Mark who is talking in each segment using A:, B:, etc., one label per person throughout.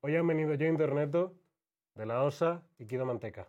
A: Hoy han venido yo Interneto, de la OSA y Quido Manteca.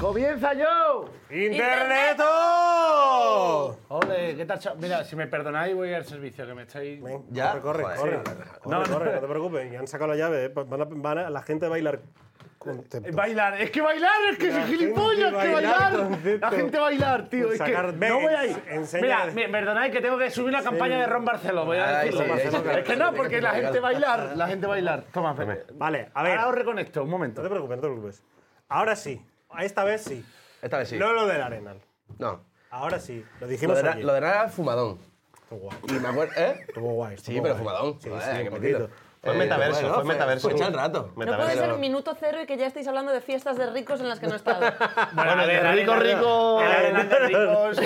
B: ¡Comienza yo!
A: ¡Interneto!
B: Ole, ¿qué tal? cha- Mira, si me perdonáis, voy al servicio, que me estáis.
A: Ven,
C: Ya,
A: corre, corre,
C: joder,
A: corre,
C: sí.
A: corre,
B: No, no.
A: corre, no te preocupes. Y han sacado la llave, ¿eh? van a, van a- la gente va a bailar conceptos.
B: Eh, Bailar, es que bailar, es que
A: La
B: soy gilipollas,
A: gente
B: que bailar.
A: bailar,
B: La
A: concepto.
B: gente bailar, tío. Es
A: Sacar-
B: que
A: ven,
B: no voy a ir.
A: enseña-
B: Mira, me perdonáis que tengo que subir una campaña de Ron Barceló, voy a
C: Ay,
B: decirlo.
C: sí, ahí sí,
B: es que
C: ahí
B: no,
C: sí,
B: porque
C: ahí
B: la
C: sí.
B: gente bailar, la gente bailar. Toma, Pepe.
A: Vale, a ver.
B: Ahora os reconecto, un
A: No
B: momento.
A: te preocupes, no te preocupes. Ahora sí, a esta vez sí.
C: Esta vez sí.
A: No
C: No.
A: lo del Arenal. Ahora sí, lo
C: Lo
A: dijimos
C: de, na-
A: aquí.
C: lo de nada era fumadón.
A: Estuvo guay,
C: Y me acuerdo. ¿Eh?
A: estuvo guay.
C: Sí,
A: estuvo
C: pero
A: guay.
C: fumadón.
A: Sí,
C: Joder,
A: sí,
C: qué
A: un
C: poquito.
A: poquito. Eh,
D: Fue metaverso, fue metaverso.
C: Fue echar el rato.
D: No puede
C: Metaverso.
D: ser
C: Pero-
D: un minuto cero y que ya estéis hablando de fiestas de ricos en las que no he estado.
B: Bueno, de
A: Arenal,
B: rico,
A: no.
B: rico.
A: El
B: Arenal de ricos.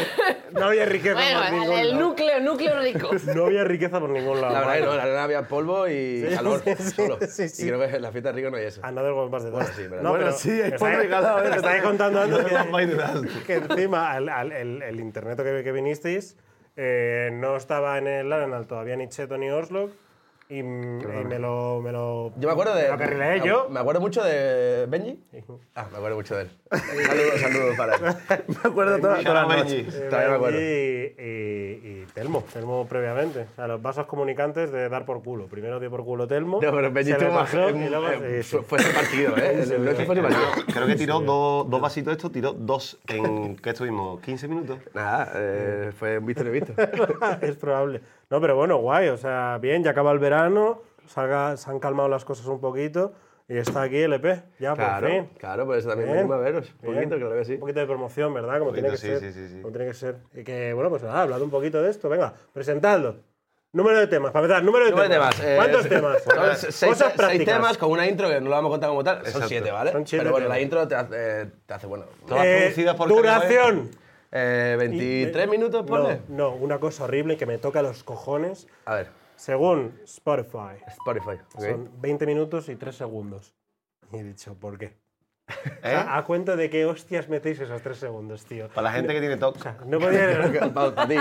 A: No había riqueza
D: bueno,
A: por
D: el,
A: ningún
D: el
A: lado.
D: núcleo, núcleo rico.
A: No había riqueza por ningún lado.
C: La verdad que no,
A: vale.
C: la arena había polvo y
A: Sí,
C: calor
A: sí, sí,
C: solo.
A: sí, sí. Ah,
C: Y creo que en la fiesta rico no hay eso.
A: Another one más de dos.
C: sí, pero-
A: no,
B: Bueno,
A: pero
B: sí, hay
A: me
B: por
A: estáis-
B: regalado, ¿eh?
A: me estáis contando antes que-
B: Bueno,
A: que encima al- al- el, el internet que, que vinisteis eh, no estaba en el Arenal todavía ni Cheto ni Oslo y, mm, y me lo me lo
C: Yo me acuerdo de.
A: me lo carrilé
C: me-
A: yo
C: Me acuerdo mucho de Benji. Ah, me acuerdo mucho de él. Saludos, saludos para él.
B: me acuerdo toda, toda la noche.
C: Benji. Todavía me acuerdo.
A: Y, Eh, y- y Telmo, Telmo previamente. O sea, los vasos comunicantes de dar por culo. Primero dio por culo Telmo.
C: No, pero Benji
A: se le
C: tuvo más.
A: pasó y luego-
C: eh,
A: sí, sí.
C: Fue fue ese partido, ¿eh? El- el- ese fue ese partido.
D: Creo
E: Creo que tiró dos, dos vasitos estos, tiró dos en que estuvimos 15 minutos.
C: Nada, eh, fue un visto y visto.
A: es probable. No, pero bueno, guay. O sea, bien, ya acaba el verano, salga- se han calmado las cosas un poquito y está aquí el EP. Ya, por
C: Claro,
A: fin.
C: claro, por eso también
A: Bien,
C: venimos a veros. Un
A: bien.
C: poquito, claro que sí.
A: Un poquito de promoción, ¿verdad? Como
E: Poquito,
A: tiene que
E: sí,
A: ser.
E: sí, sí, sí.
A: Como tiene que ser. Y que, bueno, pues nada, hablad un poquito de esto. Venga, presentadlo. Número de temas, para empezar, número de
C: Número de
A: temas.
C: temas. eh,
A: ¿Cuántos
C: se-
A: temas?
C: son se- seis,
A: Cosas
C: seis
A: prácticas.
C: temas con una intro que no la vamos a contar como tal. Son
E: Exacto.
C: siete, ¿vale?
A: Son siete
C: Pero bueno, la
A: temas.
C: intro te hace, te hace bueno.
E: Todas
A: Eh,
E: producidas por
A: duración.
C: Eh, 23 minutos, ponle.
A: No, no, una cosa horrible que me toca los cojones.
C: A ver,
A: Según Spotify,
C: Spotify. ¿ok?
A: son 20 minutos y 3 segundos. Y he dicho, ¿por qué? O
E: ¿Eh?
A: sea, a cuenta de qué hostias metéis esos 3 segundos, tío.
E: Para la gente que tiene
A: O
E: TOC.
A: sea, no podía.
C: Pa- pa' ti.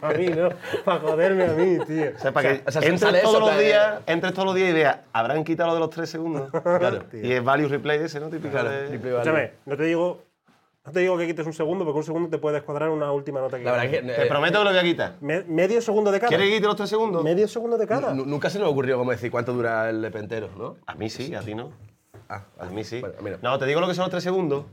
A: para mí, ¿no? Para joderme a mí, tío.
E: O sea, para que
C: o sea,
E: entres
C: sale
E: todos
C: eso,
E: los
C: te-
E: días, entres todos los días y veas, habrán quitado lo de los tres segundos.
C: Claro.
E: y es value replay ese, ¿no? Típico
C: Claro,
E: de-
C: triple value.
A: Escúchame, no te digo. No te digo que quites un segundo, porque un segundo te puede descuadrar una última nota que
C: La verdad que
A: queda.
E: Te
C: eh,
E: prometo que lo voy a quitar.
A: Me- medio segundo de cada.
E: ¿Quieres que quite los tres segundos?
A: Medio segundo de cada.
C: nu- nunca se nos ocurrió como decir cuánto dura el EP entero, ¿no?
E: A mí sí, a ti no.
C: Ah,
E: A mí sí.
C: Bueno, mira.
E: No, te digo lo que son los tres segundos.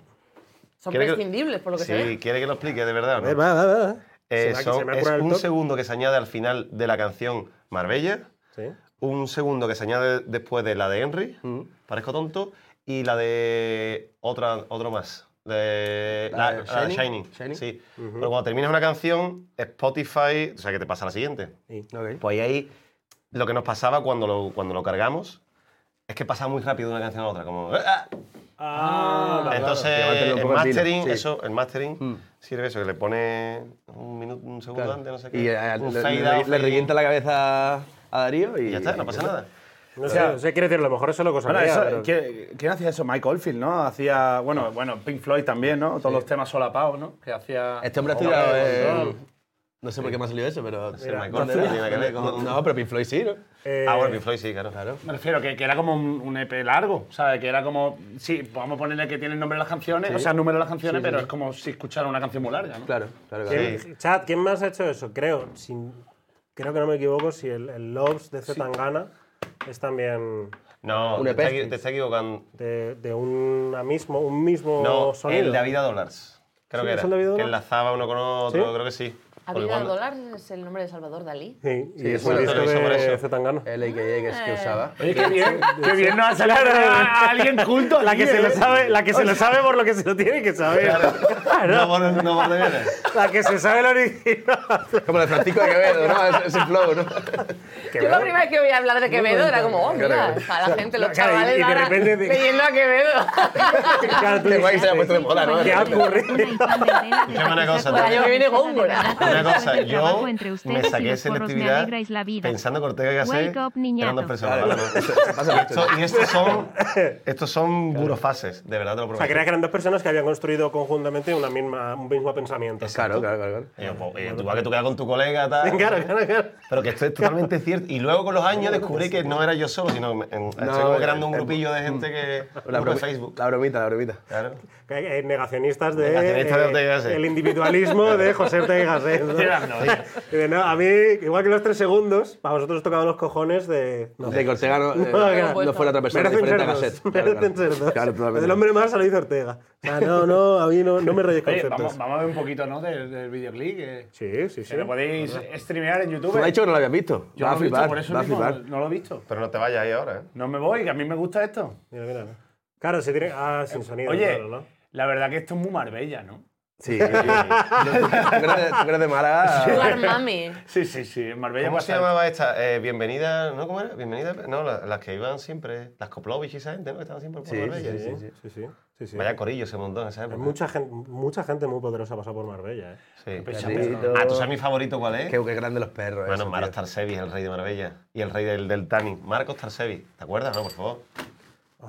D: Son
E: Creo que-
D: prescindibles, por lo que se
E: Sí,
D: ve.
E: ¿quieres que lo explique de verdad o no?
A: Eh, va, va, va.
E: Eh,
A: Se me ha- se
E: son-
A: me ha
E: es
A: curado el
E: un
A: toc.
E: segundo que se añade al final de la canción Marbella.
A: Sí.
E: un segundo que se añade después de la de Henry,
C: Mm.
E: parezco tonto, y la de otra, otro más. De,
C: La
E: la,
C: de
E: la de
C: Shining.
E: Shining.
C: Shining.
E: Sí. Pero cuando terminas una canción, Spotify, o sea, que te pasa la siguiente.
A: Sí.
C: Ok.
E: Pues ahí lo que nos pasaba cuando lo, cuando lo cargamos es que pasaba muy rápido de una canción a otra, como... "Eh, ah".
A: Ah, vale.
E: Entonces,
C: claro. Llévatelo un
E: el
C: poco al vino,
E: mastering,
C: sí. Mm.
E: eso, el mastering sirve eso, que le pone un minuto, un segundo
C: Claro.
E: antes, no sé qué.
C: Y eh,
E: un
C: le,
E: fade
C: le-
E: out,
C: le
E: fade in.
C: revienta la cabeza a Darío y.
E: Y ya está, no pasa nada.
A: No sé, no sé, quiere decir, a lo mejor eso lo cosa
B: Bueno,
A: mía,
B: eso,
A: pero-
B: ¿quién, quién hacía eso? Mike Oldfield, ¿no? Hacía, bueno, bueno, Pink Floyd también, ¿no? Todos los temas solapados, ¿no? Que hacía...
C: Este hombre ha
B: Hombre,
C: estudiado.
B: montón.
C: eh, no sé por qué me ha salido eso, pero.
E: Sí, Michael,
C: ¿Dónde
E: no
C: era?
E: tiene nada que ver con-
C: No, pero Pink Floyd sí, ¿no?
A: Eh,
E: Ah, bueno, Pink Floyd sí, claro. claro.
B: Me refiero que, que era como un, un EP largo, ¿sabes? Que era como, sí, vamos a ponerle que tiene el nombre de las canciones, o sea, número de las canciones, pero es como si escuchara una canción muy larga, ¿no?
C: Claro, claro, claro.
A: ¿quién- Chat, ¿quién más ha hecho eso? Creo, sin, creo que no me equivoco, si el, el Loves de Zetangana es también
E: No,
C: Un
E: te
C: EP.
E: está, equi- te está equivocando.
A: de, de una mismo, un mismo
E: No,
A: sonido.
E: el David Vida Dollars. Creo
A: Sí,
E: que
A: ¿es
E: era.
A: el de Vida
E: que
A: Dollars?
E: enlazaba uno con otro,
A: ¿Sí?
E: creo que sí.
D: ¿Ha
E: Porque
D: habido
E: cuando-
D: dólar? Es el nombre de Salvador Dalí.
A: Sí, y
C: Sí,
A: es un
E: bueno,
A: disco
E: lo hizo por
A: de
E: eso.
A: Zetangana.
C: El AKA que, es que usaba.
B: Oye, qué bien, qué bien nos ha salido a alguien culto.
A: La
B: aquí,
A: que, se lo
B: ¿eh?
A: sabe, la que se lo sabe por lo que se lo tiene que saber.
E: No,
A: Claro.
E: por- no por deberes.
A: La que se sabe el original.
C: Como el Francisco de Quevedo, ¿no? Ese, ese flow, ¿no?
D: Yo la primera vez que oí hablar de Quevedo era como, oh, mira,
C: Claro.
D: a la gente, los
A: Claro, y-
D: chavales
A: y de
D: ahora
A: repente te-
D: leyendo a Quevedo.
A: Claro, tú
C: Qué guay que se haya
A: dijiste,
C: puesto de moda, ¿no?
A: ¿Qué ha
F: Una
A: ocurrido?
F: incandescente de
E: Escúchame una
F: risa
E: cosa,
F: cuando
E: tío.
F: yo
D: Viene
F: empiezo a
D: Góngora.
F: debatir
E: Una cosa,
F: el
E: yo
F: trabajo entre ustedes
E: me
F: y
E: saqué
F: los porros, me
E: selectividad
F: alegrais la vida.
E: pensando que Ortega y Gasset
F: Wake up,
E: eran dos
F: niñato.
E: personas.
C: Claro.
E: ¿vale?
C: Eso- eso pasa
E: Y
C: mucho.
E: esto- y estos son, estos son burofases, de verdad te lo
A: O sea,
E: prometo.
A: creía que eran dos personas que habían construido conjuntamente una misma, un mismo pensamiento.
C: Claro, claro, claro.
E: Y yo, pues, oye, tú vas que tú quedas con tu colega, tal.
A: Claro, claro, claro.
E: Pero que esto es totalmente cierto. Y luego con los años descubrí que no era yo solo, sino que me- en- estoy como creando un
C: eh,
E: grupillo de gente que. Un grupo de
C: bromi-
E: Facebook.
C: la bromita, la bromita.
E: Claro.
A: Eh, eh, Negacionistas de,
E: Negacionistas de
A: eh,
E: Ortega y Gasset.
A: el individualismo de José Ortega y Gasset. ¿no?
B: Eran dos, tío.
A: Y de, no, a mí, igual que los tres segundos, para vosotros tocaba los cojones de... no.
C: De que Ortega no, eh,
A: claro.
C: no fue la otra persona,
A: Merecen
C: diferente a
A: ser
C: Gasset.
A: dos,
C: Claro,
A: merecen
C: claro.
A: ser dos. Pues
C: Claro, totalmente.
A: El hombre más lo dice Ortega. O sea, no, no, a mí no, no me rayes
B: Oye,
A: conceptos.
B: vamos, vamos a ver un poquito ¿no? del, del videoclip. Que,
A: Sí, sí, sí.
B: que lo podéis streamear en YouTube.
C: Tú me has dicho que no lo habías visto.
B: Yo
C: va
B: no
C: a
B: lo he visto,
C: flipar,
B: por eso
C: va a
B: mismo
C: flipar.
B: no lo he visto.
E: Pero no te vayas ahí ahora, ¿eh?
B: No me voy, que a mí me gusta esto.
A: Mira, mira. Claro, se tiene... Ah, sin sonido,
B: Oye,
A: claro, ¿no?
B: la verdad que esto es muy Marbella, ¿no?
C: Sí. sí, sí. Tú eres de- tú eres de Málaga.
D: Sugar Mami.
B: Sí, sí, sí, en Marbella
E: ¿Cómo se
B: pasa-
E: llamaba esta? Eh, bienvenida, ¿no? ¿Cómo era? Bienvenida, no, la- las, que iban siempre, las Koplovich y esa gente, ¿no? Que estaban siempre por
C: Sí,
E: Marbella.
C: sí, sí,
A: Sí, sí, sí. sí, sí.
E: Vaya corillo ese montón en esa época.
A: Mucha gente, mucha gente muy poderosa ha pasado por Marbella, ¿eh?
E: Sí.
C: Perrito.
E: Ah, ¿tú sabes mi favorito cuál es?
C: Qué, qué grande los perros.
E: Bueno,
C: esos,
E: Maros
C: tío.
E: Tarsevi, el rey de Marbella. Y el rey del, del tanning. Marcos Tarsevi. ¿Te acuerdas? No, por favor.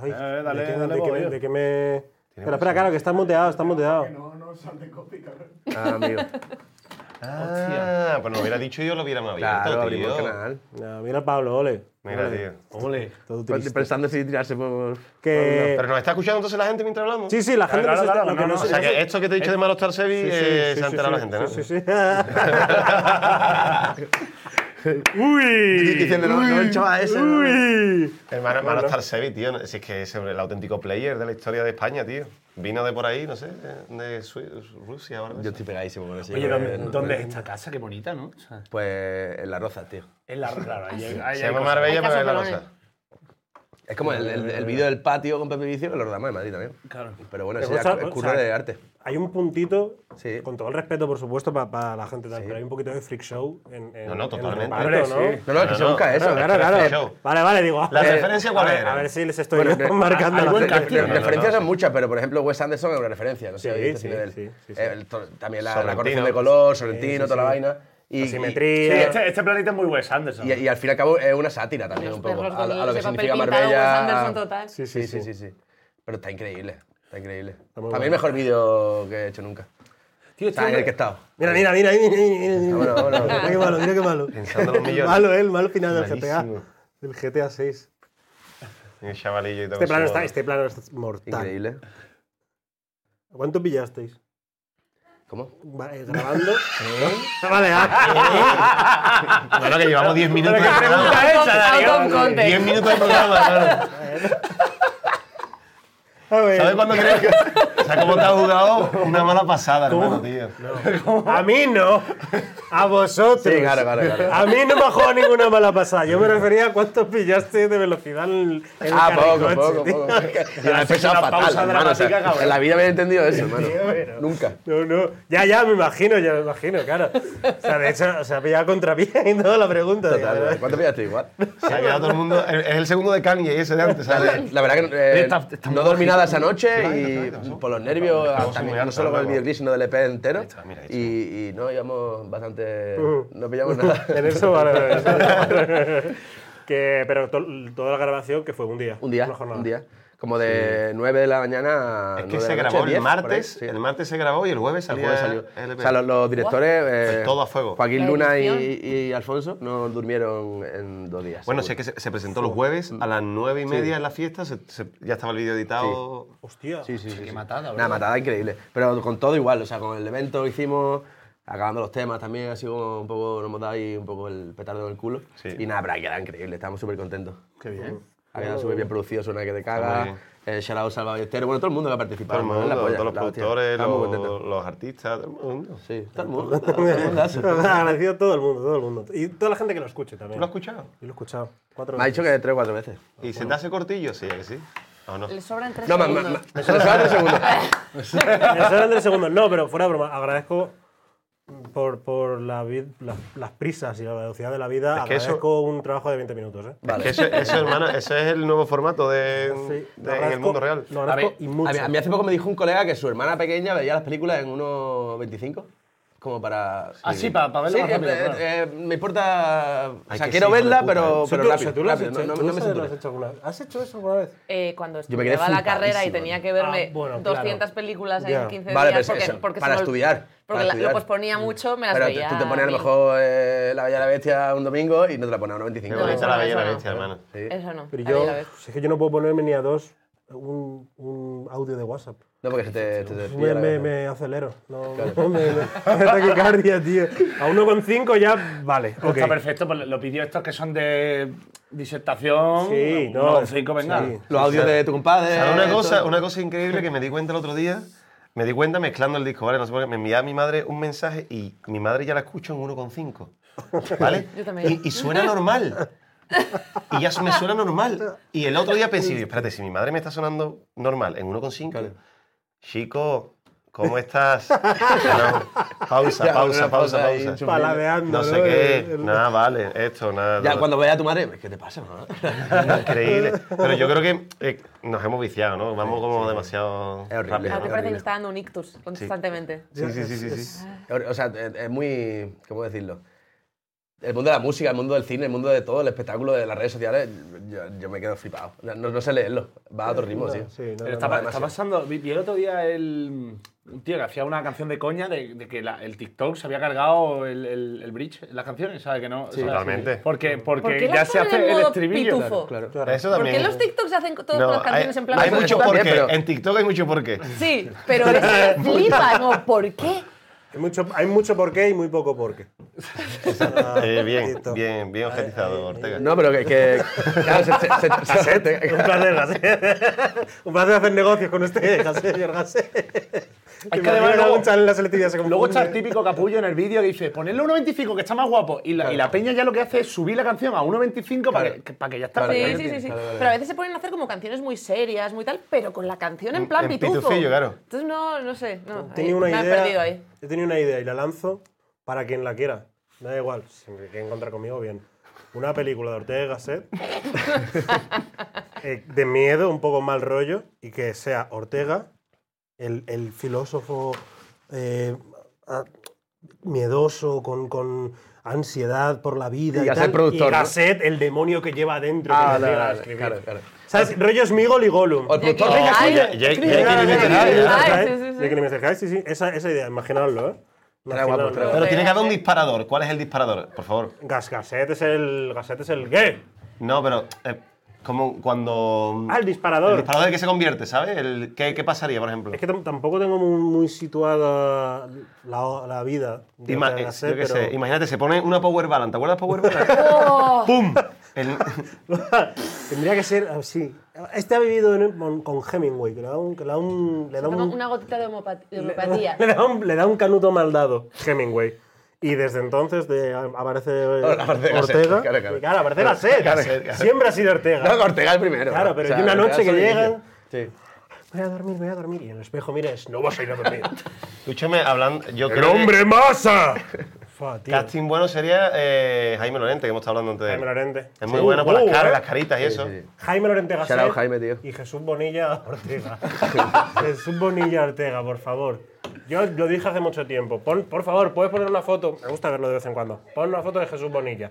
A: Ay,
B: Eh, dale,
A: ¿de qué,
B: dale,
A: de qué-
B: bollo.
A: de qué me...? Pero espera, claro, que está muteado, está muteado.
C: Ah, amigo.
E: Ah, pues no hubiera dicho yo, lo hubiéramos abierto,
C: Claro,
E: tío.
C: abrimos el canal.
A: No, mira el Pablo, ole.
E: Mira,
A: Ole,
E: tío.
B: Ole.
A: Todo
C: Pero
A: triste.
C: Pensando si tirarse por...
A: Que...
E: Pero nos está escuchando entonces la gente mientras hablamos.
A: Sí, sí, la gente no
B: claro,
A: se está...
B: claro,
A: lo que
B: no,
A: no
B: no,
E: O
A: se-
E: sea, que esto que te he dicho de Maros Tarsevi
A: Sí, sí,
E: eh,
A: sí,
E: se ha
A: sí,
E: enterado la
A: sí,
E: gente, ¿no?
A: Sí, sí, sí. ¡Uy!
C: Diciendo, no, no, el chaval ese. no, no.
A: ¡Uy!
E: Hermano, Maros Tarsevi, tío. no- Si es que es el auténtico player de la historia de España, tío. Vino de por ahí, no sé, de, de Sui- Rusia ahora.
C: Yo estoy pegadísimo con eso.
B: Oye,
C: Yo,
B: ¿dónde,
C: eh, no-
B: dónde es esta casa? Qué bonita, ¿no? O sea,
C: Pues en la roza, tío.
B: es la claro, ahí- ahí hay
E: Se llama
B: cosas.
E: Marbella,
D: Hay
E: pero es la
D: casas
E: cosa.
C: Es como el, el, el vídeo del patio con Pepe Vicio que lo rodamos en Madrid también.
B: Claro.
C: Pero bueno,
A: Pero
C: eso ya
A: vos
C: es
A: sab- o
C: curro
A: sea,
C: de arte.
A: Hay un puntito,
C: Sí.
A: con todo el respeto, por supuesto, para la gente tal, pero hay un poquito de freak show en, en
E: No, no,
A: en
E: totalmente.
A: reparto,
B: Hombre,
A: ¿no?
B: sí.
C: No, no, es que se busca eso.
A: Claro, claro,
E: es freak
A: claro.
E: show.
A: Vale, vale, digo.
E: ¿La
A: eh,
E: referencia cuál
A: a ver-
E: era?
A: A ver si les estoy
C: Bueno,
A: yo
C: que-
A: marcando
B: hay
A: la
B: buen
A: gente.
B: casting,
C: Re-
E: no, no,
C: referencias
E: no.
C: son muchas, pero por ejemplo Wes Anderson es una referencia, no sé,
A: Sí,
C: habéis visto
A: sí,
C: cine de él.
A: sí, sí, sí.
C: El to- también la, la
E: Sorrentino.
C: corrección de color, Sorrentino, toda la vaina. Y,
A: Asimetría.
B: Sí, este, este planeta es muy Wes Anderson.
C: Y, y- y al fin y al cabo es una sátira también
D: Los
C: un poco,
D: perros
C: a,
D: con
C: a lo que
D: ese papel
C: significa
D: pintado, Wes Anderson
C: Marbella.
D: total.
C: Sí sí sí, sí, sí. Pero está increíble, está increíble. Para
A: muy
C: mí el mejor vídeo que he hecho nunca.
B: Tío,
C: Está en el que he estado.
A: Mira, mira, mira, mira, mira, mira.
C: Vámonos, vámonos.
A: Mira qué malo, mira qué malo.
E: Pensando los millones.
A: Malo, eh, el malo final del GTA.
E: Malísimo.
A: Del GTA 6.
E: El chavalillo y todo
A: Este plano,
E: eso.
A: está, este plano es mortal.
C: Increíble.
A: ¿Cuánto pillasteis?
C: ¿Cómo?
A: Va- eh, ¿Grabando? vale, ah,
E: Claro que llevamos 10 minutos de
B: ¿Qué
E: programa.
B: pregunta esa, Darío?
D: Out of context.
E: 10 minutos de programa, claro.
A: a ver.
E: ¿Sabes cuándo crees que.? O sea, cómo te has jugado una mala pasada, hermano, tío.
A: A mí no. A vosotros.
C: Sí, claro, claro, claro.
A: A mí no me ha jugado ninguna mala pasada. Yo me refería a cuánto pillaste de velocidad en en el
C: Ah, poco,
A: carricoche,
C: poco,
A: tío.
C: poco. Yo la he pensado
B: una pausa
C: fatal, hermano. o sea,
B: dramática, cabrón.
C: en la vida me he entendido eso, hermano. Nunca.
A: No, no. Ya, ya, me imagino, ya me imagino, claro. O sea, de hecho, se ha pillado contra mí y toda la pregunta. digo,
C: Total,
A: ¿verdad?
C: ¿Cuánto pillaste igual?
E: Se ha quedado todo el mundo. Es el segundo de Kanye, ese de antes, ¿sabes?
C: La verdad que eh,
B: Está- está
C: no dormí nada esa noche y por los nervios,
E: Vamos,
C: ah, también,
E: muy
C: no
E: alta,
C: solo con el
E: luego.
C: videoclip, sino del EP entero.
E: mira, ahí está.
C: Y, y no, íbamos bastante...
A: Ujú.
C: No pillamos nada.
A: Uh. En eso, vale, vale, eso, vale. que, pero to- toda la grabación que fue un día.
C: Un día,
A: una jornada.
C: un día. Como de 9 de la
A: Ah.
C: mañana a
E: Es
C: 9
E: que
C: de
E: se
C: la noche,
E: grabó
C: 10
E: el
C: por ahí,
E: martes.
C: sí.
E: El martes se grabó y el jueves
C: El
E: salió.
C: jueves salió.
E: LP.
C: O sea, los, los directores... eh,
E: E todo a fuego.
C: Joaquín
D: La
C: Luna y,
D: edición.
C: y Alfonso no durmieron en dos días.
E: Bueno,
C: seguro.
E: sé que se, se presentó los jueves a las 9 y media en la fiesta. se- se- ya estaba el vídeo editado.
A: Hostia.
C: Sí, sí, sí. sí.
B: matada,
C: Una matada increíble. Pero con todo igual, o sea, con el evento que hicimos, acabando los temas también, así como un poco, nos hemos dado ahí un poco el petardo en el culo.
E: Sí.
C: Y nada, pero ahí queda increíble, estamos súper contentos.
B: Qué bien.
C: Ha quedado súper bien producido, suena que te
E: Está muy
C: caga.
E: bien.
C: Eh, Sharao Salvador Estero, bueno, todo el mundo que ha participado. hermano,
E: Todo el
C: es la
E: mundo,
C: polla,
E: todos los
C: la hostia.
E: productores,
C: Estamos
E: los,
C: contentos.
E: los artistas, todo el mundo.
C: Sí, todo el mundo. todo el mundazo.
A: Agradecido a todo el mundo, todo el mundo. Y toda la gente que lo escuche
E: ¿Tú
A: también.
E: lo has escuchado?
A: Yo lo he escuchado. Cuatro
C: Me ha
A: veces.
C: dicho que tres o cuatro veces.
E: ¿Y se te hace cortillo? Sí, ¿a que sí. ¿O no?
D: Le sobran tres
C: No, más,
D: segundos.
C: más, más. Eso es otro segundo.
A: Eso era del segundo. No, pero fuera de broma, agradezco por, por la vid- las, las prisas y la velocidad de la vida.
E: Es que eso-
A: agradezco un trabajo de 20 minutos. ¿eh?
E: Es que eso, eso, hermano, eso es el nuevo formato de,
A: Sí, lo
E: de- en el
A: agradezco-
E: mundo real.
A: Lo
C: A mí,
A: agradezco y mucho.
C: a mí- a mí hace poco me dijo un colega que su hermana pequeña veía las películas en 1.25. Como para.
B: Ah, sí, pa- pa verlo
C: Sí,
B: más rápido,
C: eh,
B: claro.
C: eh, me importa. O
E: Ay,
C: sea,
E: que
C: quiero
E: sí, hijo de
C: verla,
E: puta,
C: pero,
E: eh.
A: Sí,
C: pero
A: tú-
C: rápido.
A: tú lo has
C: rápido, no,
A: hecho,
C: no-
A: tú
C: no me
A: sabes, lo has
C: saturas.
A: hecho alguna vez. ¿Has hecho eso alguna vez?
D: Eh, cuando
C: Yo me quedé
D: estudiaba la carrera y
C: flipadísimo,
D: tenía que verme
A: Ah, bueno,
D: 200
A: claro.
D: películas
A: Ya.
D: en 15
C: Vale, pero
D: días porque,
C: eso,
D: porque se
C: para
D: me ol-
C: estudiar, para
D: Porque la-
C: estudiar.
D: lo posponía mucho, me las
C: Pero
D: veía.
C: tú te pones a lo
D: mil.
C: mejor eh, La Bella y la Bestia un domingo y no te la pones a
E: Qué
C: 1.25.
E: bonita
D: eso
E: la
D: no,
E: bella y
D: eso
E: la
D: no.
E: bestia, hermano.
C: Sí.
D: Eso no.
A: Pero
D: ahí
A: yo,
D: la ves.
A: si es que yo no puedo ponerme ni a dos un, un audio de WhatsApp.
C: No, porque se te, se te
A: Me,
C: pilla la
A: me,
C: cabeza.
A: me acelero. No, me, me, me taquicardia, tío. A 1,5 ya vale.
B: Pues Está
A: ok.
B: perfecto, pues los vídeos estos que son de disertación.
A: Sí,
B: uno
A: no.
B: con Oh, cinco, venga.
A: sí.
C: Los audios de tu compadre.
E: Ahora, una
C: esto.
E: cosa, una cosa increíble que me di cuenta el otro día, me di cuenta mezclando el disco, ¿vale? No sé por qué, me enviaba mi madre un mensaje y mi madre ya la escucho en 1,5, ¿vale?
D: Yo también.
E: Y, y suena normal. Y ya me suena normal. Y el otro día pensé, espérate, si mi madre me está sonando normal en 1,5, chico, ¿cómo estás? No. Pausa,
C: Ya, una
E: pausa, pausa,
C: pausa ahí,
E: pausa.
C: chup-
A: Paladeando.
E: No sé qué, nada, vale, esto, nada.
C: Ya,
E: nada.
C: cuando veas a tu madre, ¿qué te pasa, mamá?
E: Increíble. Pero yo creo que eh, nos hemos viciado, ¿no? Vamos como demasiado
C: Es horrible.
E: rápido.
D: Ahora te
C: Qué
D: Ah, parece que
C: horrible.
D: me está dando un ictus constantemente.
E: Sí, sí, sí, sí. sí.
C: O sea, es es muy. ¿Cómo decirlo? El mundo de la música, el mundo del cine, el mundo de todo, el espectáculo, de las redes sociales, yo, yo me quedo flipado. No, no sé leerlo. Va a otro ritmo, tío.
A: Sí, no,
B: Pero
A: no,
B: está,
A: no.
B: pa- está pasando. Vi, vi el otro día el, un tío que hacía una canción de coña de, de que la- el TikTok se había cargado el, el, el bridge, las canciones, ¿sabes? Que no, ¿sabes?
E: totalmente.
B: Porque, porque
D: ¿Por qué
B: ya
D: las
B: se
D: ponen en
B: hace el
D: modo
B: estribillo.
D: pitufo?
C: Claro.
E: Eso
D: ¿Por
E: también.
D: qué los TikToks hacen todas
E: No,
D: las canciones
E: hay,
D: en plan?
E: hay
C: Eso
E: muchos
C: está
E: por
C: bien,
E: qué.
C: pero-
E: En TikTok hay muchos por qué.
D: Sí, pero eso me flipa, ¿no? ¿Por qué?
A: Hay mucho, hay mucho por qué y muy poco por qué.
E: Eh, bien,
A: Tito.
E: bien, bien objetizado, Ortega.
C: No, pero que. que claro, se, se- se- se-
A: Un placer, Gasset. Un placer hacer negocios con usted, Gasset, señor Gasset.
B: que
A: Es
B: además luego-
A: en la selectividad se
B: Luego está el
A: confunde.
B: típico capullo en el vídeo que dice, ponedle 1.25 que está más guapo. Y la, y la peña ya lo que hace es subir la canción a 1.25 para que, para que ya está.
D: Sí,
C: Vale,
D: sí, sí, sí.
C: vale, vale.
D: Pero a veces se ponen a hacer como canciones muy serias, muy tal, pero con la canción en plan
E: Mm, en
D: pitufo.
E: pitufillo, claro.
D: Entonces no, no sé. No, ahí
A: Tenía una
D: me he perdido
A: idea.
D: ahí.
A: He tenido una idea y la lanzo para quien la quiera. Me da igual, si me quiere encontrar conmigo, bien. Una película de Ortega y Gasset. eh, de miedo, un poco mal rollo, y que sea Ortega, el, el filósofo eh, a- miedoso, con, con ansiedad por la vida.
C: Y
A: Y,
C: Gasset
A: tal,
C: productor,
A: Y
C: ¿no?
A: Gasset, el demonio que lleva adentro.
C: Ah,
A: que
C: vale,
A: le obliga a
C: vale,
A: escribir. Ah,
C: claro, Pues, claro.
A: ¿Sabes? Rollo Smigol y Gollum.
C: O el productor
D: Ay,
C: venga,
E: Ya, ya, ya hay que limitar
D: Ay,
E: algo, ya.
D: ay.
A: ¿Sabes?
D: sí, sí, sí.
A: De que ni me dejáis, sí, sí. Esa, esa idea, imaginadlo, ¿eh?
C: Trae guapo,
A: Imaginadlo.
C: trae guapo.
E: Pero tiene que haber un disparador. ¿Cuál es el disparador? Por favor.
A: Gas, Gasset es el. Gasset es el. ¿Qué?
E: No, pero eh, como cuando.
A: Ah, el disparador.
E: El disparador de que se convierte, ¿sabes? El, ¿qué, qué pasaría, por ejemplo?
A: Es que tam- tampoco tengo muy, muy situada la, la vida de
E: Ima-
A: Ortega
E: eh,
A: Gasset,
E: yo qué sé,
A: pero-
E: imagínate, se pone una power balance. ¿Te acuerdas power balance?
D: Oh,
E: ¡Pum! El-
A: Tendría que ser así. Este ha vivido en- con, con Hemingway, que le da un. que le da un- le da
D: tengo
A: un-
D: una gotita de homeopatía. de homeopatía.
A: le da un, le da un canuto mal dado, Hemingway. Y desde entonces de- aparece eh,
C: Ahora aparece Gasset,
A: Ortega.
C: claro, claro.
A: Y claro, aparece Gasset.
C: Claro,
A: Gasset.
C: claro.
A: Siempre ha sido Ortega.
C: No, Ortega el primero.
A: Claro, pero hay una noche que
C: Ortega
A: llegan-
C: soy- Sí.
A: Voy a dormir, voy a dormir. Y en el espejo mires, no vas a ir a dormir.
E: Escúchame, hablando. Yo
A: ¡El
E: creo que
A: hombre masa! Fua, tío.
E: Casting bueno sería eh, Jaime Lorente, que hemos estado hablando antes de él.
A: Jaime Lorente.
E: Es muy
A: Sí.
E: bueno por las
A: Uh,
E: caras,
A: ¿eh?
E: las caritas y eso.
C: sí, sí.
A: Jaime Lorente Gasset.
C: Shout out Jaime, tío.
A: Y Jesús Bonilla Ortega. Jesús Bonilla Ortega, por favor. Yo lo dije hace mucho tiempo. Pon, por favor, puedes poner una foto. Me gusta verlo de vez en cuando. Pon una foto de Jesús Bonilla.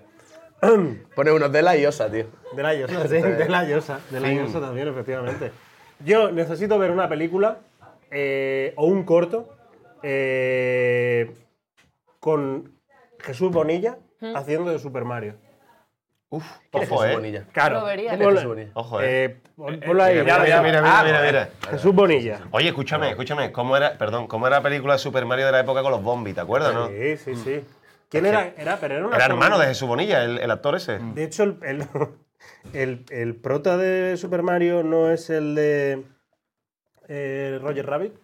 C: Pone unos de la Iosa, tío.
A: De la Llosa, sí, de la Llosa. De la Llosa también, efectivamente. Yo necesito ver una película eh, o un corto eh, con Jesús Bonilla haciendo de Super Mario.
E: Uf,
C: ¿Quién es
E: ojo,
C: Jesús
E: eh.
C: Bonilla?
A: Claro.
D: Lo vería.
A: Ponlo-
C: Jesús Bonilla?
E: Ojo, eh.
A: eh, pon- ponlo ahí. Ah,
E: Mira, mira, mira, mira, mira, mira.
A: Jesús Bonilla.
E: Oye, escúchame, escúchame. ¿Cómo era, perdón, cómo era la película de Super Mario de la época con los zombies, te acuerdas, no?
A: Sí,
C: Mm.
A: sí, sí. ¿Quién era? Era, pero era una Mm.
E: Era
A: forma-
E: hermano de Jesús Bonilla, el, el actor ese.
A: De hecho, el, el- El, el prota de Super Mario no es el de eh, Roger Rabbit.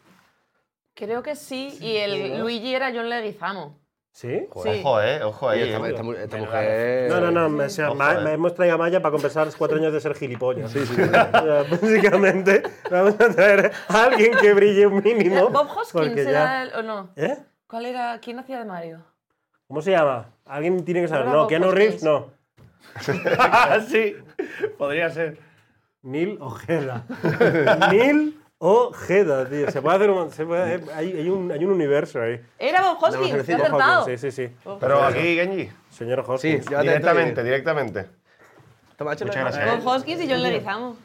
D: Creo que sí, y el Luigi era John Leguizamo.
A: ¿Sí?
D: Sí.
E: Ojo, eh, ojo ahí.
C: Oye, esta,
E: eh.
C: esta mu- esta mujer.
A: No, no, no, me, o sea,
E: Ojo,
A: ma-
E: eh.
A: me hemos traído a Maya para compensar los cuatro años de ser gilipollas. Sí, sí. básicamente, vamos a traer a alguien que brille un mínimo.
D: ¿Bob Hoskins
A: porque ya-
D: era el, o no?
A: ¿Eh?
D: ¿Cuál era? ¿Quién hacía de Mario?
A: ¿Cómo se llama? Alguien tiene que saber.
D: Era
A: No,
D: Bob
A: Keanu
D: Hoskins.
A: Reeves, no.
B: sí, podría ser.
A: Neil Ojeda. Neil Ojeda, tío. Se puede hacer un. se puede- hay, hay un hay un universo ahí.
D: Era Bob Hoskins, te he
C: mujercita.
D: acertado.
A: Sí, sí, sí.
E: Pero aquí, Genji.
A: Señor
C: Sí,
A: Hoskins.
C: ya te-
E: Directamente, directamente.
C: Toma, échale.
E: Muchas gracias.
D: Bob Hoskins y John Leguizamo.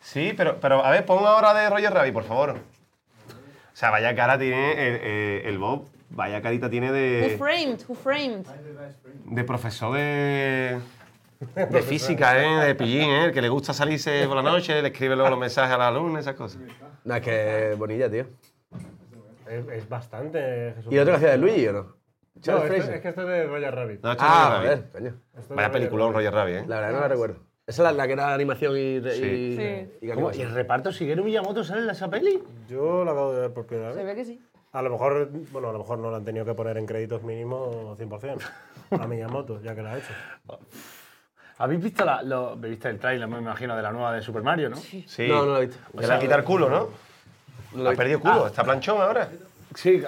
E: Sí, pero, pero a ver, pon ahora de Roger Rabbit, por favor. O sea, vaya cara tiene el, eh, el Bob, vaya carita tiene
D: Who
E: de,
D: framed? Who framed?
E: de profesor de, de física, ¿eh? de pillín, ¿eh? el que le gusta salirse por la noche, le escribe luego los mensajes a la alumna, esas cosas.
C: No, es que bonilla, tío.
A: Es, es bastante Jesús.
C: ¿Y el otro que hacía de Luigi o no?
A: No,
C: Charles
A: esto-
C: Fraser.
A: es que esto es de Roger Rabbit. Este
E: No, esto es
C: Ah,
E: Roger
C: joder,
E: Rabbit.
C: coño.
E: Vaya peliculón Roger Rabbit, ¿eh?
C: La verdad no la recuerdo. Esa es la, la que era animación y. re- y-
D: Sí.
C: y animación.
B: ¿Y el reparto Shigeru Miyamoto sale en esa peli?
A: Yo lo acabo de ver por primera
D: Se
A: vez.
D: ve que sí.
A: A lo mejor, bueno, a lo mejor no lo han tenido que poner en créditos mínimos 100%. A Miyamoto, ya que lo ha hecho.
B: ¿Habéis visto, la, lo, ¿habéis visto el tráiler, me imagino, de la nueva de Super Mario, no? Sí,
E: Sí.
C: No, no la he visto.
E: O sea, le quita el culo, ¿no?
C: No
E: Le
C: la he visto.
E: ha
C: Ah.
E: perdido culo, está planchón ahora.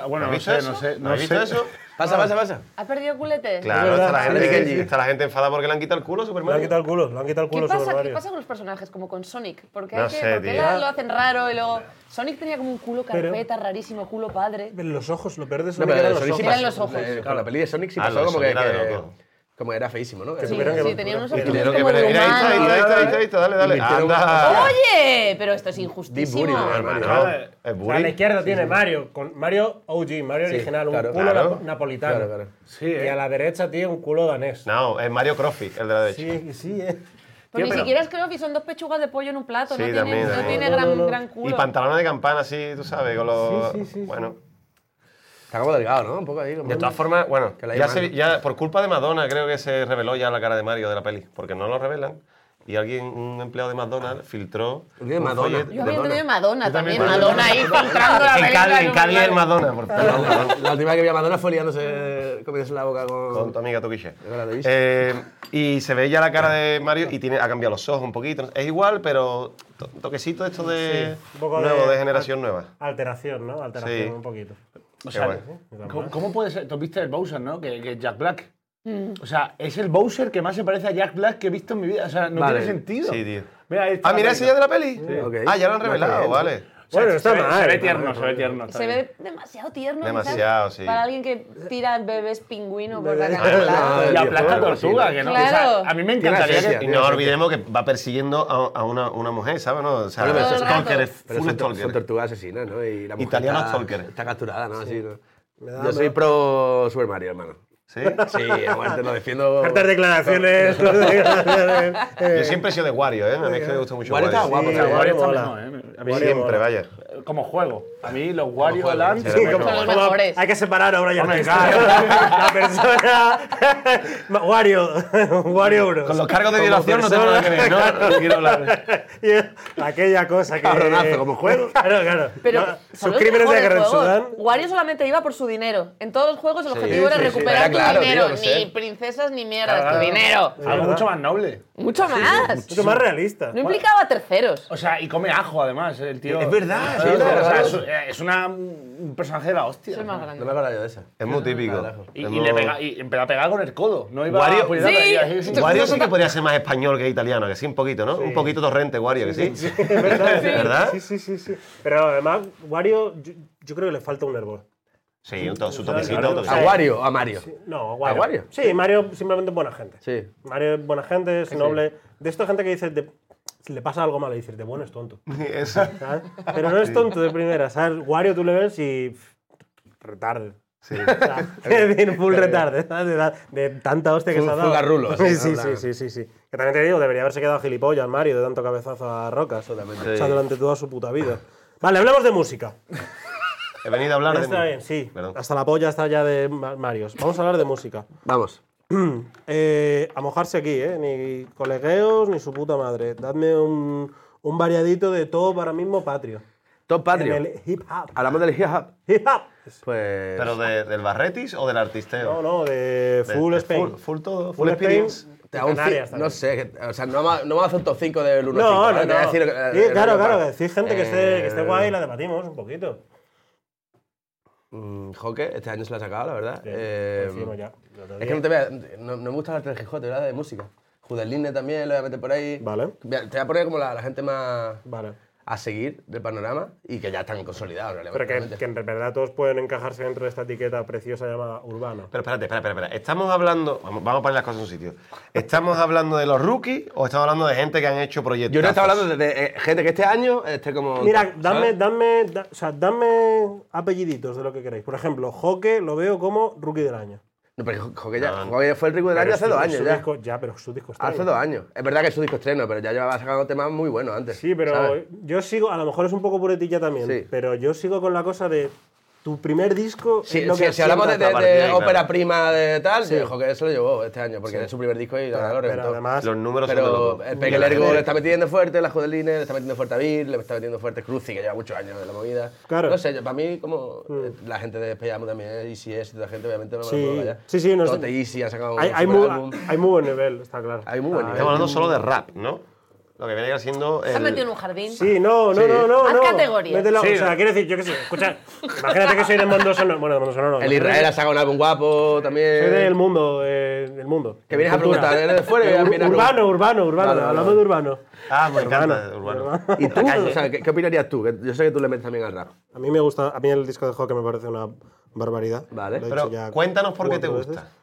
B: bueno,
E: ¿Has
B: no
E: visto
B: sé,
E: eso?
B: no sé. No
E: ¿Has visto
B: sé.
E: eso?
C: Pasa, pasa, pasa.
D: ¿Has perdido culete?
E: Claro,
A: verdad,
E: está la,
A: sí,
C: sí,
E: gente,
C: sí.
E: está la gente enfadada porque le han quitado el
A: Le
E: culo,
A: han
E: Superman.
A: quitado el culo, le han quitado el
D: ¿Qué
A: culo sobre
D: pasa, ¿Qué
A: Mario.
D: pasa con los personajes? Como con Sonic. Porque,
E: No
D: hay que,
E: sé,
D: porque
E: tío.
D: la- lo hacen raro y luego. Sonic tenía como un culo
A: Pero-
D: carpeta, rarísimo, culo padre.
A: Pero Los ojos, lo peor de
C: No,
A: Sonic
C: pero
A: eran
C: de
A: los
C: Sonic sí
A: ojos.
D: Eran
C: pasó.
D: los ojos.
C: Eh, Claro, la peli de Sonic sí
E: Ah,
C: pasó
E: lo de
C: como que.
E: Sonic era de
C: que-
E: loco.
C: Como que era feísimo, ¿no?
D: Sí,
A: tuvieron que-
D: sí, tenía unos
A: que
D: ojos
E: Que
D: como
E: que-
D: de
E: mira, ahí está, ahí
D: humano.
E: está, ahí está, ahí está, dale, dale. Ah,
C: Invirtieron-
D: ¡Oh!
E: Anda.
D: Oye, pero esto es
C: Deep
D: injustísimo.
C: Booty, hermano.
E: Hermano, es
A: O sea, a la
E: bullying.
A: izquierda tiene Mario, con Mario OG, Mario
C: Sí,
A: original, un
C: claro.
A: culo
E: Claro.
A: napo- napolitano.
C: Claro, claro.
B: Sí,
A: Y
B: eh.
A: a la derecha tiene un culo danés.
E: No, es Mario Crofi, el de la derecha.
A: Sí, sí, eh.
D: Pues ni
B: Tío, pero-
D: siquiera es que son dos pechugas de pollo en un plato.
E: Sí,
D: no tiene,
E: también,
D: no
E: también.
D: tiene
A: No, no,
D: gran,
A: no.
D: gran culo.
E: Y pantalones de campana, sí, tú sabes, con los...
A: Sí, sí, sí, sí.
E: bueno.
C: Está como delgado, ¿no? Un poco ahí. Como...
E: De todas formas, bueno,
C: Que la
E: ya,
C: llaman.
E: se- ya por culpa de Madonna creo que se reveló ya la cara de Mario de la peli, porque no lo revelan. Y alguien, un empleado de McDonald's, filtró...
C: ¿De
E: un
C: Madonna?
E: folleto-
D: Yo había
C: Madonna.
D: entendido Madonna también.
E: Madonna.
D: Madonna ahí filtrando la
E: En
D: película
E: Cádiz, en
D: como
E: Cádiz el
D: Mario.
E: Madonna, por favor.
C: La, la última que vi a Madonna fue liándose, comiéndose la boca
E: Con
C: con.
E: tu amiga Toquiche.
C: verdad, lo he visto.
E: Eh, y se ve ya la cara de Mario y tiene, ha cambiado los ojos un poquito. Es igual, pero to- toquecito esto de
A: Sí, un poco
E: nuevo, de,
A: de-
E: generación nueva.
A: Alteración, ¿no? Alteración
E: Sí.
A: un poquito.
B: O
E: Qué
B: sea,
E: guay.
B: ¿cómo, cómo puede ser? Tú viste el Bowser, ¿no? Que, que es Jack Black.
C: Mm.
B: O sea, es el Bowser que más se parece a Jack Black que he visto en mi vida. O sea, no
C: Vale.
B: tiene sentido.
E: Sí, tío.
B: Mira, ahí está
E: Ah, mira,
B: la
E: ese ya
B: película.
E: de la peli.
C: Ok.
E: Ah, ya lo han revelado,
C: Bueno,
E: vale.
A: Bueno, está
B: se,
A: mal.
B: ve, se ve tierno, se ve tierno. está
D: Se
B: bien.
D: ve demasiado tierno. quizás,
E: Demasiado, sí.
D: Para alguien que tira bebés pingüino por la
C: no,
D: cara.
B: Y
C: tío,
B: aplasta
C: claro,
B: tortuga,
C: sí.
B: que no.
D: Claro.
B: o sea, a mí me encantaría
C: Tiene
B: que.
E: Y
C: Tiene
E: no
C: sentido.
E: olvidemos que va persiguiendo a, a una, una mujer, ¿sabes? No, o sea,
C: Pero
E: es
D: eso-
E: stalker, es
C: Pero
E: full
C: son, tor- son
E: stalker.
C: tortugas asesinas, ¿no? Y la mujer
E: Italiano
C: está,
E: stalker.
C: está capturada, ¿no? Así, ¿no? Yo soy pro Super Mario, hermano.
E: ¿Sí?
C: Sí, aguante, lo defiendo.
A: Hartas declaraciones. hartas declaraciones.
E: Yo siempre he sido de Wario, ¿eh? A mí es que me gusta mucho
C: Wario
E: Wario.
C: está
E: Sí,
C: guapo,
B: O
A: Sí,
B: sea,
C: tío.
B: Wario está
A: mola.
B: mejor, ¿eh? A mí-
A: Wario
E: Siempre,
A: mola.
E: vaya.
B: Como juego. A mí los Wario Land.
E: Sí,
A: Sí,
E: Pero
A: como-
D: son los
A: como-
D: mejores.
A: Hay que separar ahora ya. la persona. Wario. Wario Bros.
E: Con los cargos de violación no tengo nada que ver, ¿no? No quiero hablar.
A: Y Aquella cosa que.
C: Cabronazo, como juego.
A: Claro, claro.
D: Pero
A: No,
D: son
A: sus
D: los
A: crímenes de
D: mejores
A: Gran
D: juegos.
A: Sudán.
D: Wario solamente iba por su dinero. En todos los juegos el objetivo era
C: sí, sí.
D: recuperar
C: Era
D: tu
C: claro, tío,
D: dinero.
C: lo
D: ni
C: sé.
D: princesas ni mierdas, tu dinero.
B: Algo mucho más noble.
D: Mucho más.
A: Mucho más realista.
D: No implicaba terceros.
B: O sea, y come ajo además, el tío. Ah,
C: Es verdad, sí,
B: o
C: es verdad.
B: sea, es, es una, un personaje de la hostia.
D: Soy más
C: No
D: grande.
C: me acuerdo yo de esa.
E: Es muy típico.
B: Y,
E: Es
B: y
E: muy-
B: le pega, y empezó a pegar con el codo. No iba
E: Wario-
B: a puñetazos,
D: Sí.
B: iba así,
D: Sí.
E: Wario sí que podría ser más español que italiano, que sí, un poquito, ¿no? Un poquito torrente, Wario, que sí.
A: ¿Verdad?
E: ¿Verdad?
A: Sí, sí, sí, sí. Pero además, Wario, yo, yo creo que le falta un hervor.
E: Sí, un to- su toquecito,
A: Claro.
E: un toquecito.
C: ¿A Wario o a Mario?
A: No, Wario.
C: ¿A Wario?
A: Sí, Mario simplemente es buena gente.
C: Sí.
A: Mario es buena gente, es noble. De esta gente que dice, de- si le pasa algo malo, dices, de bueno es tonto.
E: Eso.
A: ¿sabes? Pero no es tonto de primera, ¿sabes? Wario tú le ves y. pff, Retarde.
E: Sí.
A: O sea, es decir, full retarde, ¿sabes? de, da- de tanta hostia que
C: Full-
A: se ha dado.
C: full garrulo, así,
A: Sí,
C: ¿no?
A: sí,
C: Claro.
A: sí, sí, sí, sí. Que también te digo, debería haberse quedado gilipollas Mario de tanto cabezazo a rocas.
C: Totalmente.
A: O sea, durante toda su puta vida. Vale, hablemos de música.
E: He venido a hablar de
A: Está
E: mí.
A: bien, sí.
E: Perdón.
A: Hasta la polla está ya de Ma- Marios. Vamos a hablar de música.
C: Vamos.
A: Eh, a mojarse aquí, ¿eh? Ni colegueos, ni su puta madre. Dadme un, un variadito de todo para mismo patrio.
C: Top Patrio.
A: En el hip hop.
C: Hablamos del hip hop.
A: Hip hop.
C: Pues.
E: ¿Pero de- del Barretis o del artisteo?
A: No, no, de
E: De-
A: eh, Full
E: de
A: Spain.
E: Full, full todo, full,
A: Full
E: experience.
C: te hago un
A: Canarias
C: ci-
A: también.
C: no sé, que- o sea, no vamos a- no vamos a hacer un top 5 del 1
A: No,
C: al 5.
A: no,
C: Te voy a
A: no.
C: decir, eh,
A: Sí,
C: el
A: claro,
C: top
A: claro,
C: five.
A: decir gente que esté, que esté
C: Eh,
A: guay y la debatimos un poquito.
C: mm, Joque, este año se lo ha sacado, la verdad.
A: Sí,
C: Eh,
A: coincidimos ya, el otro
C: es que
A: día.
C: no te voy a- no, no me gusta hablar del Gijón, te voy a hablar de música. Judeline también lo voy a meter por ahí.
A: Vale.
C: Voy a- Te voy a poner como la, la gente más
A: Vale.
C: a seguir del panorama y que ya están consolidados.
A: Pero que,
C: realmente.
A: que en verdad todos pueden encajarse dentro de esta etiqueta preciosa llamada urbana.
E: Pero espérate, espera, espera, espera. Estamos hablando. Vamos, vamos a poner las cosas en su sitio. ¿Estamos hablando de los rookies o estamos hablando de gente que han hecho proyectos?
C: Yo no estaba hablando de, de, eh, gente que este año esté como.
A: Mira, dame,
C: ¿sabes?
A: dame, da- o sea, dame apelliditos de lo que queréis. Por ejemplo, Joque lo veo como rookie del año.
C: No, pero Joque ya,
E: No, no.
C: Joque fue el rico del año
A: Pero
C: hace
A: su-
C: dos
A: su
C: años ya.
A: disco- ya, pero su disco
C: Hace
A: estreno.
C: dos años. Es verdad que es su disco estreno, pero ya llevaba sacando temas muy buenos antes.
A: Sí, pero
C: ¿sabes?
A: yo sigo, a lo mejor es un poco puretilla también,
C: Sí.
A: pero yo sigo con la cosa de tu primer disco.
C: Sí,
A: es lo
C: sí,
A: que
C: si hablamos de,
A: sienta
C: de-
E: a
A: tal.
E: partir
C: de
E: de ahí,
C: ópera
E: claro.
C: prima de tal, yo dijo que eso lo llevó este año, porque es su primer disco y la verdad lo
A: Pero
C: reventó.
A: además,
E: Los números son de
C: pero
E: loco.
C: el
E: Y
C: Peque
E: la
C: Lergo
E: gente-
C: le está metiendo fuerte, la Jodelines, le está metiendo fuerte a Bill, le está metiendo fuerte Cruci, que lleva muchos años de la movida.
A: Claro. Mm.
C: No sé, yo- para mí, como eh, la gente de Despellamo también, eh, ECS y toda la gente, obviamente no me
A: Sí.
C: lo puedo callar.
A: Sí, sí, no sé.
C: Tote Easy ha sacado
A: hay,
C: un
A: hay,
C: super
A: muy,
C: álbum.
A: hay muy buen nivel, está claro.
C: Hay muy buen nivel.
E: Ah, Estamos hablando solo de rap, ¿no? Lo que viene siendo.
D: Se ha
E: el-
D: metido en un jardín.
A: Sí, no, no,
C: Sí.
A: no, no.
D: Haz
A: no.
D: categorías.
A: Mételo,
B: Sí.
A: O sea, quiero decir, yo qué sé, escucha, imagínate que soy de Mondosonoro. Bueno, de Mondosonoro.
C: El Israel ha sacado un álbum guapo también.
A: Soy del mundo, eh, del mundo.
C: Que vienes a
A: Cultura.
C: preguntar, eres de fuera y
A: Ur-
C: vienes a
A: Urbano, urbano, urbano,
C: Vale, vale,
A: hablamos
C: vale.
A: de urbano.
E: Ah, me
A: Urbano,
E: encanta, urbano.
C: ¿Y tú? O sea, ¿qué, qué opinarías tú? Que yo sé que tú le metes también al rap.
A: A mí me gusta, a mí el disco de Hawke me parece una barbaridad.
C: Vale.
A: Lo he
E: Pero
A: dicho ya
E: cuéntanos por qué te
A: cuatro
E: gusta.
A: veces.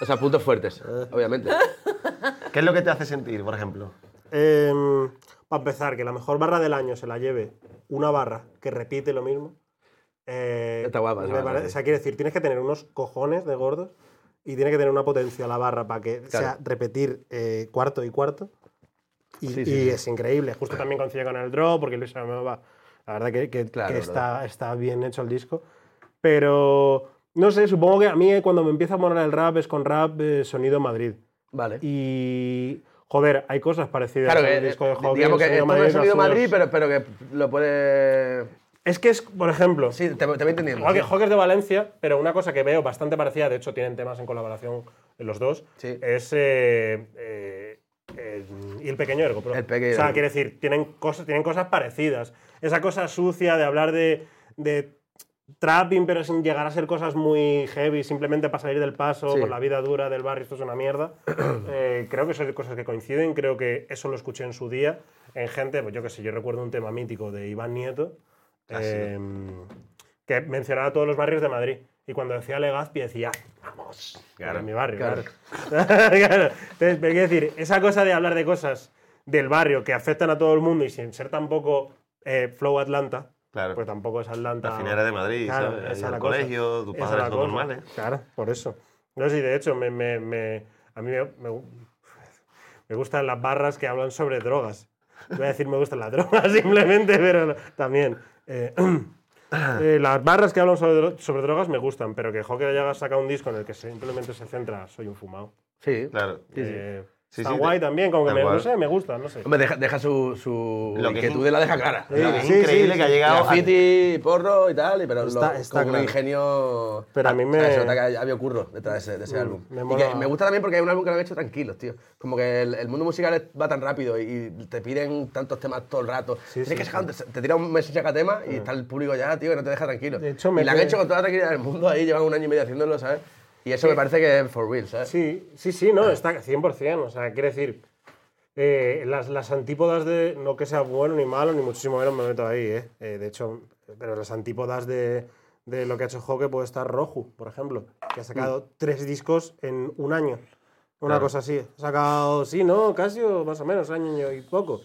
C: O sea, puntos fuertes, obviamente.
E: ¿Qué es lo que te hace sentir, por ejemplo?
A: Em, para empezar, que la mejor barra del año se la lleve una barra que repite lo mismo. eh,
C: Está guapa esa
A: me
C: barra,
A: parece-
C: sí.
A: O sea, quiere decir, tienes que tener unos cojones de gordos y tiene que tener una potencia la barra para que sea repetir eh, cuarto y cuarto. Y,
C: Sí, sí,
A: y
C: sí.
A: es increíble. Justo también coincide con el draw, porque Luis va La verdad que, que-
C: Claro,
A: que
C: lo-
A: está, está bien hecho el disco. Pero no sé, supongo que a mí eh, cuando me empieza a molar el rap es con rap eh, sonido Madrid.
C: Vale.
A: Y. Joder, hay cosas parecidas
C: Claro
A: al
C: que, eh,
A: disco de Hawking,
C: digamos que
A: el sonido
C: esto no es sonido
A: Madrid, los suyos.
C: Madrid, pero, pero que lo puede...
A: Es que es, por ejemplo,
C: Sí, te, te voy entendiendo.
A: Hawking-
C: sí.
A: Hawking es de Valencia, pero una cosa que veo bastante parecida, de hecho tienen temas en colaboración los dos,
C: Sí.
A: es. eh, eh, eh, y el pequeño ergo, Pro.
C: El Pequeño
A: O sea,
C: Ergo.
A: quiere decir, tienen cosas, tienen cosas parecidas. Esa cosa sucia de hablar de, de trapping, pero sin llegar a ser cosas muy heavy, simplemente para salir del paso,
C: Sí.
A: por la vida dura del barrio, esto es una mierda. Eh, creo que son cosas que coinciden, creo que eso lo escuché en su día, en gente, pues yo qué sé, yo recuerdo un tema mítico de Iván Nieto, eh, que mencionaba todos los barrios de Madrid. Y cuando decía Legazpi decía, vamos,
E: Claro,
A: para mi barrio.
C: claro.
A: Claro. Claro. Entonces, pero quiero decir, esa cosa de hablar de cosas del barrio que afectan a todo el mundo y sin ser tampoco eh, Flow Atlanta,
E: Claro.
A: pues tampoco es Atlanta.
E: Al final eres de Madrid,
A: Claro,
E: ¿sabes?
A: esa
E: Has
A: es
E: ido
A: la
E: al
A: cosa.
E: colegio, tus
A: Esa es
E: padres
A: la
E: son
A: cosa.
E: normales.
A: Claro, por eso. No sé, de hecho, me, me- me- a mí me, me- me gustan las barras que hablan sobre drogas. Voy a decir me gustan las drogas simplemente, pero no- también. eh, eh, las barras que hablan sobre, dro- sobre drogas me gustan, pero que Joker haya sacado un disco en el que simplemente se centra soy un fumado.
C: Sí.
E: Claro.
A: Eh,
E: Sí,
A: está
E: sí,
A: guay
E: te-
A: también, como que
E: tal
A: me, no
E: cual.
A: sé, me gusta, no sé.
C: Hombre, deja, deja su, su
E: Lo que es
C: inquietud
E: in-
C: de la deja clara.
E: Lo que es
A: sí, sí,
E: increíble
A: sí.
E: que ha llegado. a-
C: Graffiti, porro y tal, y pero
A: Está-
C: lo-
A: está
C: con un
A: claro.
C: ingenio...
A: Pero a mí
C: O sea,
A: me-
C: se nota que ha habido curro detrás de ese, de ese álbum.
A: me
C: Y
A: mola.
C: que me gusta también porque hay un álbum que lo han hecho tranquilos, tío. Como que el, el mundo musical es- va tan rápido y y te piden tantos temas todo el rato. Tienes
A: sí,
C: que sacar, un- te, tira un mes y saca tema y está el público ya, tío, que no te deja tranquilo.
A: De hecho,
C: y
A: me
C: lo han
A: quedé-
C: hecho con toda la tranquilidad del mundo ahí, llevan un año y medio haciéndolo, ¿sabes? Y eso me parece que es for real, ¿sabes?
A: Sí, sí, sí, no, está 100%. O sea, quiere decir, eh, las, las antípodas de, no que sea bueno ni malo, ni muchísimo menos me meto ahí, ¿eh? Eh, de hecho, pero las antípodas de, de lo que ha hecho Joke puede estar Roju, por ejemplo, que ha
C: Mm.
A: sacado tres discos en un año. Una
E: Claro.
A: cosa así. Ha sacado, sí, ¿no? Casi, o más o menos, año y poco.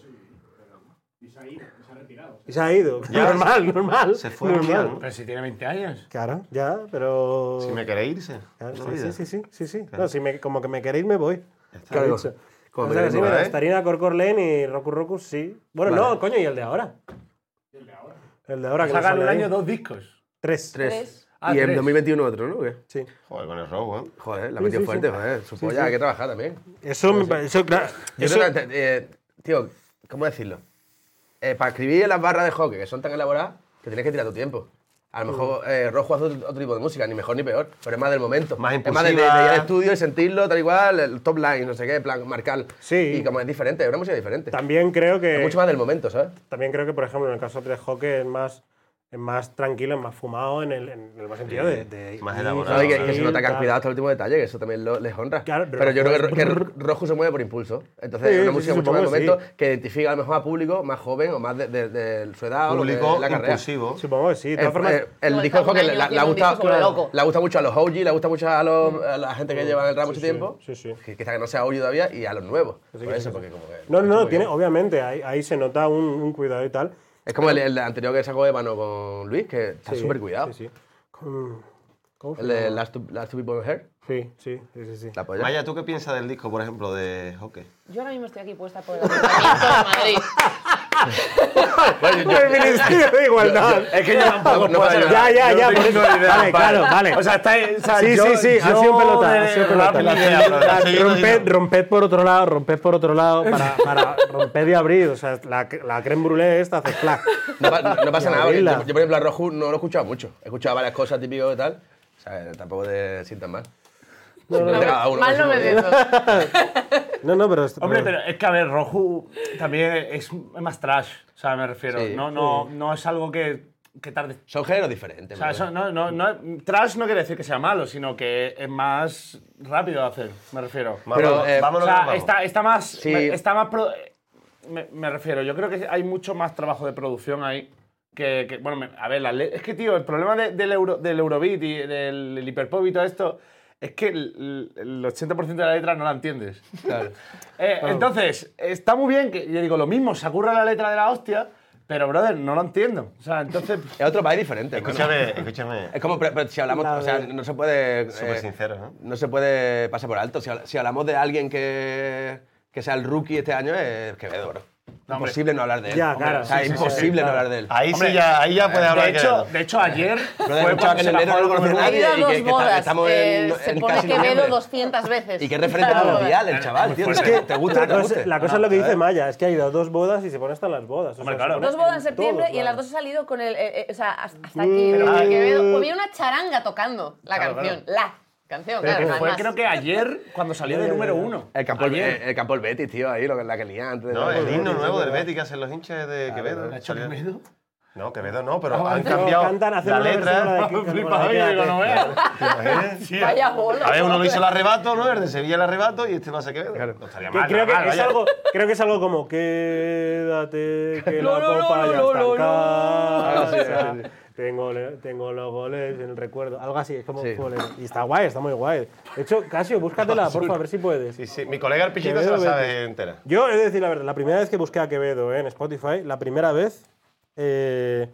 A: Y se ha ido, se ha
E: Ya,
A: retirado. se ha ido. normal, normal.
E: se fue
A: normal.
E: mundial, ¿no?
B: Pero si tiene 20 años.
A: Claro, ya, pero...
E: Si me queréis irse.
A: Claro,
E: Oye,
A: Ah, sí, sí, sí, sí, sí, sí. No, si me- como que me queréis, me voy.
C: Claro,
A: Lo he
C: digo,
A: dicho.
C: como
A: O
C: me
A: sea,
C: queréis,
A: sí,
C: me
A: pero
E: voy.
A: Estarina, Corcor Lane y Roku Roku, sí. Bueno, no, coño, y el de ahora. El de ahora. El de ahora, que no
B: Sacan
A: sale
B: un
A: ahí.
B: año dos discos.
A: Tres.
D: Tres.
B: Ah,
C: y en
B: tres.
C: 2021 otro, ¿no? ¿Qué?
A: Sí.
E: Joder, con el robo, ¿eh?
C: Joder, la
A: Sí,
C: ha metido
A: sí,
C: fuerte,
A: sí.
C: joder. Su
A: Sí,
C: polla,
A: sí.
C: hay que trabajar también.
A: Eso, me
E: Pues
A: pa- eso, claro.
C: Yo
A: eso-
C: creo que, eh, tío, ¿cómo decirlo? Eh, para escribir en las barras de hockey, que son tan elaboradas, te tienes que tirar tu tiempo. A lo
A: Mm.
C: mejor eh, Rojo hace otro, otro tipo de música, ni mejor ni peor, pero es más del momento.
E: Más
C: es más de, de,
E: impulsiva.
C: de ir al estudio y sentirlo, tal igual, el top line, no sé qué, en plan, marcar.
A: Sí.
C: Y como es diferente, es una música diferente.
A: también creo que.
C: Es mucho más del momento, ¿sabes?
A: También creo que, por ejemplo, en el caso de hockey es más, es más tranquilo, es más fumado en el, en el buen sentido de, de-
E: más
A: de-
E: elaborado,
C: No, y que,
E: sí,
C: que se nota que han
A: tal.
C: cuidado hasta el último detalle, que eso también lo- les honra.
A: Claro, pero
C: pero yo creo
A: Rojo
C: que,
A: es-
C: Ro- que Rojo se mueve por impulso. Entonces
A: Sí,
C: es una
A: sí,
C: música
A: sí,
C: mucho más de
A: supongo,
C: momento que identifica a lo mejor a público más joven o más de, de- de su edad o lo
E: Público
C: que- la carrera.
E: impulsivo.
A: Supongo que sí. De
C: Eh,
A: todas formas,
C: eh, el disco
D: Como
C: de
D: está un
C: hockey
D: año
C: le- la- le ha
D: haciendo un disco
C: gustado
D: como loco. Mm.
C: le ha gustado mucho a los OG, le gusta mucho a, los- a la gente que lleva en el rap
A: sí,
C: mucho
A: sí,
C: tiempo,
A: sí, sí.
C: que quizá que no sea OG todavía, y a los nuevos.
A: Así
C: Por
A: que
C: eso,
A: sí,
C: porque como que-
A: no, no,
C: como
A: no,
C: que-
A: tiene, obviamente, ahí, ahí se nota un, un cuidado y tal.
C: Es como el, el anterior que sacó Ébano con Luis, que está
A: Sí,
C: súper cuidado.
A: Sí, sí. Con- mm, ¿cómo se
C: El de
A: llama?
C: Last to, Last to Be Born Here,
A: Sí, sí, sí, sí, sí.
C: la polla.
E: Maya, ¿tú qué piensas del disco, por ejemplo, de hockey?
D: Yo ahora mismo estoy aquí puesta por el ayuntamiento de Madrid.
C: Bueno, yo-
A: El Ministerio de Igualdad.
C: es que yo tampoco
A: No
C: puedo
A: pasa
C: ayudar.
A: nada. ya, ya,
B: Yo
A: ya.
B: no
A: por
B: tengo
A: eso.
B: ni idea,
A: Vale, claro, vale.
B: O sea, está, o sea,
A: Sí,
B: yo-
A: sí, sí, ha sido
B: yo
A: un pelota, ha
B: de
A: sido un pelota.
B: rap ni
A: La
B: idea,
E: gente-
B: bro.
E: la- Sí, yo no
A: Romped,
E: digo.
A: romped por otro lado, romped por otro lado para, para romper y abrir. O sea, la, la creme brûlée esta hace clac.
C: No, pa- no- no pasa nada, porque yo,
A: Gabriela.
C: yo, por ejemplo a Rojo no lo he escuchado mucho. He escuchado varias cosas típicas y tal. O sea, tampoco te sientas mal. Simplemente cada uno pues
D: Mal
C: con su
D: no me
C: movimiento.
D: siento.
A: No, no, pero.
B: Hombre, pero es que a ver, Roju también es más trash, o sea, me refiero.
C: Sí.
B: no, no, no es algo que, que tarde.
C: Son géneros
B: O
C: diferentes.
B: sea,
C: pero
B: eso no, no, no, trash no quiere decir que sea malo, sino que es más rápido de hacer, me refiero.
C: Pero, eh,
E: vámonos,
B: o sea,
E: vamos.
B: está, está más.
C: Sí.
B: me- está más pro- me, me refiero, yo creo que hay mucho más trabajo de producción ahí. Que, que- bueno, me- a ver, la le- es que, tío, el problema de- del, euro, del Eurobeat y del, hiperpop y todo esto es que el, el 80% de la letra no la entiendes. Eh, Entonces, está muy bien que, yo digo, lo mismo, se acurra la letra de la hostia, pero, brother, no lo entiendo. O sea, entonces.
C: Es otro país diferente. hermano.
E: Escúchame, escúchame.
C: Es como, pero, pero si hablamos,
A: La
C: o sea,
A: de-
C: no se puede...
E: Súper
C: eh,
E: sincero, ¿no?
C: No se puede pasar por alto. Si, habla- si hablamos de alguien que, que sea el rookie este año, es Quevedo, bro.
B: No, hombre.
C: imposible no hablar de él.
A: Ya,
C: Hombre,
A: claro,
C: O sea,
A: sí, sí,
C: imposible no hablar de él.
E: Ahí
B: Hombre,
E: sí ya, ahí ya puedes hablar
B: de, hecho,
E: Quevedo.
B: de hecho, ayer.
C: Pero de
B: fue
C: un chaval
B: cuando
C: que en
B: se la
C: enero no lo
B: jugó
C: conoce
B: el
D: Ha
C: nadie.
D: habido
C: y que-
D: dos
C: que está-
D: modas.
C: estamos en-
D: eh, se
C: en
D: pone
C: casi
D: Quevedo
C: noviembre.
D: 200 veces.
C: Y qué referente mundial el chaval, tío.
B: Pues
C: Te,
B: que-
C: te gusta,
A: La
C: o no te
A: cosa,
C: guste.
A: la cosa es lo que dice Maya, es que ha ido a dos bodas y se pone hasta en las bodas. o
B: Hombre,
A: sea,
B: claro.
A: se pone
D: Dos bodas en
A: todo,
D: septiembre y en
A: claro.
D: las dos he salido con el. eh, eh, o sea, hasta hasta aquí.
A: Pero-
D: con el Quevedo.
A: Ah.
D: Pues había una charanga tocando la
B: Claro,
D: canción. La canción,
B: Pero
D: claro.
B: que
D: no hay
B: fue,
D: más.
B: creo que ayer, cuando salió de número uno.
C: El campo, el,
B: Ayer.
C: el campo del Betis, tío, ahí, lo que, la que lía antes. de-
E: No, el himno nuevo del Betis que hacen los hinchas de Quevedo.
B: ¿Lo ha hecho
E: Salió-
B: Quevedo?
E: No, Quevedo no, pero
B: Ah,
E: han
B: pero
E: cambiado
A: cantan, hacen
E: la
A: una versión
E: letra.
A: de-
B: Flipado, yo digo, no veas.
E: ¿Te imaginas?
D: Vaya bola.
E: A ver, uno lo hizo el arrebato, ¿no? El de Sevilla el arrebato y este lo hace Quevedo. No estaría
A: Que
E: mal,
A: creo,
E: nada
A: que
E: mal,
A: es
E: vaya.
A: algo, creo que es algo como quédate que la
D: No, no, no,
A: copa
D: no,
A: ya está
D: no,
A: en
D: no, no.
A: casa".
C: Ah, sí,
A: O sea,
C: sí, sí.
A: Tengo, le- tengo los goles en el recuerdo. Algo así, es como
C: Sí.
A: joder. Y está guay, está muy guay. De hecho, Casio, búscatela, por favor, a ver si puedes.
E: Sí, sí, mi colega el Pichito se la
A: Quevedo
E: sabe
A: Betis.
E: entera.
A: Yo he de decir la verdad, la primera vez que busqué a Quevedo eh, en Spotify, la primera vez. eh,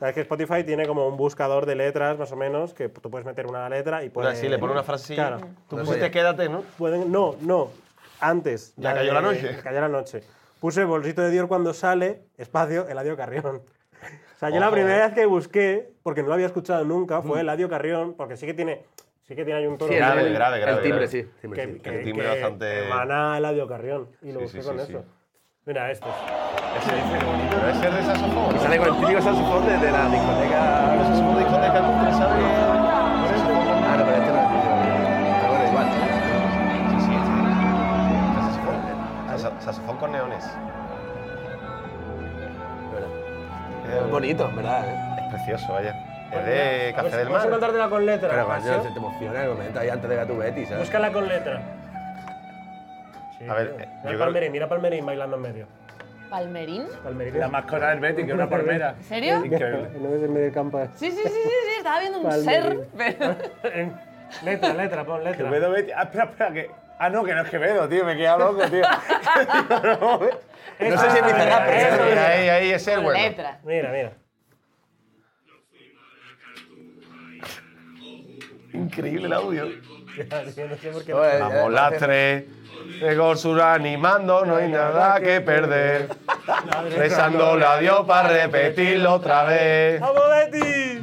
A: Sabes que Spotify tiene como un buscador de letras, más o menos, que tú puedes meter una letra y
E: Una
A: puedes.
E: así, le pone una frasecilla.
A: Claro.
E: Tú pusiste quédate, ¿no?
A: Pueden- no, no. Antes.
E: Ya cayó la noche.
A: ya Cayó la noche. Puse bolsito de Dior cuando sale, espacio, Eladio Carrión. O sea, yo la
E: Ojo, eh. Mm.
A: primera vez que busqué, porque no lo había escuchado nunca, fue Eladio Carrión, porque sí que tiene, sí que tiene ahí un tono
C: Sí, el-
E: Grave,
C: el-
E: grave, grave,
C: El timbre,
E: grave.
C: sí. timbre, sí.
E: que timbre bastante-
A: emana Eladio Carrión. Y lo
E: Sí,
A: busqué
E: sí,
A: con
E: sí,
A: eso.
E: sí.
A: Mira, este esto.
E: Ese dice bonito. ¿no? Ese es de saxofón.
C: Y sale con el típico saxofón de, de la discoteca.
E: Ahora es una discoteca, ¿no? Pero sabe-
C: Ah, no, pero este no es el típico. Pero bueno, igual.
E: Sí, sí, este. Saxofón. Saxo- Saxofón con neones.
C: Pero
E: Eh,
C: Es bonito, en ¿verdad? eh.
E: Es precioso, vaya. Es de
A: A ver
E: Café
A: si
E: del
A: ¿Puedes
E: Mar.
A: encontrártela con letra?
C: Pero coño,
A: Casio.
C: se te emociona el momento ahí antes de ver a tu Betis, ¿sabes?
A: Búscala con letra. Sí,
E: A ver,
A: tío.
E: eh, yo
A: mira
E: creo-
A: a Palmerín, mira a Palmerín bailando en medio.
D: ¿Palmerín?
A: Palmerín.
B: La mascota del Betis, que es una palmera.
D: ¿En serio?
B: Increíble.
A: No ves en medio campo.
D: Sí, sí, sí, sí, sí, estaba viendo un
A: Palmerín.
D: ser, pero.
A: letra, letra, pon letra.
B: Quevedo Betis. Ah, espera, espera, que. Ah, no, que no es Quevedo, tío, me he quedado loco, tío.
C: No sé si es
A: mira,
C: Bizarrap,
A: mira,
C: pero-
A: mira,
E: Mira, Ahí, ahí, ese es el
D: Con
E: bueno.
D: letra.
A: Mira, mira.
E: Increíble el audio.
A: Yo no sé por qué.
C: Joder, ya,
E: Vamos las tres. De Gorsur animando, no hay nada que perder. Rezándole a Dios para repetirlo otra vez.
A: ¡Vamos, Betty!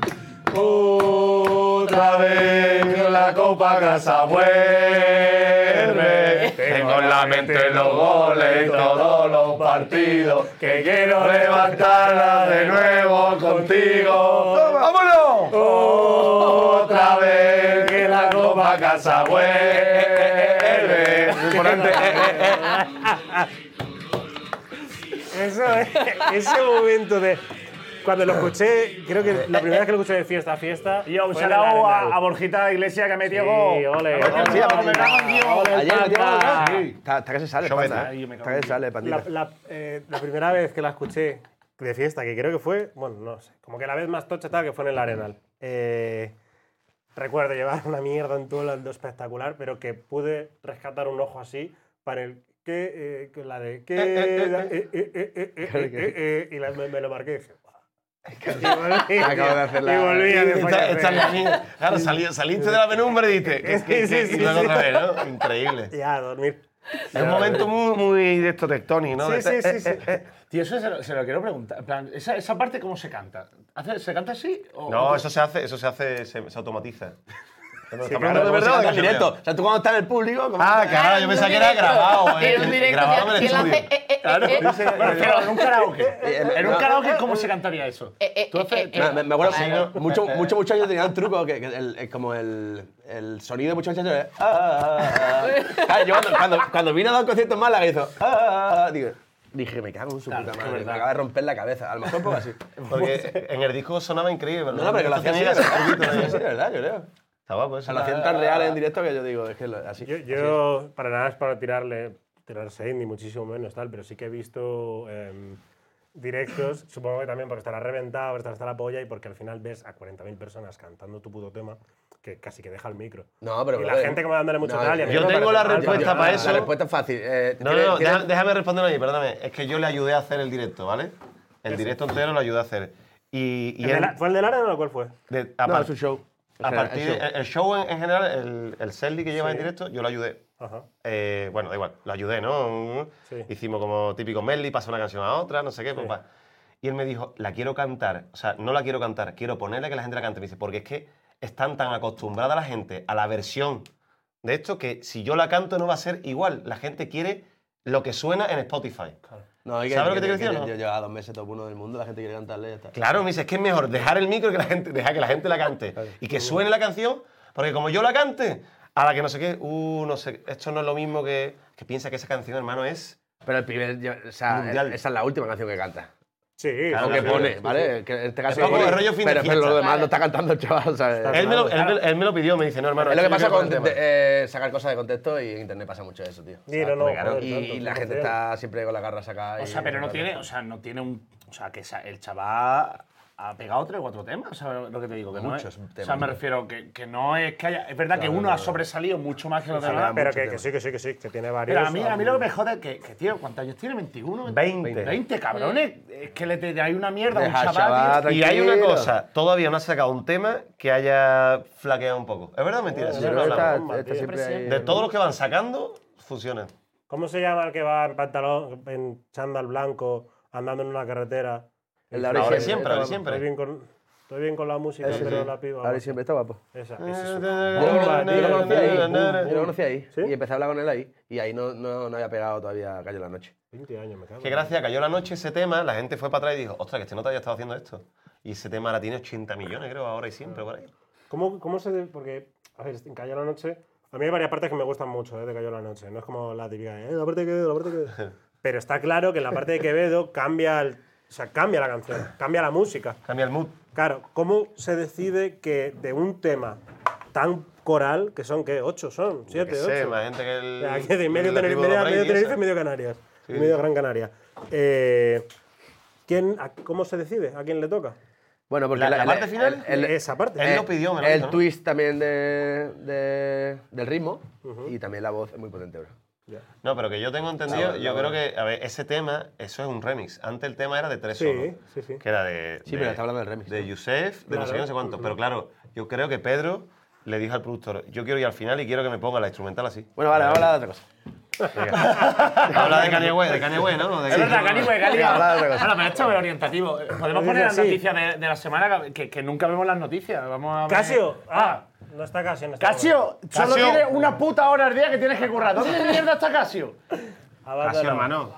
A: ¡Oh,
E: Otra vez la copa a casa vuelve. Tengo en la mente los goles y todos los partidos. Que quiero levantarla de nuevo contigo.
B: ¡Vámonos!
E: Otra vez que la copa a casa vuelve.
B: Importante.
A: Eso es, ese momento de. Cuando lo escuché, creo que la primera vez que lo escuché de fiesta a fiesta.
B: Y a un
A: fue en el
B: shout-out
A: Arenal.
B: a, a Borjita Iglesias que ha metido
A: Sí,
B: gol.
A: ole,
B: Ha metido
A: ole,
B: gol,
A: ole,
B: me cago en Dios.
A: ole,
B: Ole,
A: Ayer
B: Tata.
A: metió gol,
B: Sí.
C: Está, está que se sale,
E: Yo
C: panda.
E: vete.
B: Ahí me
C: Está
B: cago
C: que
B: en
C: se sale, pandita.
A: La, la- eh, la primera vez que la escuché de fiesta, que creo que fue, bueno, no sé, como que la vez más tocha tal que fue en el Arenal. Eh, recuerdo llevar una mierda en todo el ando espectacular, pero que pude rescatar un ojo así para el que, eh, que la de que, la- eh, eh, eh, eh, eh,
C: Claro que
A: eh,
C: sí.
A: eh, y la- me, me lo marqué y dije, "Buah". Y volví,
C: Acabo de hacer la-
A: y volví a
E: Está- está en la
A: desfallecer.
E: mierda. Claro, sali- saliste de la penumbra y dijiste. ¿qué- qué-
A: Sí,
E: qué?
A: sí,
E: y luego
A: sí,
E: otra vez, ¿no? Increíble.
A: Ya, a dormir.
E: Es un momento muy, muy de esto tectónico, ¿no?
A: Sí,
E: De- este, eh,
A: sí, sí, sí.
B: Tío, eso se lo, se lo quiero preguntar. En plan, ¿esa, esa parte cómo se canta? ¿Hace- ¿Se canta así? O,
E: No,
B: o-
E: eso se hace, eso se hace, se, se automatiza.
C: Sí, pero no, de verdad, en directo. O sea, tú cuando estás en el público. como-
E: Ah, claro, yo pensaba que era grabado,
D: Y
E: eh,
D: en directo,
E: grabado en el
D: ya, si él hace,
E: estudio.
D: eh, eh,
B: Claro.
D: eh, eh,
B: Me refiero, en un karaoke.
C: eh,
B: En un
C: no.
B: karaoke, ¿cómo se cantaría eso?
D: eh, eh,
B: Tú haces-
D: eh, eh,
C: Me, me- me acuerdo,
D: claro.
C: muchos mucho, mucho, muchos años tenían trucos que, que el, el- como el, el sonido de muchos años era. "Ah, ah, ah, ah". Claro, yo cuando, cuando, cuando vine a dar conciertos en Málaga hizo. "Ah, ah, ah", digo, dije, me cago en su
B: Claro,
C: puta
B: es
C: madre.
B: verdad.
C: Me acaba de romper la cabeza. A lo mejor poco así.
E: Porque en el disco sonaba increíble, pero
C: No, no, pero que lo
E: esto
C: hacía así.
E: tenía
C: de
E: que ser poquito
C: verdad.
E: de- pues,
C: Sí, de verdad, yo creo. O
E: Está guapo eso.
C: sea, lo hacían tan reales en directo que yo digo, es que lo- así.
A: Yo, yo para nada es para tirarle, tirarse ni muchísimo menos tal, pero sí que he visto em, directos, supongo que también porque estará reventado, porque estará hasta la polla y porque al final ves a 40.000 personas cantando tu puto tema que casi que deja el micro.
C: No, pero.
A: y la
C: brother,
A: gente como dándole mucho
C: no,
A: tal. y a mí
E: yo
A: me
E: tengo
A: parece
E: la
A: mal,
E: respuesta
A: nada.
E: para eso.
C: La respuesta es fácil. eh,
E: No,
C: tiene-
E: no, no,
C: tiene-
E: deja- déjame responder a mí, perdóname. Es que yo le ayudé a hacer el directo, ¿vale? El directo entero lo ayudé a hacer. Y, y
A: ¿El de
E: él-
A: la- ¿Fue el de Lara o cuál fue?
E: de-
C: No,
E: aparte-
C: es un show.
E: A
C: O sea,
E: partir
C: es show.
E: el el show en, en general, el, el setlist que lleva en directo, yo lo ayudé.
A: Ajá.
E: Eh, bueno, da igual, lo ayudé, ¿no?
A: Sí.
E: Hicimos como típico medley, pasa una canción a otra, no sé qué, pues va. Y él me dijo, la quiero cantar, o sea, no la quiero cantar, quiero ponerle que la gente la cante. Me dice, porque es que están tan acostumbrada la gente a la versión de esto que si yo la canto no va a ser igual. La gente quiere lo que suena en Spotify.
C: No, hay
E: ¿Sabes lo que te quiero decir o no?
C: Yo llevaba dos meses top uno del mundo, la gente quiere cantarle y ya está.
E: Claro, me dice, es que es mejor dejar el micro y que la gente, dejar que la gente la cante y que suene la canción, porque como yo la cante, a la que no sé qué, uh, no sé, esto no es lo mismo que, que piensa que esa canción, hermano, es...
C: Pero el pibe, yo- o sea,
E: Mundial.
C: esa es la última canción que canta.
A: Sí,
E: Claro,
C: O
A: sí,
C: que
A: sí.
C: pone, ¿vale? Que en este caso.
E: Es como
C: pone,
E: el rollo fin de
C: pero, pero
E: fiesta.
C: lo demás
D: Vale.
C: no está cantando el chaval, ¿sabes?
A: Está
E: Él me, lo, él me- él me lo pidió, me dice, no, hermano.
C: es lo que
E: esto
C: pasa
E: yo quiero
C: con
E: poner el tema".
C: de- eh, sacar cosas de contexto y en internet pasa mucho eso, tío.
A: Sí, no, no,
C: Claro,
A: joder,
C: y,
A: tanto,
C: y la
A: sí,
C: gente
A: joder.
C: está siempre con la garra sacada.
B: O
C: y-
B: sea, pero no tiene, o sea, no tiene un, o sea, que esa- el chaval ha pegado tres o cuatro temas, ¿sabes lo que te digo? Que
C: Muchos
B: no es, O sea,
C: temas.
B: me refiero que, que no es que haya, es verdad que uno ha sobresalido mucho más que los demás.
A: Pero
C: mucho
A: que, que
C: tema.
A: sí, que sí, que sí, que tiene varios.
B: Pero a mí, a mí lo que me jode es que, que, tío, ¿cuántos años tiene? ¿21?
E: 20.
B: 20, cabrones. Es que le te, hay una mierda a un
C: Deja al
B: chaval.
C: chaval,
B: tío.
C: tranquilo.
E: Y hay una cosa, todavía no ha sacado un tema que haya flaqueado un poco. ¿Es verdad o mentira? Eso
C: Yo
E: ya lo
C: creo que está-
E: hablamos.
A: bomba,
C: está
A: tío.
C: siempre ahí-
E: De todos los que van sacando, funciona.
A: ¿Cómo se llama el que va en pantalón, en chándal blanco, andando en una carretera?
C: El de
E: Ahora
C: siempre,
E: siempre,
C: está
E: ahora
C: guapo.
A: Estoy
E: siempre.
A: bien con, estoy bien con la música,
C: Ese
A: pero
C: sí.
A: la piba.
C: Ahora siempre está guapo.
A: Esa, esa es una
C: Yo lo
A: bomba,
C: conocí- yo lo
A: tío.
C: conocí ahí.
A: Boom, boom,
C: Yo lo conocí ahí.
A: ¿Sí?
C: Y empecé a hablar con él ahí. Y ahí no, no, no había pegado todavía Cayó la Noche.
A: 20 años, me cago.
E: Que gracias, cayó la noche ese tema, la gente fue para atrás y dijo, ostras, que este nota ya estaba haciendo esto. Y ese tema ahora tiene 80 millones, creo, ahora y siempre, por ahí.
A: ¿Cómo, ¿Cómo se.? de- Porque, a ver, en Cayó la Noche. A mí hay varias partes que me gustan mucho eh, de Cayó la Noche. No es como la típica de. "Eh, la parte de Quevedo, la parte de Quevedo. Pero está claro que en la parte de Quevedo cambia, el- o sea, cambia la canción, cambia la música.
E: Cambia el mood.
A: Claro, ¿cómo se decide que de un tema tan coral, que son, ¿qué? ¿Ocho son?
E: Yo qué
A: ¿Siete?
E: sé,
A: ¿Ocho?
E: más gente que el.
A: Aquí de
E: el
A: Ah, medio Tenerife,
E: la tribu
A: medio,
E: de Brady,
A: medio Tenerife,
E: esa.
A: medio Canarias.
E: Sí,
A: medio
E: sí.
A: Gran Canaria. Eh, ¿quién, a- ¿Cómo se decide? ¿A quién le toca?
C: Bueno, porque
E: La- la
C: el-
E: parte
C: el-
E: final,
C: el-
A: Esa parte.
E: Él lo pidió, me lo
C: El
E: dijo, ¿no?
C: twist también de, de- del ritmo y también la voz es muy potente, bro.
E: No, pero que yo tengo entendido, yo creo que, a ver, ese tema, eso es un remix. Antes el tema era de tres
A: Sí,
E: solos,
A: sí, sí.
E: Que era de.
C: Sí,
E: de-
C: pero está hablando del remix,
E: De
C: ¿no?
E: Yusef, de no sé qué, no sé cuánto. Pero claro, yo creo que Pedro le dijo al productor, yo quiero ir al final y quiero que me ponga la instrumental así.
C: Bueno, vale, vamos a hablar de otra cosa.
E: Habla de Kanye West, de Kanye West, ¿no? De
B: Es
E: Kanye
B: verdad,
E: West.
B: Cali, güey, Cali.
E: Sí, habla de otra cosa.
B: Bueno, pero esto es orientativo. Podemos
A: Dice
B: poner las
A: así.
B: noticias de, de la semana que, que nunca vemos las noticias. Vamos a ver.
A: Casio.
B: Ah,
A: Ah, no está Casio. No está
B: Casio, solo
E: Casio.
B: tiene una puta hora al día que tienes que currar. ¿Dónde mierda está Casio?
A: Abad
E: Casi,
A: de la-
E: hermano.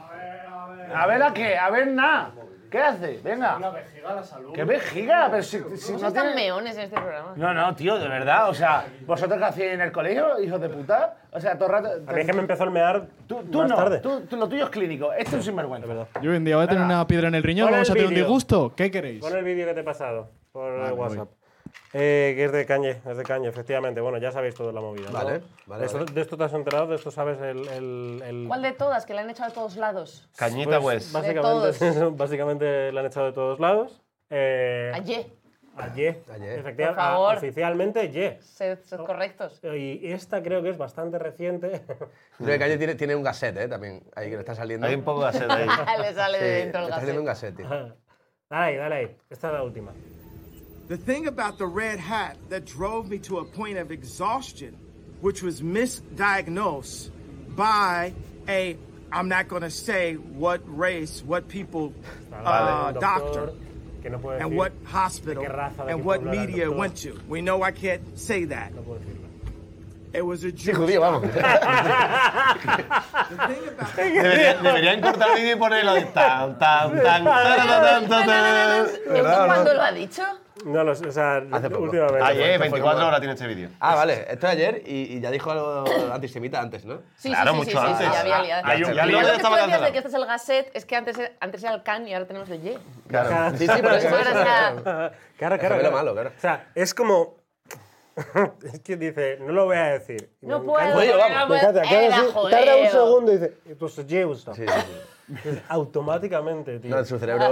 B: A ver a qué, a ver nada. ¿Qué hace? Venga. Una vejiga la salud. ¿Qué vejiga? Pero si, si
D: No
B: no
D: son tan
B: tiene...
D: meones en este programa.
B: No, no, tío, de verdad. O sea, vosotros que hacéis en el colegio, hijos de puta. O sea, todo el rato.
A: A mí es que me empezó el mear
B: Tú, tú
A: más
B: no,
A: tarde.
B: tú, tú- lo tuyo es clínico. Este es un sinvergüenza.
F: Yo hoy en día voy a tener una piedra en el riñón,
A: Pon
F: vamos
A: el
F: a tener un
A: vídeo.
F: disgusto. ¿Qué queréis?
A: Pon el vídeo que te he pasado por
F: Vale,
A: WhatsApp. Eh, que es de Kanye, es de Kanye, efectivamente. Bueno, ya sabéis toda la movida. ¿no?
C: Vale, vale,
A: De esto-
C: vale.
A: De esto te has enterado, de esto sabes el. el- el-
D: ¿Cuál de todas? Que la han echado a todos lados.
E: Cañita
A: pues,
E: West.
D: De
A: Básicamente, básicamente la han echado de todos lados. Eh,
D: Ayer.
A: ayer.
C: Ayer.
A: Efectiva-
D: Por favor.
A: a- oficialmente, ye.
D: Sed sed correctos.
A: Y esta creo que es bastante reciente.
C: Creo que Calle tiene, tiene un gasset, ¿eh? También. Ahí que le está saliendo.
E: Hay un poco de sed ahí.
D: Le sale
C: Sí,
D: de
C: le
D: dentro el
C: está saliendo un
D: gasete.
C: gasset, tío.
A: dale ahí, dale ahí. Esta es la última.
G: The thing about the red hat that drove me to a point of exhaustion, which was misdiagnosed by a, I'm not going to say what race, what people, uh,
A: Un
G: doctor,
A: Ah, que no puede
G: and
A: decir-
G: what hospital,
A: de qué raza, de qué
G: and what
A: pueblo era el
G: media
A: doctor.
G: it went to. We know I can't say that.
A: no puedo decirlo.
G: It was a
C: Sí,
G: Jew.
C: judío, vamos.
E: Debería- Deberían cortar el vídeo y ponerlo de tan, tan, tan, tan, tan, tan, tan, tan.
D: ¿Esto cuándo lo ha dicho?
A: No lo sé, o sea,
C: poco.
A: últimamente.
E: Ayer,
A: pues,
E: 24 Ah, horas tiene este vídeo.
C: Ah, vale. Esto es ayer y, y ya dijo algo antisemita antes, ¿no?
D: Sí,
E: Claro,
D: sí, sí,
E: mucho
D: sí, sí,
E: antes.
D: sí, ya había liado.
B: Hay un- ya
D: Lo
E: liado,
D: que tú
E: estaba
D: decías
E: cancelado.
D: de que este es el gasset es que antes, era- antes era el can y ahora tenemos el ye.
E: Claro.
C: Sí, sí, pero
D: Eso ahora será-
A: Claro,
C: Eso
A: claro.
C: es lo
A: claro.
C: malo, claro.
A: O sea, es como. es que dice, no lo voy a decir. Y
D: No
A: me
D: puedo.
A: encanta-
C: Oye, vamos.
D: no
A: Me
D: puedo.
A: encanta, acaba de
D: Era,
A: decir-
D: joder.
A: tarda un segundo y dice, "Y pues James está".
C: Sí, sí, sí.
A: Entonces, Automáticamente, tío.
C: No, en su cerebro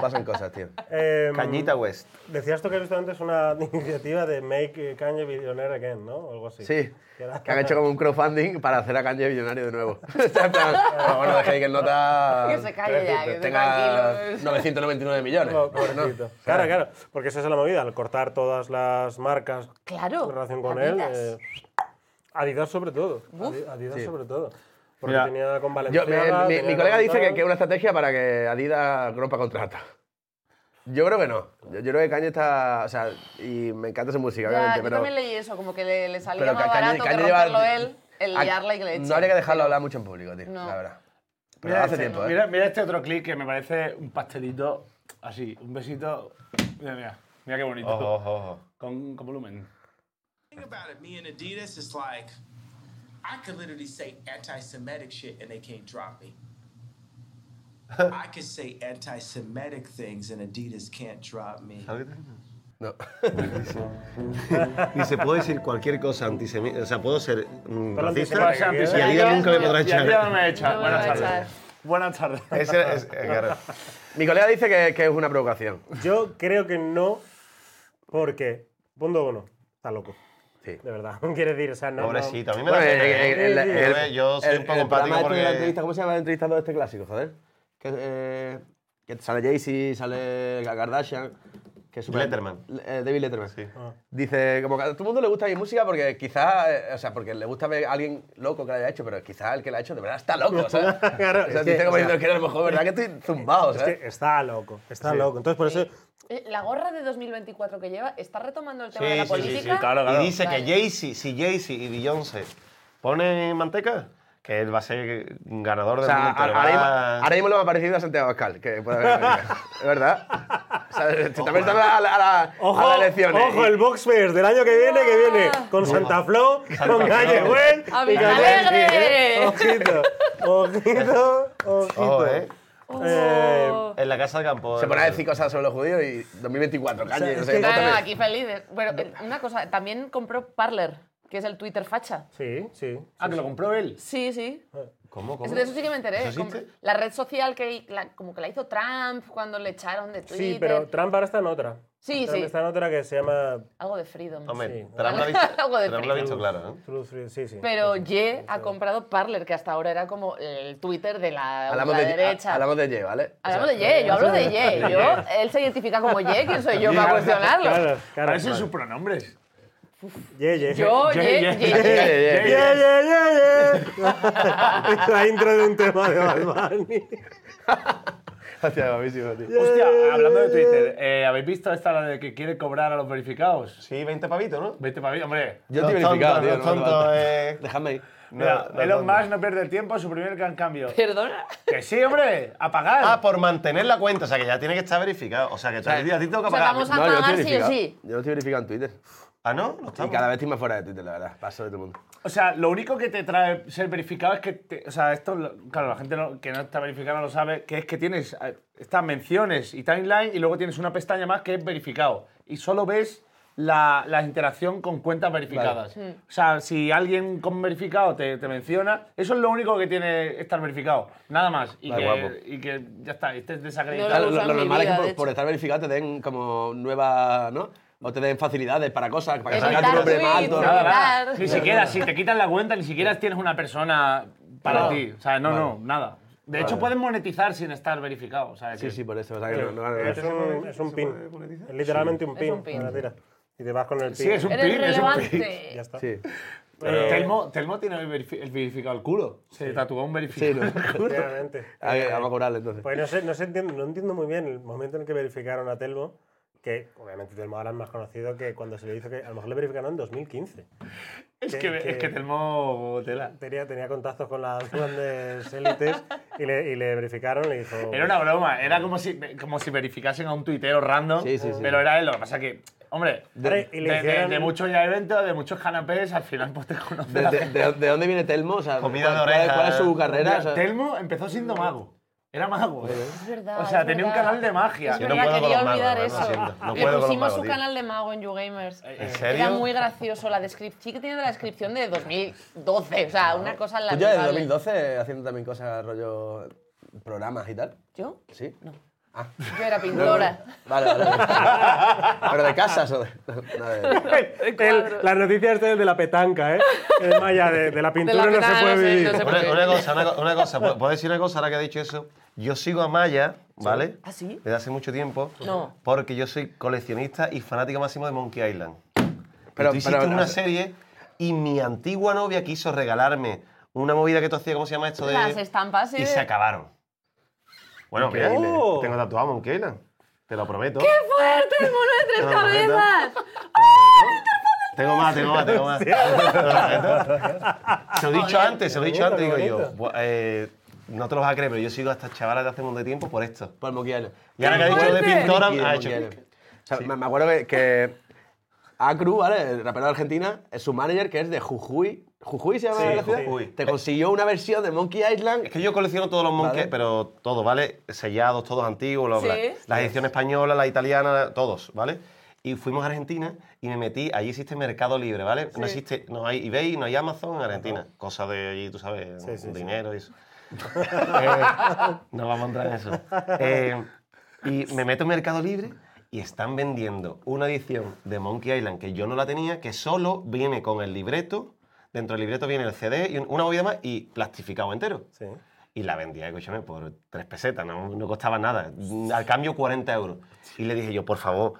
C: pasan cosas, tío.
A: Em,
E: Cañita West.
A: Decías tú que has visto antes una iniciativa de Make eh, Kanye Billionaire Again, ¿no? O algo así.
C: Sí.
A: Que era-
C: Que han hecho como un crowdfunding para hacer a Kanye millonario de nuevo. En plan, pero bueno, dejéis que el nota.
D: Que se calle ya, que esté
C: tenga
D: tranquilo.
C: 999 millones.
A: No,
C: Pues no.
A: pobrecito. Claro, claro. Porque esa es la movida, al cortar todas las marcas
D: Claro,
A: en relación con
D: Adidas.
A: él. eh, Adidas sobre todo. Adi- Adidas sobre todo. Porque
B: Mira,
A: tenía con
C: Yo-
A: Valenciaga.
C: mi- mi,
A: tenía
C: mi colega
A: con
C: dice que
A: tal.
C: que es una estrategia para que Adidas rompa contrato. Yo creo que no. Yo, yo creo que Kanye está. O sea, y me encanta su música,
D: Ya,
C: obviamente,
D: yo
C: pero.
D: también leí eso, como que le, le salía
C: pero
D: más
C: Kanye-
D: barato que
C: Kanye lleva-
D: romperlo él, el
C: a-
D: liarla y que le echen.
C: No habría que dejarlo hablar mucho en público, tío,
D: No.
C: la verdad. Pero hace
B: este,
C: tiempo, ¿eh?
B: mira, mira este otro clip que me parece un pastelito así, un besito. Mira, mira, mira qué bonito.
E: Ojo, ojo, ojo.
B: Con, con volumen.
G: thing about it, me and Adidas is like, I could literally say anti-Semitic shit and they can't drop me. I could say anti-Semitic things and Adidas can't drop me.
C: No.
E: Dice, puedo decir cualquier cosa antisemita. O sea, puedo ser mm,
A: Pero
E: racista.
A: antisemita,
E: Y
A: que
E: a
D: quieras.
E: Adidas nunca me podrá
B: Y a ti ahora
E: echar.
B: me echa.
D: No me
B: Buenas
D: va a
B: tardes. Buenas tardes.
E: Ese es. eh, claro.
C: Mi colega dice que, que es una provocación.
A: Yo creo que no, porque. Punto uno. Está loco.
C: Sí.
A: De verdad. Quiere decir, o sea, no. no-
E: Pobrecito, a mí me da
C: Bueno, el-
E: pena,
C: el-
E: ¿eh?
C: el- el-
E: Yo- Yo soy
C: el-
E: un poco
C: el programa este
E: empático
C: de la
E: porque.
C: entrevista, ¿Cómo se llama el entrevistado de este clásico, joder? Que, eh, que sale Jay-Z, sale Kardashian. Que es súper-
E: Letterman.
C: Le- eh, David Letterman.
E: Sí.
A: Ah.
C: Dice, como que a todo el mundo le gusta mi música porque quizás, eh, o sea, porque le gusta ver a alguien loco que la haya hecho, pero quizás el que la ha hecho de verdad está loco, ¿sabes?
A: Claro,
C: o sea,
A: es que,
C: dice como
A: o sea,
C: diciendo que a lo mejor, ¿verdad? Que estoy zumbado,
A: Es
C: ¿sabes?
A: que está loco. Está loco. Entonces, por eso.
D: Eh, La gorra de 2024 que lleva está retomando el tema
E: Sí,
D: de la
E: sí, sí, sí,
D: política.
B: claro, claro.
E: Y dice que
D: Vale.
E: Jay-Z, si Jay-Z y Beyoncé ponen manteca, que él va a ser ganador
C: O
E: del
C: sea,
E: mundo
C: a-
E: entero.
C: ahora, mismo,
E: Va-
C: ahora mismo lo me ha parecido a Santiago Pascal, que puede haber venido. Es verdad. O sea, te está pensando a, la- a la- ¿eh? a las elecciones.
A: ojo, el Box Fest del año que viene, que viene
D: Ah.
A: con Santa Flo, con Calle Güell.
D: ¡A
A: y
D: mi
A: con
D: alegre!
A: Jay-Z, ¿eh? Ojito, ojito,
E: Ojo,
A: ojito.
E: ¿eh?
A: Eh,
E: En la casa del campo.
C: Se pone a decir cosas sobre los judíos y 2024, calle.
A: es
C: no sé,
A: que-
C: vótame.
D: Claro, eh. aquí felices. Bueno, eh, una cosa, también compró Parler, que es el Twitter facha.
A: sí, sí.
B: Ah, que lo compró él.
D: Sí, sí.
E: ¿Cómo,
D: Es
E: cómo?
D: que de eso sí que me enteré.
E: ¿Eso existe?
D: Compr- La red social que la- como que la hizo Trump cuando le echaron de Twitter.
A: Sí, pero Trump ahora está en otra.
D: Sí,
A: Trump
D: sí.
A: está en otra que se llama
D: Algo de
A: Ah,
D: Freedom.
E: Hombre,
A: Sí.
E: Trump lo ha visto, Trump lo
D: Algo de
E: ha
D: frío.
E: visto claro, ¿eh?
A: Truth Freedom, sí, sí.
D: Pero Ye ha comprado Parler, que hasta ahora era como el Twitter de la
C: Hablamos de,
D: derecha.
C: ha- hablamos de Ye, ¿vale? O sea,
D: Hablamos de Ye, yo hablo de Ye. Yo, él se identifica como Ye, ¿quién soy yo para
B: Claro,
D: cuestionarlo?
A: claro, claro.
B: Parecen sus pronombres.
A: Ye, ye.
D: Yo,
B: Ye, ye.
D: ye, ye,
C: Yeah,
D: ye.
C: yeah, yeah.
A: Ye, ye, ye, ye. Es la intro de un tema de Balbani.
E: Hostia, guapísimo, tío.
B: Hostia, hablando de Twitter, eh, ¿habéis visto esta la de que quiere cobrar a los verificados?
E: Sí, 20 pavitos, ¿no?
B: Vete para mí, hombre.
C: Yo
E: No
C: estoy
E: es
C: verificado,
E: tonto,
C: tío.
E: no
C: no
E: es
C: me lo
E: tonto,
C: levanto.
E: eh.
C: Déjame ahí.
B: Mira,
E: No, no,
B: Elon
E: no, no.
B: Musk no pierde el tiempo, suprimir el gran cambio.
D: ¿Perdona?
B: Que sí, hombre, a pagar.
E: Ah, por mantener la cuenta, o sea que ya tiene que estar verificado. O sea que tú- a ti te tengo que
D: O sea,
E: pagar.
D: vamos a-
C: No, yo
D: pagar
C: estoy
D: sí o
C: verificado.
D: sí.
C: Yo estoy verificado en Twitter.
E: Ah, no, no
C: Y
E: estamos.
C: cada vez estoy más fuera de Twitter, la verdad. Paso de todo el mundo.
B: O sea, lo único que te trae ser verificado es que, te- o sea, esto, lo- claro, la gente no- que no está verificada no lo sabe, que es que tienes eh, estas menciones y timeline y luego tienes una pestaña más que es verificado. Y solo ves la, la interacción con cuentas verificadas. O sea, si alguien con verificado te, te menciona, eso es lo único que tiene estar verificado. Nada más. Y,
C: Vale, guapo.
B: que, y que ya está, y estés
D: No
B: desacreditado.
C: Claro,
D: lo
C: lo,
D: uso
C: lo
D: en mi
C: normal
D: vida,
C: es que
D: de
C: por, por
D: hecho.
C: estar verificado te den como nuevas, ¿no? O te den facilidades para cosas, para que
D: Evitar
C: salga tu nombre más alto.
D: tweets,
C: ¿no?
B: Nada, nada.
D: Claro.
B: Ni siquiera, si te quitan la cuenta, ni siquiera tienes una persona para
C: No.
B: ti. O sea, no, no, nada. De hecho, puedes monetizar sin estar verificado. O sea,
C: Sí,
B: que-
C: sí, por eso. O sea, que no, no, no,
A: este Es un, es un pin. Es literalmente un pin.
D: un pin.
A: Ahora tira. Y te vas con el pin.
B: Sí, es un
D: Eres
B: pin, es un pin.
D: relevante.
A: Ya está. Eh,
C: Sí.
B: Pero Telmo, Telmo tiene el, verifi- el verificado al culo. Se tatuó un verificado. al culo.
A: Efectivamente.
C: A
B: Eh,
C: ver, vamos a cobrarle entonces.
A: Pues no sé, no, sé, entiendo, no entiendo muy bien el momento en el que verificaron a Telmo, que obviamente Telmo ahora es más conocido que cuando se le hizo que a lo mejor le verificaron en 2015.
B: es,
A: que-
B: que, es que
A: que-
B: Telmo tela.
A: Tenía, tenía contactos con las grandes élites y le, y le verificaron y dijo...
B: Era una broma, era como si, como si verificasen a un tuitero random.
C: Sí, sí, sí.
B: Pero era él, lo que pasa que, hombre, de,
A: Hombre, y le
B: de-
A: hicieron-
B: de muchos ya eventos, de muchos canapés, al final pues te conoces.
C: ¿De,
B: la
C: de-
B: gente.
C: de- de dónde viene Telmo? O sea,
E: Comida de
C: ¿cuál, cuál-
E: oreja.
C: cuál es su carrera?
B: Mira,
C: O sea,
B: Telmo empezó siendo mago. Era mago. Es
D: verdad,
B: O sea,
D: es
B: tenía un
D: verdad.
B: canal de magia.
D: Es
E: Yo
D: verdad,
E: no puedo con
D: quería
E: los magos,
D: olvidar
E: lo
D: eso.
E: siento. No
D: Le
E: puedo con los
D: pusimos
E: magos,
D: su
E: tío.
D: canal de mago en YouGamers.
E: ¿En serio?
D: Era muy gracioso. La descripción. Sí que tiene la descripción de 2012. O sea, una cosa
E: Pues
C: tú ya Pues desde
D: lamentable.
C: 2012 haciendo también cosas, rollo programas y tal.
D: ¿Yo?
C: ¿Sí? No. Ah.
D: Yo era pintora.
C: Vale, vale. ¿Pero de casas o de.? no, de-
A: El- las noticias de, de la petanca, ¿eh? Es Maya, de, de la pintura no
D: petanca,
A: se puede
D: no sé,
A: vivir.
D: no sé.
E: Una, una cosa, una, co- una cosa, ¿puedo puedo decir una cosa ahora que he dicho eso? Yo sigo a Maya, ¿vale?
D: ¿Ah, sí?
E: Desde hace mucho tiempo.
D: No.
E: Porque yo soy coleccionista y fanático máximo de Monkey Island.
C: Pero-
E: Pero, tú hiciste
C: pero-
E: una serie y mi antigua novia quiso regalarme una movida que tú hacías, ¿cómo se llama esto? De...
D: Las estampas, sí.
E: Y se acabaron. Bueno, mira,
A: Increíble.
E: le- tengo tatuado Monkey Island. Te lo prometo.
D: ¡Qué fuerte el mono de tres
E: No, no, no, no.
D: cabezas!
E: Tengo más, tengo más, tengo más. se lo he dicho antes, se lo he dicho antes, digo yo. "Buah, eh, no te lo vas a creer, pero yo sigo a estas chavalas de hace un montón de tiempo por esto.
C: Por Moquiano.
E: Y ahora que ha dicho lo de
D: fuerte!
E: pintora,
C: Y de
E: ha hecho.
C: Moquiano. O sea, me, me acuerdo que, que Acru, ¿vale? El rapero de Argentina, es su manager que es de Jujuy. ¿Jujuy se llama
E: Sí,
C: la ciudad?
E: Jujuy.
C: Te consiguió una versión de Monkey Island.
E: Es que yo colecciono todos los monkeys,
C: Vale.
E: pero todos, ¿vale? Sellados, todos antiguos, los-
D: Sí.
E: la- las ediciones españolas, las italianas, todos, ¿vale? Y fuimos a Argentina y me metí, allí existe Mercado Libre, ¿vale? No existe, no hay eBay, no hay Amazon en Argentina. Cosa de allí, tú sabes,
A: sí, sí.
E: dinero y eso. Eh, no vamos a entrar en eso. Eh, y me meto en Mercado Libre y están vendiendo una edición de Monkey Island que yo no la tenía, que solo viene con el libreto. Dentro del libreto viene el CD y un- una movida más y plastificado entero.
A: Sí.
E: Y la vendía, escúchame, por tres pesetas, no, no costaba nada. Al cambio, 40 euros. Y le dije yo, por favor,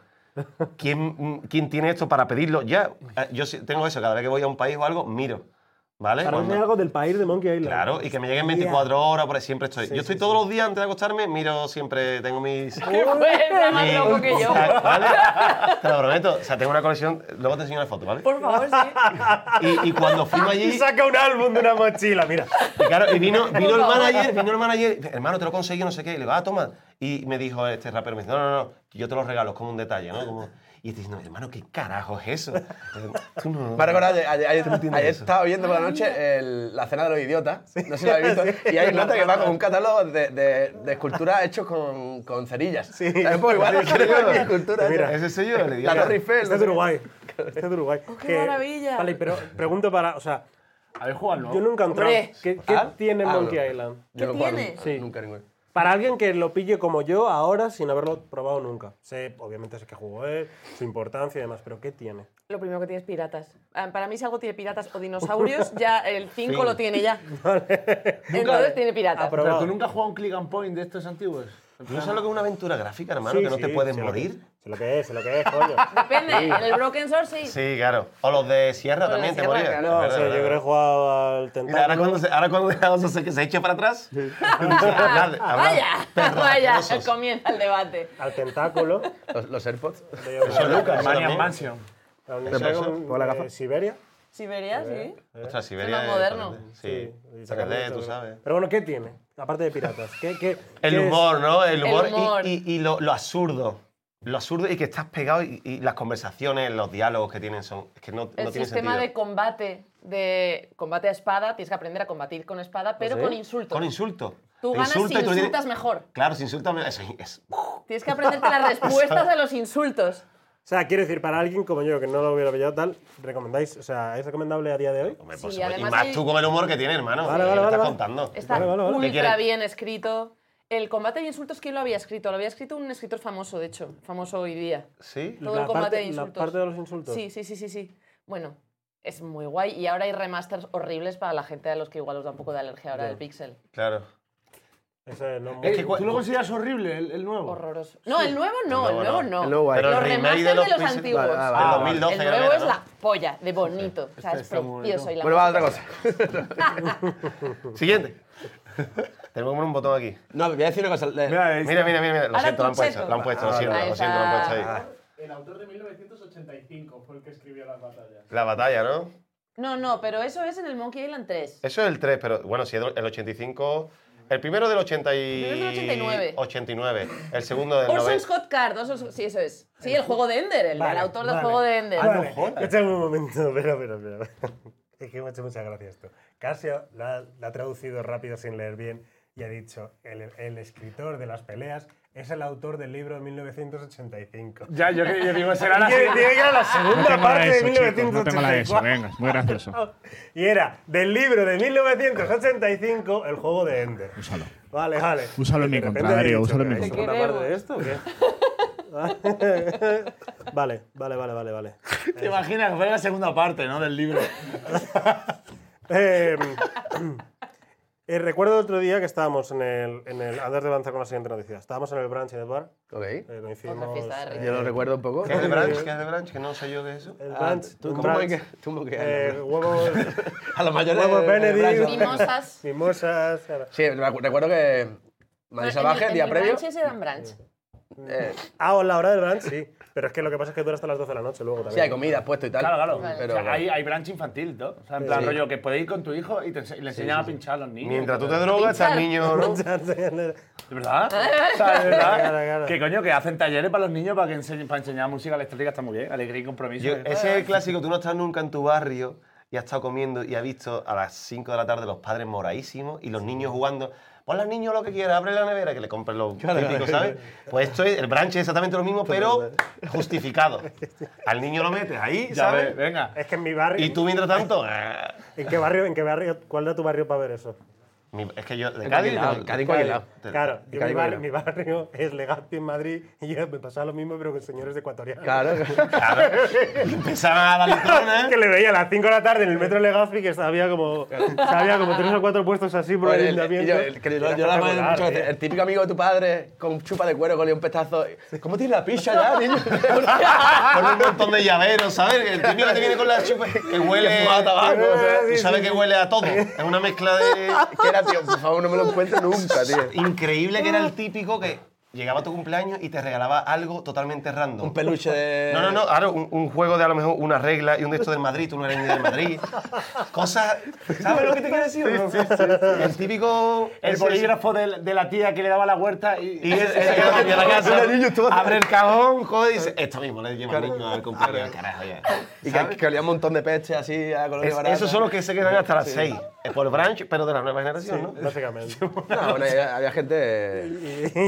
E: ¿quién, ¿quién tiene esto para pedirlo? Ya, eh, yo sí- tengo eso, cada vez que voy a un país o algo, miro. ¿Vale?
A: Para mí
E: Cuando-
A: es algo del país de Monkey Island.
E: Claro, y que me lleguen 24 horas, por ahí siempre estoy. yo estoy todos los días antes de acostarme, miro siempre, tengo mis.
D: ¡Qué fuerte! Más
E: mis-
D: loco que yo.
E: ¿Vale? Te lo prometo. O sea, tengo una colección, luego te enseño una foto, ¿vale?
D: Por favor, sí.
E: Y, y cuando fuimos allí.
A: Y saca un álbum de una mochila, mira.
E: Y claro, y vino, vino el
D: favor.
E: manager, vino el manager, hermano, te lo conseguí, no sé qué, y le digo, ah, toma. Y me dijo este rapero, me dice, no, no, no, yo te lo regalo, es como un detalle, ¿no? Como, y estoy diciendo, hermano, ¿qué carajo es eso? Eh, Tú no...
C: Me ha recordado, ayer, ayer- ayer
E: entiendes
C: estaba viendo por la noche el- la cena de los idiotas, no sé si lo habéis visto, y hay un nota que va con un catálogo de, de, de esculturas hechos con, con cerillas. Sí. Pues igual,
E: ¿En serio?
C: con esculturas.
A: Mira,
E: ¿Ese soy yo? Le digo,
C: la Torre
E: "Mira,
C: Eiffel.
A: Este
C: no sé.
A: es de Uruguay. Este es de Uruguay.
D: Oh, qué
A: Que-
D: maravilla.
A: Vale, pero pregunto para... O sea,
B: ¿Habéis jugado al nuevo?
A: yo nunca he entrado.
D: Hombre.
A: ¿Qué, qué
C: ¿Ah?
A: tiene
C: Ah, no.
A: Monkey Island?
C: Yo no
D: ¿Qué
C: juego
D: tiene?
C: nunca,
A: Sí.
C: Nunca ningún.
A: Para alguien que lo pille como yo ahora sin haberlo probado nunca. Sé, obviamente, sé que jugó él, su importancia y demás, pero ¿qué tiene?
D: Lo primero que tiene es piratas. Ah, Para mí, si algo tiene piratas o dinosaurios, ya el 5 lo tiene ya. Entonces tiene piratas.
A: Aprobado.
B: Ah, ¿Pero tú nunca has jugado a un click and point de estos antiguos?
E: ¿No sabes lo que es una aventura gráfica, hermano?
A: Sí,
E: que no te
A: sí,
E: puedes
A: sé lo que-
E: morir.
A: Sé lo que es, sé lo que es, coño.
D: Depende, en el Broken Sword sí.
E: Sí, claro. O los de Sierra
D: O los de
E: también te
D: Sierra,
E: morían.
D: claro.
A: No, o sea, yo creo que he jugado al tentáculo.
E: Mira, ahora cuando, se, ahora cuando Alonso se, que se eche para atrás. Hablad- hablad,
D: Vaya,
E: perra,
D: vaya,
E: asquerosos.
D: comienza el debate.
A: Al tentáculo.
C: Los, los AirPods.
A: de-
E: Eso es Lucas, eso
B: Maniac
E: también.
B: Mansion.
A: a un-
C: pasó?
A: un-
C: ¿Por la
A: de
C: gafa?
A: Siberia.
D: Siberia, sí.
E: Ostras, Siberia.
D: más
E: es
D: moderno.
E: diferente. Sí.
A: y sacar
E: 3D,
A: mucho
E: tú
A: de-
E: sabes.
A: Pero bueno, ¿qué tiene? Aparte de piratas. ¿Qué, qué,
E: El
A: qué es?
E: humor, ¿no? El humor, y-
D: humor.
E: y, y lo, lo absurdo. Lo absurdo y que estás pegado y, y las conversaciones, los diálogos que tienen son. Es que no,
D: El
E: no tiene
D: sistema
E: sentido.
D: de combate, de combate a espada, tienes que aprender a combatir con espada,
A: ¿Ah,
D: pero con insultos.
E: ¿Ah, Con insultos.
D: Tú
E: Te
D: ganas
E: insulta
D: si
E: y tú tienes-
D: insultas mejor.
E: Claro, si insultas. Eso es.
D: Tienes que aprenderte las respuestas a los insultos.
A: O sea, quiero decir, para alguien como yo que no lo hubiera pillado tal, ¿recomendáis? O sea, ¿es recomendable a día de hoy?
E: Hombre, por
D: Sí,
E: supuesto.
D: además
E: y más
D: hay-
E: tú con el humor que tiene, hermano.
A: Vale,
E: que
A: vale,
E: me
A: vale,
E: estás
A: vale.
E: contando.
D: Está
A: Vale, vale, vale.
E: ¿Qué
D: ultra
E: quieres?
D: bien escrito. El combate de insultos, ¿quién lo había escrito? Lo había escrito un escritor famoso, de hecho, famoso hoy día.
E: Sí.
D: Todo el combate
A: parte,
D: de
A: la
D: insultos.
A: parte de los insultos.
D: Sí, sí, sí, sí, sí. Bueno, es muy guay. Y ahora hay remasters horribles para la gente a los que igual os da un poco de alergia ahora del pixel.
E: Claro.
A: Ese no-
E: Es que cu-
B: ¿Tú lo consideras horrible, el, el nuevo?
D: Horroroso. No, el nuevo no, el nuevo no.
C: El nuevo guay.
E: Pero el
D: los
E: remake
D: remasters de
E: de
D: los,
E: los Pixel-
D: antiguos.
C: Vale, vale,
E: Ah,
C: vale.
E: 2012
D: el
E: creo que
D: nuevo
E: era,
D: es
E: ¿no?
D: la polla de bonito. O sea, es
B: está muy
D: precioso. Y la
C: Bueno, va a otra
D: música-
C: cosa.
E: Siguiente. Tenemos que poner un botón aquí.
C: No, voy a decir una cosa. le-
B: Mira, es-
E: Mira, mira, mira, mira. Lo
D: Ahora
E: siento, lo han
D: tú,
E: puesto.
D: Checo.
E: Lo han puesto, lo siento,
D: Ahí
E: lo siento, lo han
D: está.
E: puesto
C: Ah,
E: ahí.
H: El autor de 1985 fue el que escribió las batallas.
E: La batalla, ¿no?
D: No, no, pero eso es en el Monkey Island 3.
E: Eso es el 3, pero bueno, si es el 85. El primero del 80 y...
D: El primero es del 89.
E: 89. El segundo del
D: Orson
E: 90.
D: Scott Card, Orson- sí, eso es. Sí, el juego de Ender, el, el autor del
A: vale. Ah,
D: juego de Ender.
A: Vale, Escúchame un momento, espera, espera, espera. Es que me ha hecho mucha gracia esto. Casio la, la ha traducido rápido sin leer bien y ha dicho, el, el escritor de las peleas es el autor del libro de 1985.
B: Ya, yo, que- yo digo, será la
A: Tiene tiene que ir a la
E: Ah,
F: No te
A: segunda
F: mola
A: parte de
F: eso, chicos. No te mola eso.
A: 1984.
I: ¿eh?
F: Venga, es muy gracioso.
A: Y era del libro de 1985, el juego de Ender.
F: Úsalo.
A: Vale, vale.
F: Úsalo en mi
A: De repente
F: contra,
A: he
F: Darío,
A: dicho,
F: úsalo en mi
A: ¿hay
F: contra.
A: segunda parte de esto o qué? vale, vale, vale, vale, vale.
B: Te imaginas que fuera la segunda parte, ¿no? Del libro.
A: Eh, eh, recuerdo otro día que estábamos en el, en el antes de avanzar con la siguiente noticia. Estábamos en el brunch de bar.
C: Ok.
A: eh, coincidimos,
D: Otra fiesta de
A: eh,
D: ricos.
C: Yo lo recuerdo un poco.
E: ¿Qué es el branch? ¿Qué es el branch? Que no sé yo de eso.
A: el
C: Ah,
A: brunch,
C: tú
A: un
C: cómo
A: brunch,
C: que tú cómo que
A: eh, huevos,
C: a los mayores
A: huevos Benedict,
C: brazos.
D: Mimosas.
A: mimosas. claro.
C: Sí, me acu- recuerdo que Marisa Baje, día previo.
D: Branch dan branch.
C: eh,
A: Ah, o la hora del brunch, sí. Pero es que lo que pasa es que dura hasta las 12 de la noche luego
C: sí,
A: también.
C: hay comida, puesto y tal.
B: Claro, claro.
C: Pero-
B: O sea, hay, hay branch infantil, ¿no? O sea, en plan
C: Sí.
B: rollo que puedes ir con tu hijo y, te ense- y le enseñan a pinchar a los niños.
E: Mientras tú te drogas, está el niño. ¿no?
B: ¿De verdad? O sea, ¿De verdad?
A: Claro, claro.
B: Que coño, que hacen talleres para los niños para, que enseñen, para enseñar música electrónica está muy bien. Alegría y compromiso.
E: Yo- ese es el clásico. Tú no estás nunca en tu barrio y has estado comiendo y has visto a las 5 de la tarde los padres moraísimos y los niños jugando. Pon al niño lo que quiera, abre la nevera, que le compren lo típico, ¿sabes? Pues esto es, el branch es exactamente lo mismo, pero justificado. Al niño lo metes ahí,
B: Ya ves,
E: ¿sabes?
B: venga.
A: Es que en mi barrio.
E: Y tú, mientras tanto. eh,
A: ¿En qué barrio? ¿En qué barrio? ¿Cuál era tu barrio para ver eso?
E: mi- es que yo, de
C: En
E: Cádiz.
C: cualquier lado,
E: de-
C: Cádiz, cualquier lado.
E: de-
A: Claro, yo mi,
C: Cádiz,
A: barrio,
C: Bailao.
A: mi barrio es Legazpi en Madrid y yo me pasaba lo mismo, pero con señores ecuatorianos.
C: Claro.
E: Claro. Empezaban a dar litones.
A: que le veía a las 5 de la tarde en el metro Legazpi que había como, había como tres o cuatro puestos así por el,
C: Bueno, el-
A: ayuntamiento.
C: yo, el, que yo-
A: Era
C: yo la madre
A: espectacular,
C: mucho
A: eh.
C: veces, el típico amigo de tu padre con chupa de cuero, con un pestazo. ¿Cómo tienes la picha ya, niño?
E: con un montón de llaveros, ¿sabes? El típico que te viene con la chupa que huele a tabaco,
A: ¿sabes?
E: tú
A: Sí,
E: sabes
A: sí,
E: que
A: sí.
E: huele a todo. Es una mezcla de
C: ¿Qué era, tío? Por favor, no me lo encuentro nunca, tío.
E: increíble que era el típico que llegaba a tu cumpleaños y te regalaba algo totalmente random.
C: Un peluche de...
E: no, no, no, ahora un, un juego de a lo mejor una regla y un de estos del Madrid, tú no eres ni del Madrid. Cosas. ¿Sabes lo que te quiero decir? o no? El típico.
B: El
E: ese-
B: bolígrafo de, de la tía que le daba la huerta y...
E: Y él se queda aquí en la casa.
C: Mira, niño, tú-
E: abre el cajón, joder, y dice: Esto mismo le lleva al niño al cumpleaños, carajo, ya.
C: Y que, que olía un montón de peche así a color
E: Es-
C: de barata.
E: esos son los que se quedan hasta las 6. Es por branch, pero de la nueva generación, ¿no?
A: Básicamente.
C: No, bueno, había, había gente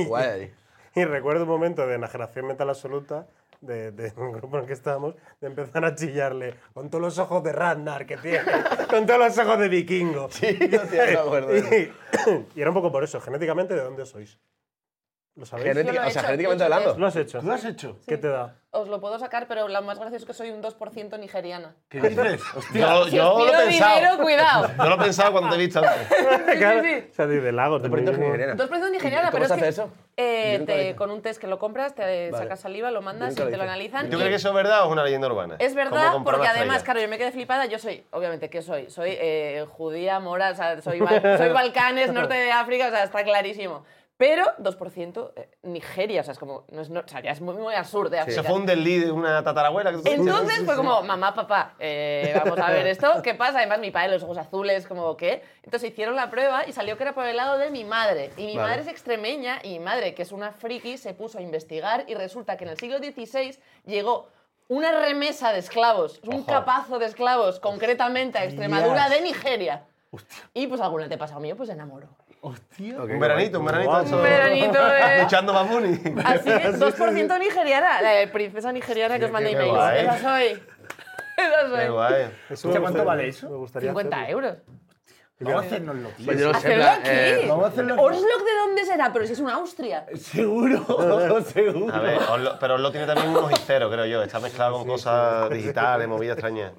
C: guay ahí.
A: Y recuerdo un momento de enajenación mental absoluta de, de un grupo en el que estábamos, de empezar a chillarle con todos los ojos de Ragnar que tiene, con todos los ojos de vikingo.
C: Sí, no, tío, me acuerdo.
A: y, y era un poco por eso, genéticamente, ¿de dónde sois? ¿Lo sabéis?
C: Genética-
D: Yo lo he
C: o sea,
D: hecho,
C: genéticamente
D: yo lo he
C: hablando.
A: ¿Lo
D: hecho.
A: has hecho?
B: ¿Tú lo has hecho?
A: ¿Qué te da?
D: Os lo puedo sacar, pero lo más gracioso es que soy un 2% nigeriana.
B: ¿Qué dices?
E: Yo,
D: Si
E: yo lo
D: os pido
E: he
D: dinero,
E: pensado.
D: cuidado.
E: Yo lo he pensado cuando te he visto antes.
A: Claro,
D: sí, sí.
A: O sea, de lagos. de
C: Bonito
A: Murcia.
C: nigeriana.
D: 2% nigeriana,
C: ¿Y cómo
D: pero
C: se
D: es
C: hace
D: que,
C: eso?
D: eh,
C: Yo nunca
D: te-
C: lo hice.
D: con un test que lo compras, te
C: Vale.
D: sacas saliva, lo mandas y
C: nunca
D: te
C: lo
D: lo
C: hice.
D: analizan.
E: ¿Tú
D: y-
E: crees que eso es verdad o es una leyenda urbana?
D: Es
E: ¿Cómo
D: verdad,
E: comprar
D: porque
E: las
D: además,
E: traillas?
D: claro, yo me quedé flipada. Yo soy, obviamente, ¿qué soy? Soy eh, judía, mora, o sea, soy, Bal- soy Balcanes, norte de África, o sea, está clarísimo. Pero 2% eh, Nigeria, o sea, es como, no es, no- o sea, ya es muy, muy al sur de África.
E: Eso fue un desliz de una tatarabuela que tú tenías.
D: Entonces fue como, mamá, papá, eh, vamos a ver esto, ¿qué pasa? Además, mi padre, los ojos azules, como, ¿qué? Entonces hicieron la prueba y salió que era por el lado de mi madre. Y mi
C: Vale.
D: madre es extremeña y mi madre, que es una friki, se puso a investigar y resulta que en el siglo XVI llegó una remesa de esclavos, un capazo de esclavos, concretamente a Extremadura de Nigeria. Y pues algún antepasado mío pues se enamoró.
E: Un veranito, un veranito.
A: Guau.
E: eso-
D: Un veranito, eh.
E: Luchando Babuni.
D: Así que 2% nigeriana, la eh, princesa nigeriana que os mandé
E: qué
D: email.
E: guay.
D: Esa soy. Esa
E: Qué
D: soy.
E: guay.
A: Eso me
B: ¿cuánto
A: gustaría-
B: vale eso?
A: Me gustaría
D: 50
A: hacerlo.
D: euros.
B: Vamos a hacernoslo, tío.
C: Pues yo no sé, en
D: ¿Hacerlo
C: plan,
D: aquí?
C: eh,
B: Vamos a hacerlo.
D: ¿Oslo de dónde será? Pero si es una Austria.
B: Seguro, seguro.
E: A ver, Oslo- pero Oslo tiene también un mojicero, creo yo. Está mezclado con cosas digitales, movidas extrañas.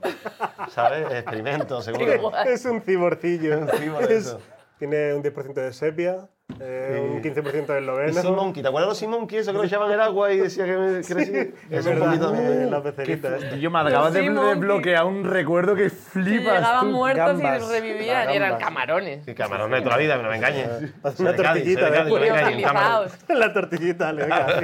E: ¿Sabes? Experimentos, seguro.
D: guay.
A: Es un ciborcillo.
E: un cibor
A: Es-
E: eso.
A: tiene un 10% de sepia, eh, un 15% de
E: Y Sea
A: esloveno.
E: Monkey, ¿te acuerdas de los Sea Monkey? Eso que lo echaban el agua y decía que me crecí.
A: Es
E: Eso un
A: verdad,
E: poquito también.
A: eh, la becerita esta.
B: Yo me acabas de
D: Sí, monkey.
B: desbloquear un recuerdo que
D: Que
B: flipas.
D: Llegaban
B: tú.
D: muertos
B: Gambas.
D: y revivían.
B: Las
D: Y eran
B: gambas.
D: camarones.
E: Sí, camarón de toda la vida, no me engañes.
A: Eh, Una tortillita, ¿eh?
D: Curiosalizados.
A: La tortillita, le venga.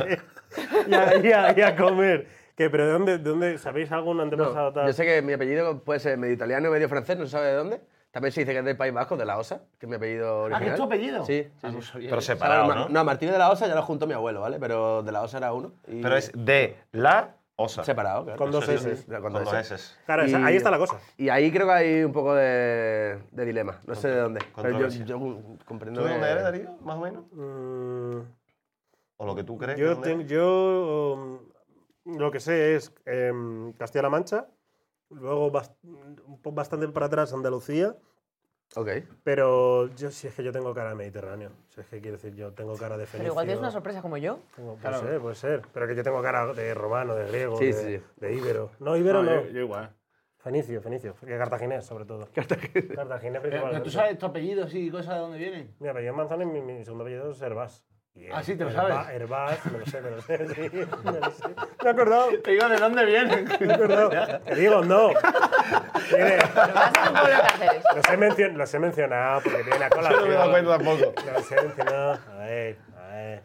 A: y, a, y a- y a comer. Que, ¿Pero de dónde, de dónde? ¿Sabéis algún antepasado
C: no,
A: tal?
C: yo sé que mi apellido puede ser medio italiano, medio francés, no se sabe de dónde. También se dice que es del País Vasco, de la Osa, que es mi apellido original.
B: ¿Ah, que es tu apellido?
C: Sí. sí,
B: Ah,
C: sí.
B: no sabía.
E: Pero
C: O sea, ahora
E: separado,
C: Ma-
B: Eh,
E: ¿no?
C: Martínez de la Osa ya lo juntó mi abuelo, ¿vale? Pero de la Osa era uno. y-
E: Pero es de la osa.
C: Separado, claro.
A: Con dos
E: Eso sí,
A: S.
E: Con dos S.
A: Claro, esa-
C: Y-
A: ahí está la cosa.
C: Y ahí creo que hay un poco de, de dilema. No sé de dónde. Pero yo,
E: controversia.
C: yo comprendo.
E: ¿Tú de
C: que-
E: dónde eres, Darío? Más o menos.
A: Mm,
E: O lo que tú crees. que
A: yo,
E: dónde
A: ten-
E: eres.
A: yo mm, lo que sé es em, Castilla-La Mancha, luego bas- un po- bastante para atrás Andalucía,
C: Ok.
A: pero yo si es que yo tengo cara de mediterráneo. Si es que quiero decir, yo tengo cara de
D: Pero
A: fenicio.
D: igual tienes una sorpresa como yo.
A: Tengo- Puede ser, puede ser. Pero que yo tengo cara de romano, de griego,
C: Sí,
A: de,
C: sí, sí.
A: de íbero. No, íbero no.
B: yo, yo igual.
A: Fenicio, fenicio. Que cartaginés, sobre todo. Cartaginés. Cartaginés
B: Pero,
A: principalmente.
B: Eh, tú sabes tu apellido y cosas de dónde vienen.
A: Mi apellido es Manzano y mi, mi segundo apellido es Herbás. Y
B: Ah,
A: Her-
B: sí, te lo
A: Herba-
B: sabes.
A: Herbás, me lo sé, me lo sé. Sí, me lo sé. Me he acordado,
B: Te digo de dónde vienen.
A: me he acordado. Te digo, no. Mire,
D: Vas a un pueblo de Cáceres.
A: los he, mencio- los he mencionado porque tiene la cola.
E: Yo no me he dado cuenta tampoco.
A: Los he mencionado. A ver, a ver.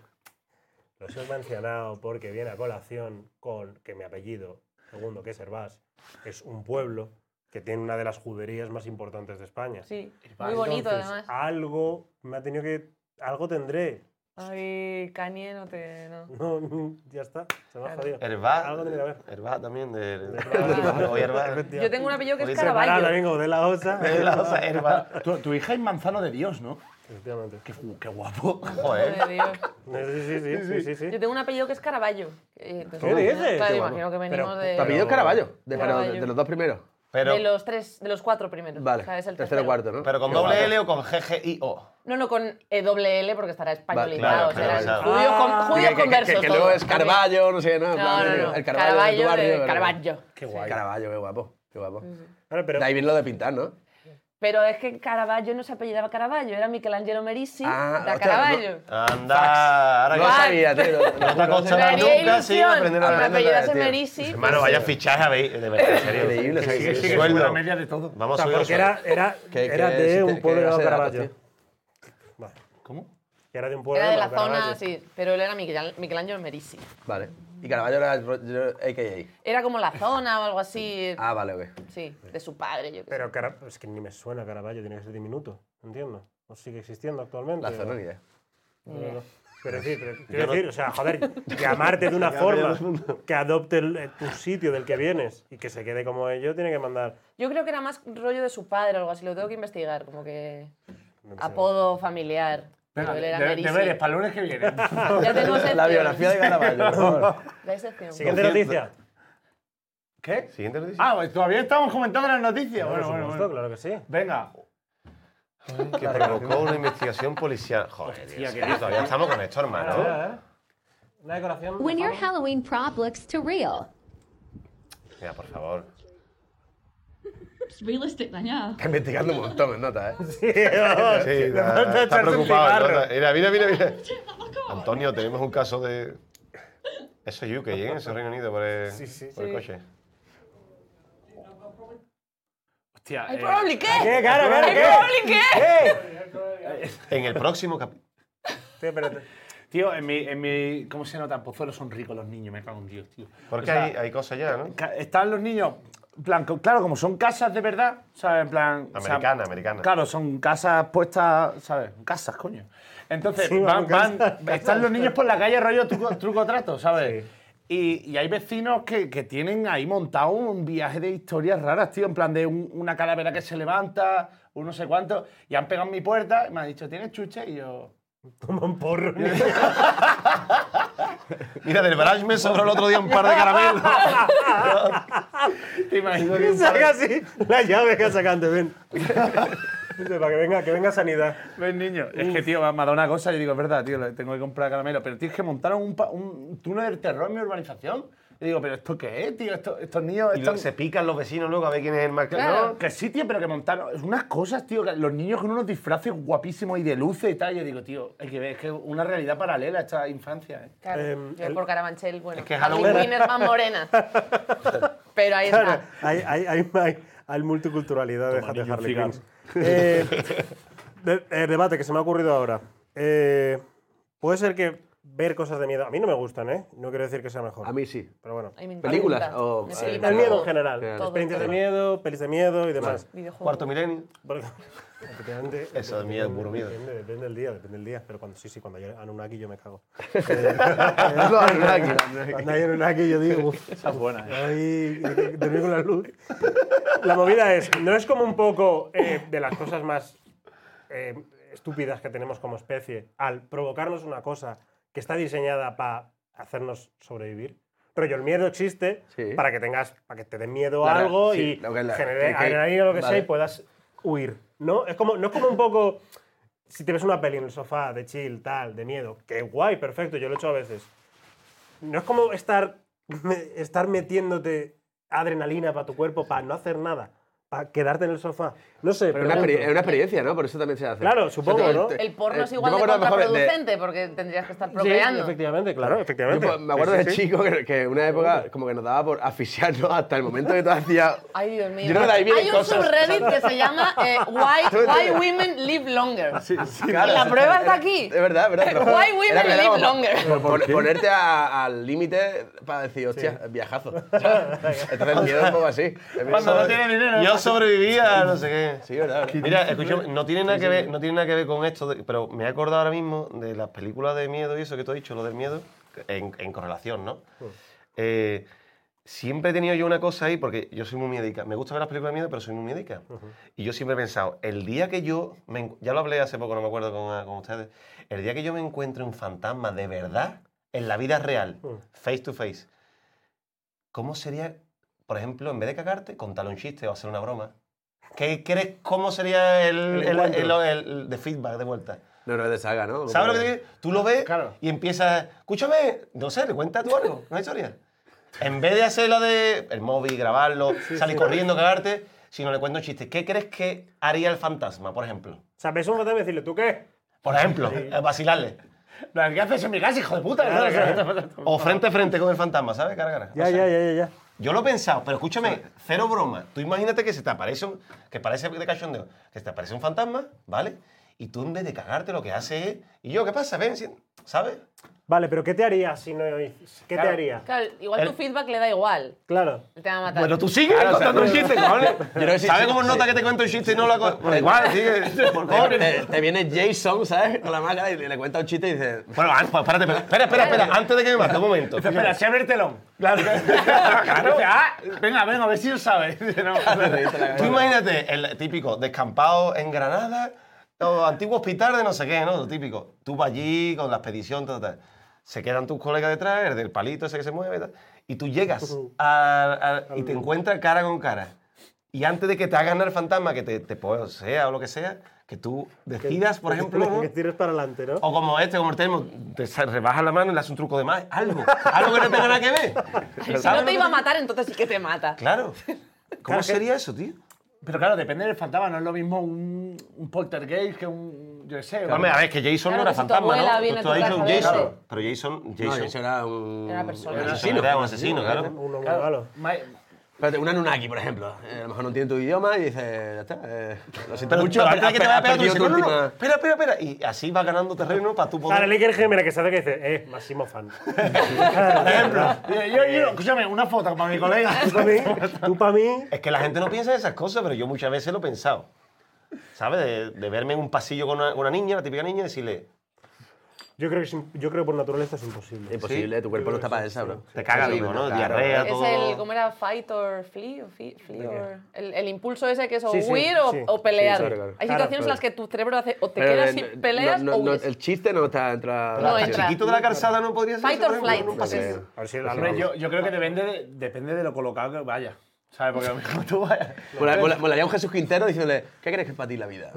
A: Los he mencionado porque viene a colación con que mi apellido, segundo, que es Hervás, es un pueblo que tiene una de las juderías más importantes de España.
D: Sí. Muy bonito,
A: Entonces,
D: además.
A: Algo me ha tenido que. Algo tendré.
D: Ay, Kanye no te... no.
A: No, ya está. Se me ha
D: Claro.
A: jodido. Ah,
E: Herbá.
A: Algo tendría que ver.
E: Herbá también. De,
A: Herbá.
E: Oye, Herbá.
D: Yo tengo un apellido que
E: Oye,
D: es
E: se
A: Separado
D: Caraballo.
A: también como de la osa.
E: De la osa, Herbá.
B: Tu, tu hija es manzano de Dios, ¿no?
A: Efectivamente.
B: Qué, gu- qué guapo.
E: Joder.
D: Madre de Dios.
A: Sí, sí, sí. sí, sí, sí.
D: Yo tengo un apellido que es Caraballo. Eh, entonces,
A: ¿Qué dices?
D: Claro,
A: Qué
D: imagino que venimos
A: Pero-
D: de,
C: ¿Tu apellido es Caraballo? De, pero
D: Caraballo.
C: de, de los dos primeros.
E: Pero,
D: de los tres, de los cuatro primeros.
C: Vale.
D: O sea, es el
C: tercero
D: tercero
C: o cuarto, ¿no?
E: pero con doble L o con GGIO.
D: No, no, con eh, doble L porque estará
E: claro,
D: españolizado.
E: claro,
D: será
E: claro.
D: Judío
A: Ah.
D: con,
C: Que-
D: judío
C: que- que-
D: converso
C: Que, que
D: todo.
C: luego es Carballo, no sé qué, no. en
D: No,
C: plan,
D: no, no.
C: El Carballo de tu
D: Carballo
C: barrio.
D: de
C: pero-
D: Carballo. Qué
C: El Carballo, qué guapo. Qué guapo.
A: Claro, pero
C: De ahí viene lo de pintar, ¿no?
D: Pero es que Caravaggio no se apellidaba Caravaggio, era Michelangelo Merisi
C: Ah,
D: da
C: hostia,
D: Caravaggio.
E: Anda, ahora
C: No
E: que-
C: sabía, tío.
E: No te ha
D: Me
E: costado
D: haría
E: nunca, sí,
D: ilusión
E: aprender a
D: que me
E: aprender.
D: apellidase
C: tío.
D: Merisi.
E: Hermano, vaya fichaje habéis. De verdad, en serio.
C: Increíble, o sea, que-
E: sí,
B: Que
E: Sueldo.
B: sube la media de todo.
E: Vamos
A: O sea,
E: a subir.
A: porque era, era,
C: Que-
A: era
C: que
A: de
C: existe-
A: un pueblo
C: que
A: llamado
C: base de datos,
A: Caravaggio. Vale.
B: ¿Cómo?
A: Que era de un pueblo
D: Era de la
A: llamado
D: zona,
A: Caravaggio.
D: sí, pero él era Michel- Michelangelo Merisi.
C: Vale. Y Carballo era el rollo AKA.
D: Era como la zona o algo así,
C: Ah, vale, ok.
D: sí, de su padre, yo qué sé.
A: Pero Cara- es que ni me suena Caravaggio, tiene que ser diminuto. Entiendo. No sigue existiendo actualmente.
C: La zona ni idea.
A: No, no. Pero sí, pero quiero decir, o sea, joder, llamarte de una forma que adopte el- eh, tu sitio del que vienes y que se quede como ello, tiene que mandar.
D: Yo creo que era más rollo de su padre o algo así, lo tengo que investigar, como que apodo familiar. pero él era
B: de-
D: Merisi.
B: deberes, para el lunes que viene.
D: Ya tengo
C: La
D: sección.
C: biografía de Carballo, por favor.
D: La sección.
A: Siguiente
E: Confía-
A: noticia.
B: ¿Qué?
E: Siguiente noticia.
B: Ah, pues todavía estamos comentando las noticias.
A: Por
B: Bueno, bueno,
A: supuesto,
B: bueno.
A: claro que sí.
B: Venga.
E: que provocó una investigación policial. Joder, Dios,
B: qué
E: tío,
B: bien.
E: todavía estamos con esto, hermano.
A: ¿eh? Una decoración.
J: When your Halloween prop looks too real.
E: Mira, por favor.
K: It's realistic then, yeah.
C: Está investigando un montón en nota, ¿eh?
A: Sí, vamos,
E: Sí,
A: le
E: está,
A: falta
E: está
A: echarse un
E: preocupado.
A: cigarro.
E: ¿no? Mira, mira, mira, mira.
K: Take that back off.
E: Antonio, tenemos un caso de. Eso es UK, ¿eh? Eso es Reino Unido por el, por el coche.
B: Hostia,
D: ¿Hay
B: eh,
D: probable
A: ¿Qué?
D: qué?
A: Claro, claro,
D: ¿Hay
A: ¿qué?
D: probable qué?
A: ¿Qué?
E: En el próximo capítulo.
A: Tío, espérate.
B: tío, en mi, en mi. ¿Cómo se nota? Pozuelo son ricos los niños, me cago en Dios, tío. O
E: Porque
B: sea,
E: hay, hay cosas ya, ¿no?
B: ca- Están los niños. en plan, co- claro, como son casas de verdad, ¿sabes? En plan. o sea,
E: Americana, americana.
B: Claro, son casas puestas, ¿sabes? Casas, coño. Entonces,
A: Sí,
B: van,
A: van
B: van- están los niños por la calle rollo truco, truco trato, ¿sabes? Y, y hay vecinos que, que tienen ahí montado un viaje de historias raras, tío, en plan de un- una calavera que se levanta, un no sé cuánto, y han pegado en mi puerta y me han dicho, ¿tienes chuche? Y yo,
A: Toma un porro. niño.
E: Mira, del Baraj me sobró el otro día un par de caramelos.
B: te imagino que...
A: Y
B: un par de-
A: saca así la llave que ha sacado antes, ven. Dice, Para que venga, que venga sanidad.
B: Ves, niño, es que, tío, me ha dado una cosa y digo, es verdad, tío, le tengo que comprar caramelo, pero tienes que montar un, pa- un túnel del terror en mi urbanización. Y digo, ¿pero esto qué es, tío? Esto- estos niños...
E: Y lo-
B: Están...
E: se pican los vecinos luego a ver quién es el más
D: Claro.
E: caro.
B: Que sí, tío, pero que montaron es unas cosas, tío, que los niños con unos disfraces guapísimos y de luces y tal. Yo digo, tío, hay que ver, es que es una realidad paralela a esta infancia, ¿eh?
D: Claro,
A: Em,
D: yo
A: el-
D: por Carabanchel, bueno,
E: Es que
D: las
E: Halloween-
D: pingüinas más morenas. Pero ahí
A: Claro,
D: está.
A: hay, hay, hay, hay- hay multiculturalidad de, de
B: niño,
A: Harley
B: cigarro.
A: Quinn. Eh, de- eh, debate que se me ha ocurrido ahora. Eh, puede ser que ver cosas de miedo. A mí no me gustan, ¿eh? No quiero decir que sea mejor.
C: A mí sí.
A: Pero bueno.
D: Ay, me encanta.
C: ¿Películas o-
D: Me
C: eh,
D: flipa
A: El miedo
D: todo.
A: en general.
D: Todo,
A: Experiencias de
D: todo.
A: miedo, pelis de miedo y demás.
D: Videojuegos.
E: Cuarto milenio.
A: Porque- efectivamente,
E: Eso es miedo, puro miedo.
A: Depende, depende del día, depende del día. Pero cuando sí, sí, cuando hay Anunnaki yo me cago. Eh,
C: Hazlo a Anunnaki.
A: Cuando hay Anunnaki yo digo, "Uf,
B: Esa es buena, ¿eh?
A: Ahí, dormir con la luz. La movida es, ¿no es como un poco eh, de las cosas más eh, estúpidas que tenemos como especie al provocarnos una cosa que está diseñada para hacernos sobrevivir? Pero el miedo existe
C: Sí.
A: para que tengas, para que te den miedo a
C: Claro,
A: algo
C: sí,
A: y
C: lo que es la-
A: genere
C: que- que-
A: adrenalina o lo que sea y
C: vale.
A: puedas huir. ¿No? Es como, no es como un poco si te ves una peli en el sofá de chill, tal, de miedo, que guay, perfecto, yo lo he hecho a veces. No es como estar, estar metiéndote adrenalina para tu cuerpo para no hacer nada, para quedarte en el sofá. No sé,
C: Pero es una,
A: pregunto.
C: experi- es una experiencia, ¿no? Por eso también se hace.
A: Claro, supongo,
C: Yo te-
A: ¿no?
C: te-
D: El porno
C: eh,
D: es
C: yo
D: igual
C: me
D: de
C: acuerdo mejor
D: contraproducente porque tendrías que estar
A: Sí,
D: procreando.
A: efectivamente, claro, efectivamente.
C: Yo, pues, me acuerdo
A: Sí, sí,
C: de
A: sí.
C: chico que, que una época como que nos daba por asfixiarnos hasta el momento que tú hacías.
D: Ay, Dios mío.
C: Yo creo que de ahí vienen
D: Hay un
C: cosas.
D: subreddit que se llama eh, why, why Women Live Longer. Y la prueba está aquí.
C: Es verdad, es verdad. te lo juro.
D: Why women
C: Era que le
D: live
C: daba por-
D: longer.
C: por- por- ponerte a- al límite para decir, hostia, viajazo. ¿sabes? Entonces el miedo es un poco así.
B: Cuando no tiene dinero.
E: Yo sobrevivía, no sé qué.
C: Sí, verdad. verdad.
E: Mira, escúchame, no tiene nada que ver, no tiene nada que ver con esto, de- pero me he acordado ahora mismo de las películas de miedo y eso que tú has dicho, lo del miedo, en, en correlación, ¿no? Eh, siempre he tenido yo una cosa ahí, porque yo soy muy miedica. Me gusta ver las películas de miedo, pero soy muy miedica. Y yo siempre he pensado, el día que yo, me en- ya lo hablé hace poco, no me acuerdo con, ah, con ustedes, el día que yo me encuentre un fantasma de verdad, en la vida real,
A: Mm.
E: face to face, ¿cómo sería, por ejemplo, en vez de cagarte, contar un chiste o hacer una broma? ¿Qué crees, cómo sería el,
A: El
E: el,
A: encuentro.
E: el- el- de feedback de vuelta?
C: No, no es de saga, ¿no?
E: ¿Sabes lo que te digo? Tú lo ves
B: Claro.
E: y empiezas, escúchame, no sé, le cuenta tú algo, una historia. En vez de hacer lo de el móvil, grabarlo, salir corriendo, cagarte, sino le cuento un chiste. ¿Qué crees que haría el fantasma, por ejemplo?
A: O sea, ves un fantasma y decirle, ¿tú qué?
E: Por ejemplo, eh, vacilarle.
B: Plan, ¿Qué haces en mi casa, hijo de puta?
E: O frente a frente con el fantasma, ¿sabes? Cara a cara. O
A: Ya,
E: sea,
A: ya, ya, ya, ya.
E: Yo lo he pensado, pero escúchame, cero broma. Tú imagínate que se te aparece un, que parece de cachondeo, que se te aparece un fantasma, ¿vale? Y tú en vez de cagarte lo que hace es, y yo, ¿qué pasa? Ven, si- ¿sabes?
A: Vale, pero ¿qué te haría si no ¿Qué te haría? Eh,
D: Claro, igual tu
E: El-
D: feedback le da igual.
A: Claro.
D: Te va a matar.
E: tú sigues
C: contando un chiste,
E: cojones.
C: que sí,
E: ¿Sabes
C: sí,
E: cómo
C: sí.
E: nota que te cuento un chiste y no lo hago? Bueno, Igual, sigue. Por favor.
C: Te, te- te viene Jason, ¿sabes? Con la máscara y le le cuenta un chiste y dice.
E: Bueno, ah, pues espérate, espera, espera, espera, espera, antes de que me mate, un momento.
B: Espera, se abre el telón. Claro. Dice, ah, venga, venga, a ver si lo sabes. Dice, no.
E: Tú imagínate el típico descampado en Granada, o antiguo hospital de no sé qué, ¿no? Lo típico. Tú vas allí con la expedición, tal, tal. Se quedan tus colegas detrás, el del palito ese que se mueve, tal. Y tú llegas a- a- y te encuentras cara con cara. Y antes de que te hagan el fantasma, que te, te posea o lo que sea, que tú decidas, por ejemplo, ¿no?
A: Que tires para adelante, ¿no?
E: o como este, como el termo, te sa- rebaja la mano y le hace un truco de más, algo, algo que no tenga nada que
D: Si
E: ver. ¿Sabes
D: no
E: lo
D: te
E: que
D: iba a matar, entonces sí que te mata.
E: Claro. ¿Cómo
B: que-
E: sería eso, tío?
B: Pero claro, depende del fantasma. No es lo mismo un, un poltergeist que un. Yo qué sé. un-
E: Hombre, a ver, que Jason
D: Claro,
E: no era
D: que si tu
E: fantasma,
D: abuela
E: ¿no?
D: viene
E: Tú
D: a
E: has
D: tu
E: dicho un
D: casa,
E: Jason,
D: ¿no?
E: pero Jason,
C: No,
E: Jason,
C: Jason era un...
D: Era una persona.
E: era un
D: Era
E: asesino, era un asesino, claro.
A: Uno muy malo.
B: Ma-
C: Espérate, un Anunnaki, por ejemplo. Eh, a lo mejor no entiende tu idioma y dice, ya está, eh, lo siento
E: Pero
C: mucho,
E: mucho,
C: has-
E: antes de que te vaya a
C: has
E: pegar, tú
C: perdido
E: dices,
C: tu
E: no, no, no,
C: última-
E: espera, espera, espera. Y así va ganando terreno para tu
A: Claro, el
E: poder.
A: Iker Jiménez que sabe que dice, eh, Máximo fan.
B: Por ejemplo. Yo, yo,
E: Eh,
B: yo- escúchame, una foto para mi colega.
A: Tú para mí, tú pa' mí.
E: Es que la gente no piensa esas cosas, pero yo muchas veces lo he pensado. ¿Sabes? De, de verme en un pasillo con una, una niña, la típica niña, y decirle,
A: Yo creo que, es im- yo creo que por naturaleza es imposible.
C: Imposible, tu cuerpo no está para esa, bro.
E: te caga
C: Eso
E: vivo, ¿no?
C: claro.
E: Diarrea,
D: Es
E: todo.
D: el, ¿cómo era? Fight or flee, o fi- flee or- el, el impulso ese que es o
A: Sí, sí,
D: huir o,
A: sí.
D: o pelear.
C: Sí, claro, claro.
D: Hay
A: Claro,
D: situaciones en
A: claro.
D: las que tu cerebro hace o te
C: Pero,
D: quedas
C: eh,
D: y
C: no-
D: peleas
C: no-
D: o
C: no,
D: huyes.
C: El chiste no está entra...
D: No
E: Hasta
D: entra.
E: chiquito de la calzada no podría ser.
D: Fight
E: eso, por
D: or
E: ejemplo, en
D: flight.
E: un pasillo.
C: creo.
A: A ver si el
B: Hombre,
A: Alberto-
B: yo, yo creo que depende de, depende de lo colocado que vaya. ¿Sabes? Porque a lo mejor tú vayas.
C: Mola- mola- Molaría un Jesús Quintero diciéndole, ¿qué crees que es para ti la vida?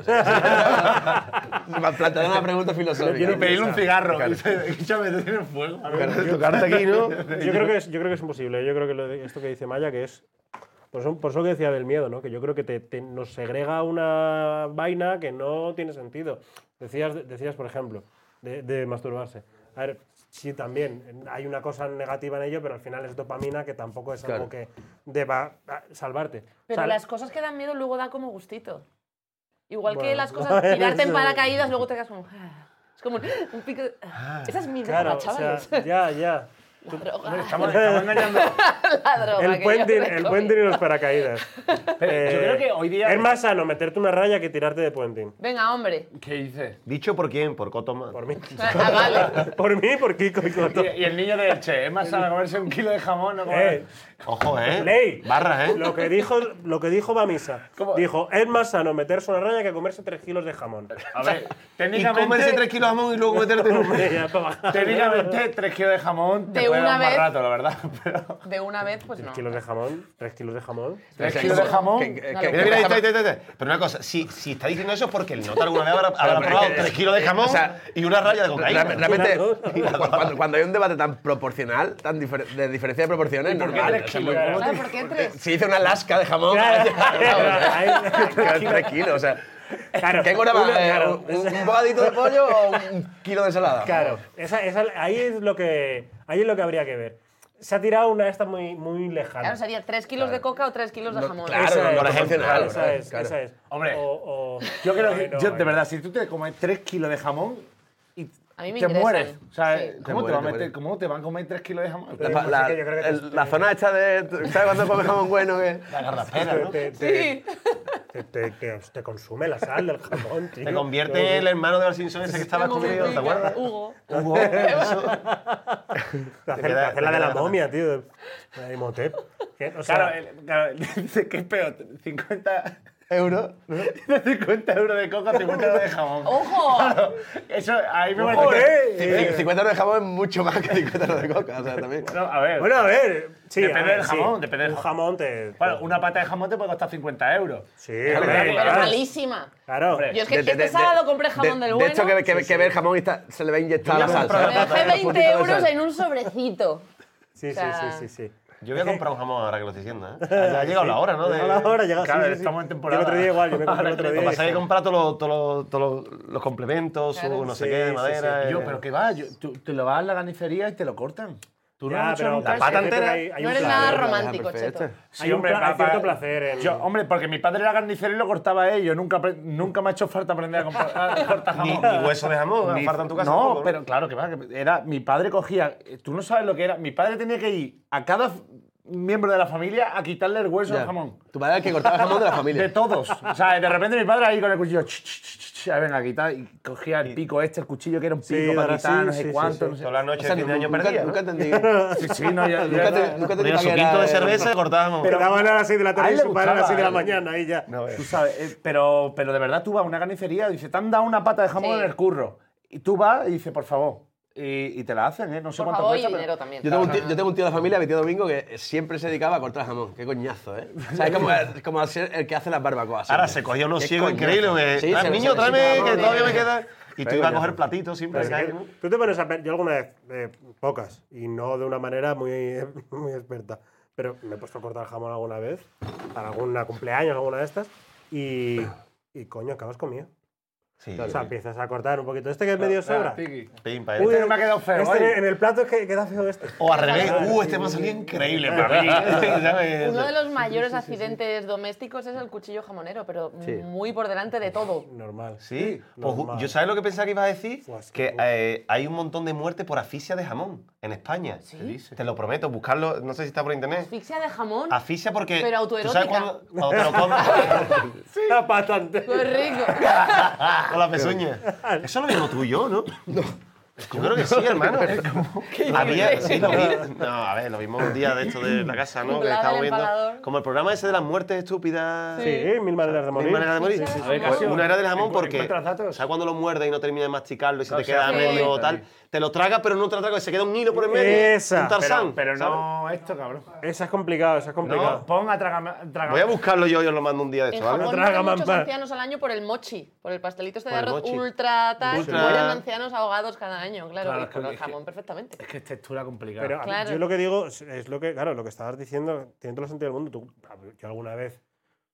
C: O sea, me plantearon una pregunta filosófica.
B: Y pedirle un cigarro. Escúchame, te tienen fuego.
E: Tocarte aquí, ¿no?
A: Yo creo que es, yo creo que es imposible. ¿eh? Yo creo que lo de- esto que dice Maya, que es. Por eso, por eso que decía del miedo, ¿no? Que yo creo que te, te- nos segrega una vaina que no tiene sentido. Decías, decías por ejemplo, de, de masturbarse. A ver, sí, también hay una cosa negativa en ello, pero al final es dopamina que tampoco es
C: Claro.
A: algo que deba ah, salvarte.
D: Pero
A: O sea,
D: las cosas que dan miedo luego dan como gustito. Igual que
A: Bueno.
D: las cosas, tirarte en
A: Eso-
D: paracaídas, luego te quedas como... "Ah". Es como un, un pico... de- Esa es mi
A: Claro,
D: droga,
A: o sea,
D: chavales.
A: ya, ya.
D: La droga.
B: Estamos, estamos engañando.
D: La droga que
A: El
D: yo
A: puenting, el
D: recogí.
A: puenting y los paracaídas. Eh,
B: Pero yo creo que hoy día-
A: Es más sano meterte una raya que tirarte de puenting.
D: Venga, hombre.
B: ¿Qué dices?
E: Dicho por quién, por Coto Man.
A: Por mí.
D: Ah, vale.
A: Por mí, por Kiko y Coto.
B: Y, y el niño de Che, es más sano comerse un kilo de jamón, ¿no?
A: Eh,
E: Ojo, ¿eh?
A: Ley.
E: Barras, ¿eh?
A: Lo que dijo, lo que dijo va a misa.
B: ¿Cómo?
A: Dijo, es más sano meterse una raya que comerse tres kilos de jamón.
B: A ver,
E: Y
B: técnicamente.
E: comerse 3 kilos de jamón y luego meterte en un...
A: Ya, pa' bajar.
B: Técnicamente, 3 kilos de jamón te
D: De
B: puede dar
D: una
B: más
D: vez.
B: rato, la verdad. Pero
D: De una vez, pues no.
A: Tres kilos de jamón, tres kilos de jamón.
B: 3 kilos de jamón.
E: Mira, mira, ahí está, ahí está, ahí está. Pero una cosa, si, si está diciendo eso es porque el nota alguna vez habrá, habrá
C: pero
B: eh,
E: probado
C: es que-
E: 3 kilos de jamón
C: eh, o sea,
E: y una raya de cocaína.
C: Real- Realmente,
A: Claro.
C: cu- cuando, cuando hay un debate tan proporcional, tan difer- de diferencia de proporciones,
B: ¿Por qué
C: normal,
B: 3
C: o sea,
B: kilos?
C: muy-
D: Claro, ¿por qué tres?
C: Si hice una lasca de jamón,
A: Claro.
C: claro, tres kilos, o sea.
A: Claro.
C: ¿Qué engorda más,
A: Una-
C: eh,
A: claro.
C: un, un bocadito de pollo o un kilo de ensalada?
A: Claro, esa- esa- ahí, es lo que, ahí es lo que habría que ver. Se ha tirado una esta muy, muy lejana.
D: Claro, sería tres kilos de coca o tres kilos de
C: No,
D: jamón.
C: claro,
A: Esa
C: no,
A: es,
C: no
E: por ejemplo,
C: proporcional,
A: esa
C: ¿verdad?
A: es,
C: Claro.
A: esa es.
B: Hombre,
A: O- o-
B: Yo creo
A: Ay,
B: que,
A: no,
B: yo,
A: ay,
B: de
A: no.
B: verdad, si tú te comes 3 kilos de jamón y
D: A mí me
B: te
D: ingresan.
B: mueres. O sea,
D: Sí.
B: ¿cómo,
C: Te
B: te va
C: mueres, te
B: a meter,
C: mueres.
B: ¿cómo te van a comer 3 kilos de jamón?
C: La,
A: Pues
C: la-
A: es que yo creo que
C: el-
A: te-
C: la zona esta de. ¿Sabes cuando comes jamón bueno? Que,
E: La garrapera, ¿no?
A: Te, te, te, te- te- te consume la sal del jamón, tío.
E: Te convierte en el hermano de los Simpsons ese que estaba
D: Como
E: escondido,
D: me
E: ¿te acuerdas?
D: Hugo.
E: Hugo, eso.
A: Te hace,
E: te
A: te
E: queda-
A: hace la de
E: te queda
A: la
E: grande.
A: momia, tío. de- de Imhotep. Que, O sea,
B: Claro, el- claro, dice que es peor, 50
C: ¿Euro?
B: 50 euros de coca, 50 euros de jamón.
D: ¡Ojo!
B: Claro, eso ahí me parece que-
A: ¡Joder! Eh.
C: Cin- 50 euros de jamón es mucho más que 50 euros de coca, o sea, también.
B: No, a ver,
A: Bueno, a ver. Sí,
B: Depende
A: a ver,
B: del
A: sí.
B: jamón, depende del
A: Un
B: jamón.
A: jamón te.
B: bueno, una pata de jamón te puede costar 50 euros.
A: Sí,
B: Claro,
A: hombre,
B: claro,
D: Pero
A: claro.
D: malísima.
A: Claro.
B: Hombre.
D: Yo es que
C: De- de-
D: este
C: de-
D: sábado
C: de-
D: compré jamón
C: de-
D: del bueno.
C: De hecho, que, que, que ver jamón y está- se le va a inyectar la salsa.
D: Me dejé 20 euros en un sobrecito.
A: Sí,
D: O
A: sí,
D: sea-
A: sí, sí, sí.
E: Yo voy a comprar un jamón ahora que lo estoy diciendo, ¿eh? Ya ha llegado la hora, ¿no?
A: Llega la hora, llega. sí,
B: Claro,
A: sí, sí.
B: estamos en
A: Yo
B: temporada.
A: El otro día igual, yo me compré el
B: Ahora
A: otro
E: Lo
A: día.
E: que
A: y
E: pasa es que
A: dije,
E: comprar todos los- todos los- todos los- los complementos, su
D: Claro.
E: no sé
A: Sí,
E: qué, de
A: sí,
E: madera.
A: sí.
E: eh.
B: Yo, pero que va, yo- tú- te lo vas a la carnicería y te lo cortan. Tú no
A: Ya,
B: has hecho
A: pero
B: nunca
A: la
B: eso.
A: pata
E: yo creo
A: entera.
E: que
A: hay
E: hay-
D: No
A: un
D: eres
A: placer.
D: nada romántico,
C: perfecto.
D: Cheto.
A: Hay un pla-
B: pa-
A: hay cierto
B: pa-
A: placer en-
B: Yo, hombre, porque mi padre era carnicero y lo cortaba a él. Yo nunca, apre- nunca me ha hecho falta aprender a, comprar- a cortar
E: Ni,
B: jamón.
E: ni hueso de jamón,
B: Ni-
E: falta en tu casa.
B: No,
E: tampoco, ¿no?
B: pero claro que va. que Era, mi padre cogía. eh, Tú no sabes lo que era. Mi padre tenía que ir a cada f- miembro de la familia a quitarle el hueso al jamón.
C: Tu padre era el que cortaba el jamón de la
B: De
C: familia.
B: todos. O sea, de repente mi padre ahí con el cuchillo. ch, ch, ch, ch, ch, a ver, a quitar. Y cogía el pico este, el cuchillo que era un
A: Sí,
B: pico para
A: ahora
B: quitar,
A: sí,
B: no
A: sí,
B: sé
A: sí,
B: cuánto.
A: sí.
B: no sé-
E: Toda la noche de fin de año
C: nunca,
E: perdida.
C: nunca
E: ¿no?
C: entendí.
B: Sí, sí, no, ya. ya-
C: Nunca,
B: ya-
C: te, nunca te
E: Ponía su quinto de cerveza y cortábamos.
A: Te daban a las 6 de la
B: A
A: tarde
B: él
A: y
B: le
A: su padre a las
B: gustaba,
A: 6 de la
B: a él le-
A: mañana. Ahí ya.
B: Tú sabes, eh, pero, pero de verdad tú vas a una carnicería y dice, te han dado una pata de jamón
D: Sí.
B: en el curro. Y tú vas y dices, por favor, Y, y te la hacen, ¿eh? No sé
D: Por
B: cuánto
D: favor, y
B: cuesta, pero-
D: dinero también.
C: Yo tengo, un tío, yo tengo un tío de la familia, mi tío Domingo, que siempre se dedicaba a cortar jamón. Qué coñazo, ¿eh? O sea, es como, es como ser el que hace las barbacoas.
E: Ahora
C: siempre.
E: se cogía unos
C: Qué
E: ciegos
C: coñazo.
E: increíbles. porque,
C: Sí,
E: "Ah,
C: se-
E: niño,
C: se-
E: tráeme,
C: se-
E: que
C: se-
E: todavía me queda. Y tú
B: Venga,
E: ibas a
B: ya.
E: coger platitos siempre.
A: Pero es que Tú te pones a pe- Yo alguna vez, eh, pocas, y no de una manera muy, muy experta, pero me he puesto a cortar jamón alguna vez, para alguna cumpleaños, alguna de estas, y, y coño, acabas conmigo.
E: Sí,
A: O sea, empiezas a cortar un poquito. Este que es medio
F: Medio
A: sobra.
E: pim, pa'
A: Uy,
E: él.
B: no me ha quedado feo,
A: este en
B: oye.
A: el- en el plato es que queda feo este.
E: O al revés, uh, este me ha salido increíble para mí.
D: Uno de
E: ¿sabes?
D: los mayores accidentes domésticos es el cuchillo jamonero, pero muy por delante de todo.
A: Normal.
E: Sí, pues,
A: normal.
E: yo sabes lo que pensaba que ibas a decir,
A: Fue así,
E: que
A: uf.
E: eh, hay un montón de muertes por asfixia de jamón en España. Te lo prometo, buscarlo, no sé si está por internet.
D: Asfixia de jamón.
E: Asfixia porque
D: Pero
E: tú sabes Oh,
D: autoerótica.
E: cuando, cuando te lo comes
A: Está bastante.
D: ¡Qué rico!
E: Ah, con la pezuña. Eso lo mismo tú y yo, ¿no? No. Yo creo que sí, hermano. Había, sí, lo vi- no, a ver, lo vimos un día de esto de la casa, ¿no?
D: Un
E: Que
D: lado
E: estaba
D: del
E: viendo.
D: empalador.
E: Como el programa ese de las muertes estúpidas.
A: Sí, mil maneras de
E: Mil
A: morir.
E: maneras de morir.
D: Sí, sí, sí.
E: A ver,
D: Pues
E: Casio, una era del jamón
B: encu-
E: porque,
B: encuentras datos.
E: ¿sabes cuando lo muerdes y no terminas de masticarlo y se
B: No,
E: te
B: o
E: queda
B: sea,
E: a
D: sí.
E: medio o
B: Sí.
E: tal? Te lo tragas, pero no te lo tragas, se queda un hilo por el medio.
A: Esa.
E: Un tarzán.
B: Pero, pero
E: ¿sabes?
B: no esto, cabrón.
A: Esa es complicado, esa es complicado.
B: No, pon a tragar.
E: Voy a buscarlo yo, yo lo mando un día de
D: En
E: esto, ¿vale?
D: Japón
A: Traga,
D: mueren muchos
A: mampa.
D: ancianos al año por el mochi, por el pastelito este de
E: Por el
D: arroz
E: mochi.
D: ultra tal.
E: Ultra.
D: Mueren ancianos ahogados cada año, claro,
B: Claro,
D: y con el
B: es que-
D: jamón perfectamente.
B: Es que es textura complicada.
A: Pero a mí-
D: Claro.
A: yo lo que digo es, es lo que, claro, lo que estabas diciendo, tiene todo el sentido del mundo. Tú- a ver, yo alguna vez,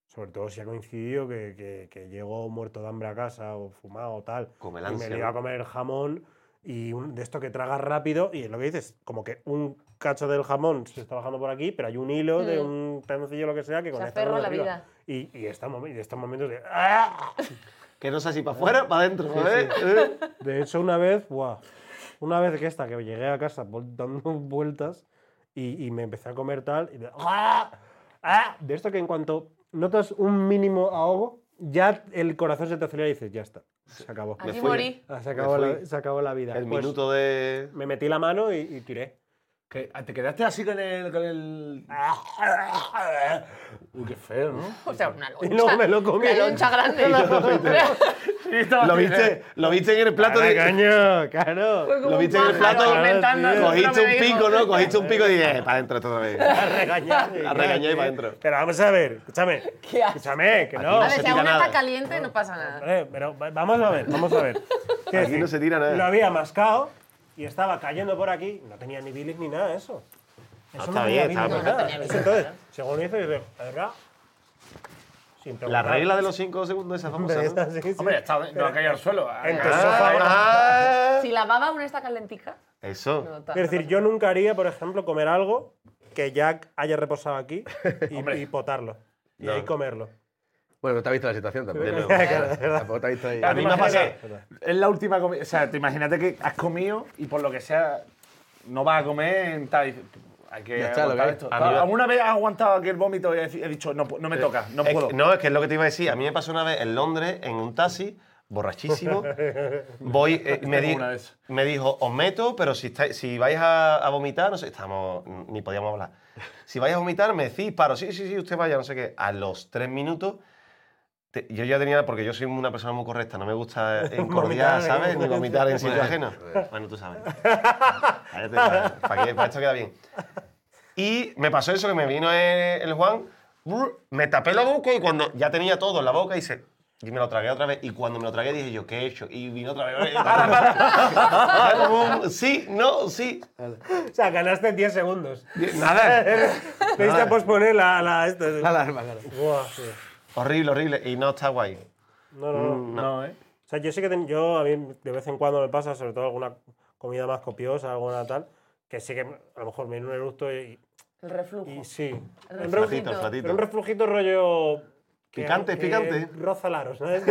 A: sobre todo si ha coincidido que, que, que llego muerto de hambre a casa o fumado o tal,
E: Con el
A: y me
E: ansia,
A: lío a
E: ¿no?
A: comer jamón y un- de esto que tragas rápido y es lo que dices, como que un cacho del jamón se está bajando por aquí, pero hay un hilo de
D: Mm.
A: un pedancillo lo que sea que
D: Se
A: conecta
D: aferra
A: con
D: a la
A: arriba.
D: vida.
A: Y, y está momen- y estos momentos de... ¡ah!
E: Que no sé si para afuera, para adentro, ¿sabes? ¿Eh?
A: De hecho, una vez, buah, una vez que esta, que llegué a casa vol- dando vueltas y, y me empecé a comer tal, y de, ¡Ah! ¡Ah! de esto que en cuanto notas un mínimo ahogo, ya el corazón se te acelera y dices, ya está, se acabó.
D: Aquí
E: fui.
D: morí.
A: Ah, Se acabó,
E: me
A: la,
E: fui.
A: se acabó la vida.
E: El
A: Pues,
E: minuto de.
A: Me metí la mano y, y tiré.
B: Que- Ah, ¿Te quedaste así con el, con el. Uy, qué feo, ¿no?
D: O sea, una loncha.
A: Y luego me lo comí.
D: Una loncha grande.
E: ¿Lo
B: ¿eh?
E: viste, lo viste en el plato de.
A: Caño, claro.
D: Fue como
E: Lo
D: un
E: viste en el
D: pájaro
E: plato,
D: alimentando,
A: tío.
E: cogiste
D: no me
E: un
D: dijo.
E: pico, ¿no? Cogiste un pico y dije, "Eh, para adentro esto también.
A: A regañar.
E: A regañar y para adentro.
A: Pero vamos a ver, escúchame.
D: ¿Qué haces?
A: Escúchame, que no.
D: A
E: se
D: ver, si
E: tira
D: aún
E: nada.
D: está caliente, no pasa nada.
A: Vale, Eh, pero va- vamos a ver, vamos a ver. Quiero
E: Aquí no se tira nada.
A: Lo había mascado y estaba cayendo por aquí. No tenía ni bilis ni nada de eso. Eso
E: Ah, está bien,
A: tenía
E: está
A: bilis ni
E: bien.
A: nada.
D: No, no tenía bilis,
A: Eso Entonces, según dice, dice, la verdad, sin
E: La
A: preguntar.
E: regla de los 5 segundos esa
A: Hombre,
E: famosa, ¿no?
A: esta sí, sí.
B: Hombre, está, no ha caído al suelo.
A: En tu
B: Ah,
A: sofá, ¿eh?
E: Ah,
D: Si la baba aún está calentica,
E: Eso.
D: no ta-
A: Es decir, yo nunca haría, por ejemplo, comer algo que Jack haya reposado aquí y, y potarlo. Y ahí comerlo.
C: Bueno, no te ha visto la situación tampoco.
E: De nuevo.
C: Tampoco te ha visto ahí.
B: A mí me ha pasado.
A: Imagínate.
B: Es la última comida. O sea, te imagínate que has comido y por lo que sea no vas a comer en tal. y dices, Hay que
C: Ya está, lo
B: aguantar
C: que-
B: esto.
E: a mí me-
B: ¿Alguna vez has aguantado aquel vómito y he dicho, no, pu- no
C: Eh,
B: me toca, ah, no
E: Es que-
B: puedo?
E: no, es que es lo que te iba a decir. A mí me pasó una vez en Londres, en un taxi, borrachísimo. Voy, eh, me, di-
B: Una vez.
E: me dijo, os meto, pero si, estáis- si vais a, a vomitar, no sé, estamos, ni podíamos hablar. Si vais a vomitar, me decís, paro, sí, sí, sí, usted vaya, no sé qué. A los tres minutos, te- yo ya tenía, porque yo soy una persona muy correcta, no me gusta
A: Vomitar,
E: encordiar, Eh, ¿sabes? Ni
A: ¿no?
E: vomitar en sitio ajeno. Bueno, tú sabes. Cállate, para, para que- para esto queda bien. Y me pasó eso, que me vino el, el Juan, brr, me tapé la boca y cuando ya tenía todo en la boca, hice... Y me lo tragué otra vez. Y cuando me lo tragué dije yo, ¿qué he hecho? Y vino otra vez. Era como un sí, no, sí.
A: O sea, ganaste 10 segundos.
E: Nada.
A: Necesitas posponer la, la, esto.
C: La alarma, claro.
A: Buah, sí.
E: Horrible, horrible. Y no está guay.
A: No, no,
E: Mm,
A: no.
B: No, ¿eh?
A: O sea, yo sí que ten- yo a mí de vez en cuando me pasa, sobre todo alguna comida más copiosa, alguna tal, que sí que a lo mejor me viene un eructo y,
D: el reflujo.
A: y sí.
D: El
A: Un
D: reflujito.
E: Platito,
A: reflu-
E: platito.
A: un reflujito rollo. que-
E: Picante,
A: que
E: picante.
A: Roza el aro, ¿sabes?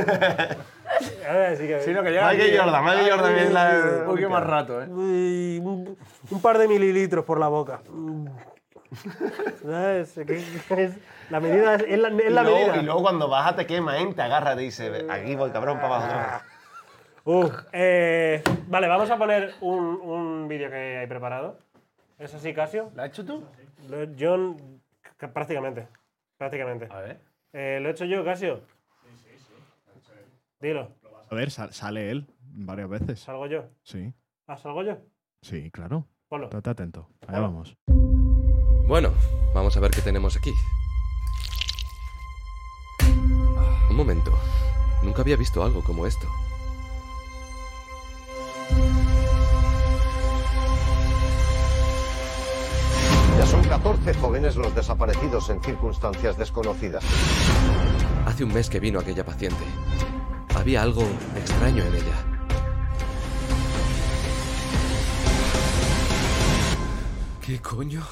A: Ahora sí que.
B: Sí, lo que llega.
E: Michael Jordan, Michael Jordan es la...
B: Uy, qué más rato, ¿eh?
A: Uy, un, un par de mililitros por la boca. Mm. ¿Sabes? Que- que es- la medida es, es la, es
E: Y
A: la
E: luego,
A: medida.
E: y luego cuando baja te quema, ¿eh? Te agarra, te dice, aquí voy, cabrón, para abajo. otra vez".
A: Uh, Ah. eh, vale, vamos a poner un, un vídeo que hay preparado. ¿Es así, Casio?
B: ¿La has hecho tú?
A: Lo he- yo n- c- prácticamente. Prácticamente.
B: A ver.
A: Eh, ¿Lo he hecho yo, Casio? Sí, sí, sí. Dilo,
F: A ver, sal- sale él varias veces.
A: ¿Ah, salgo yo.
F: Sí.
A: ¿Has algo yo?
F: Sí, claro.
A: Ponlo.
F: Estate atento. Allá vamos.
L: Bueno, vamos a ver qué tenemos aquí. Un momento. Nunca había visto algo como esto.
M: Ya son 14 jóvenes los desaparecidos en circunstancias desconocidas.
L: Hace un mes que vino aquella paciente. Había algo extraño en ella. ¿Qué coño?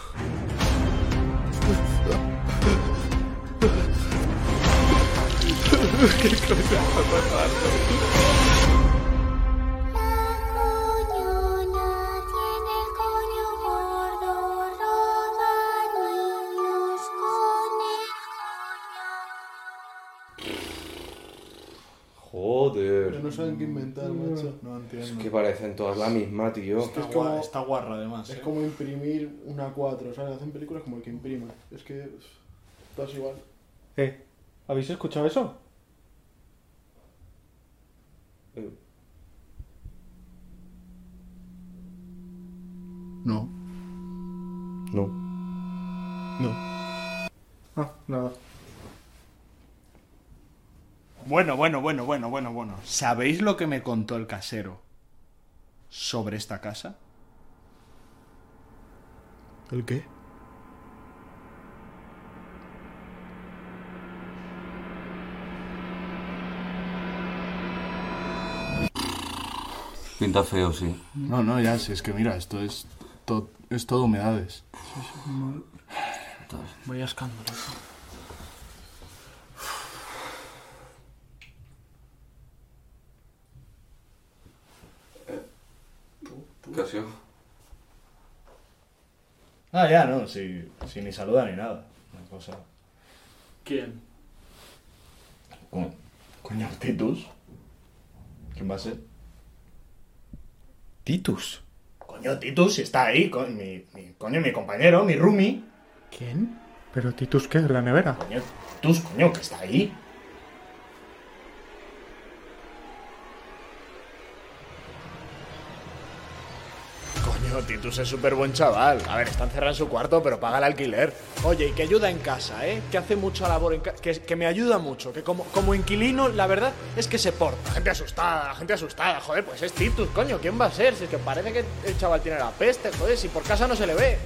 L: Joder.
I: No saben qué inventar,
N: Mm.
I: macho. No entiendo.
L: Es que parecen todas la misma, tío.
I: Es que es como-
N: ¿eh?
I: Es como imprimir una 4, ¿sabes? Hacen películas como el que impriman. Es que. es- Todas igual.
A: Eh, ¿habéis escuchado eso?
L: Eh.
I: No.
L: No.
I: No. Ah, nada.
N: Bueno, bueno, bueno, bueno, bueno, bueno. ¿Sabéis lo que me contó el casero sobre esta casa?
I: ¿El qué?
O: Pinta feo, sí.
I: No, no, ya, si es que mira, esto es. to- es todo humedades.
N: Voy a escándalo.
O: ¿Qué ha sido?
F: Ah, ya, no, si, si ni saluda ni nada. Una cosa.
N: ¿Quién?
F: Como, Coño, Titus. ¿Quién va a ser?
O: Titus.
F: Coño, Titus, si está ahí, co- mi, mi- coño, mi compañero, mi roomie.
I: ¿Quién? ¿Pero Titus qué? ¿La nevera?
F: Coño, Titus, coño, que está ahí.
N: Coño, Titus es súper buen chaval. A ver, está encerrado en su cuarto, pero paga el alquiler.
P: Oye, y que ayuda en casa, ¿eh? Que hace mucha labor en casa. Que, que me ayuda mucho. Que como, como inquilino, la verdad es que se porta.
N: Gente asustada, gente asustada. Joder, pues es Titus, coño. ¿Quién va a ser? Si es que parece que el chaval tiene la peste, joder. Si por casa no se le ve.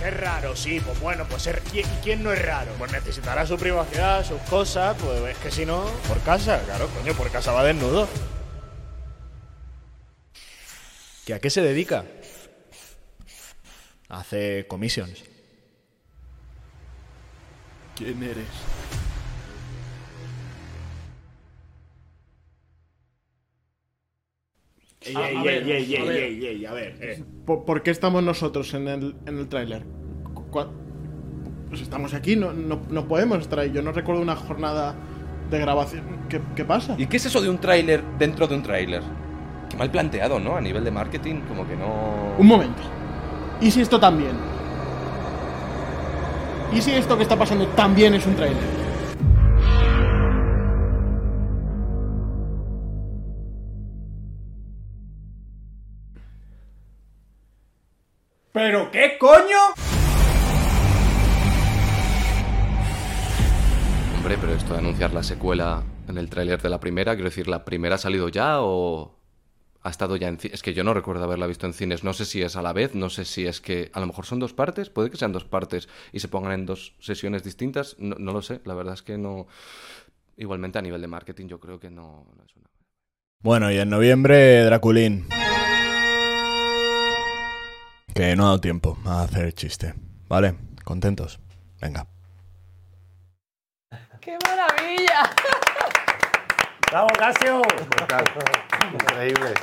N: Qué raro, sí. Pues bueno, pues ser... ¿Y, y quién no es raro? Pues necesitará su privacidad, sus cosas. Pues es que si no, por casa. Claro, coño, por casa va desnudo. ¿Que a qué se dedica? Hace commissions.
I: ¿Quién eres?
N: Ey,
I: A-
N: ey,
I: a
N: ey,
I: ver,
N: ey,
I: a
N: ey,
I: ver.
N: ey, ey, a ver. eh.
I: ¿Por, por qué estamos nosotros en el, en el tráiler? Cu- cua- Pues estamos aquí, no, no, no podemos estar ahí. Yo no recuerdo una jornada de grabación. ¿Qué, qué pasa?
L: ¿Y qué es eso de un tráiler dentro de un tráiler? Qué mal planteado, ¿no? A nivel de marketing, como que no...
I: Un momento. ¿Y si esto también? ¿Y si esto que está pasando también es un tráiler?
N: ¿Pero qué coño?
L: Hombre, pero esto de anunciar la secuela en el tráiler de la primera, quiero decir, ¿la primera ha salido ya o ha estado ya en cines? Es que yo no recuerdo haberla visto en cines, no sé si es a la vez, no sé si es que a lo mejor son dos partes, puede que sean dos partes y se pongan en dos sesiones distintas, no, no lo sé, la verdad es que no... Igualmente a nivel de marketing yo creo que no, no es una...
N: Bueno, y en noviembre, Draculín. Que no ha dado tiempo a hacer chiste. Vale, contentos. Venga.
D: ¡Qué maravilla!
A: ¡Bravo, Casio!
E: Increíble.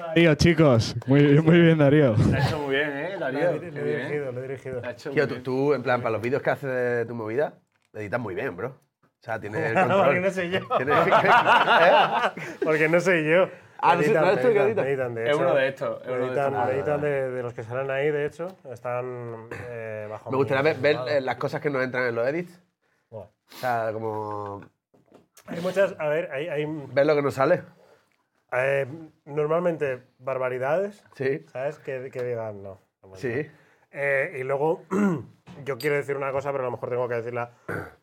F: Darío, chicos. Muy, muy bien, Darío.
B: Lo ha hecho muy bien, ¿eh, Darío?
A: Lo he dirigido, lo he dirigido.
C: Tío, tú, tú, en plan, para los vídeos que haces de tu movida, editas muy bien, bro. O sea, tienes el
A: No,
C: control.
A: porque no soy yo.
C: Tienes- ¿Eh?
A: Porque no soy yo.
C: Ah, no sé-
A: Editan,
C: no eres tú el que
A: editan,
C: editas.
A: editan, de
C: Es
A: hecho.
C: uno de estos, es uno de
A: Editan-
C: estos. Vale,
A: editan de, de los que salen ahí, de hecho. Están eh, bajo.
C: Me
A: mi
C: gustaría ver, eh, ver,
A: cuidado.
C: eh, las cosas que no entran en los edits.
A: Buah.
C: O sea, como.
A: Hay muchas. A ver, hay. hay
C: ¿Ves lo que nos sale?
A: eh, normalmente barbaridades.
C: Sí.
A: ¿Sabes? Que, que digan no.
C: Sí.
A: Eh, y luego, yo quiero decir una cosa, pero a lo mejor tengo que decirla,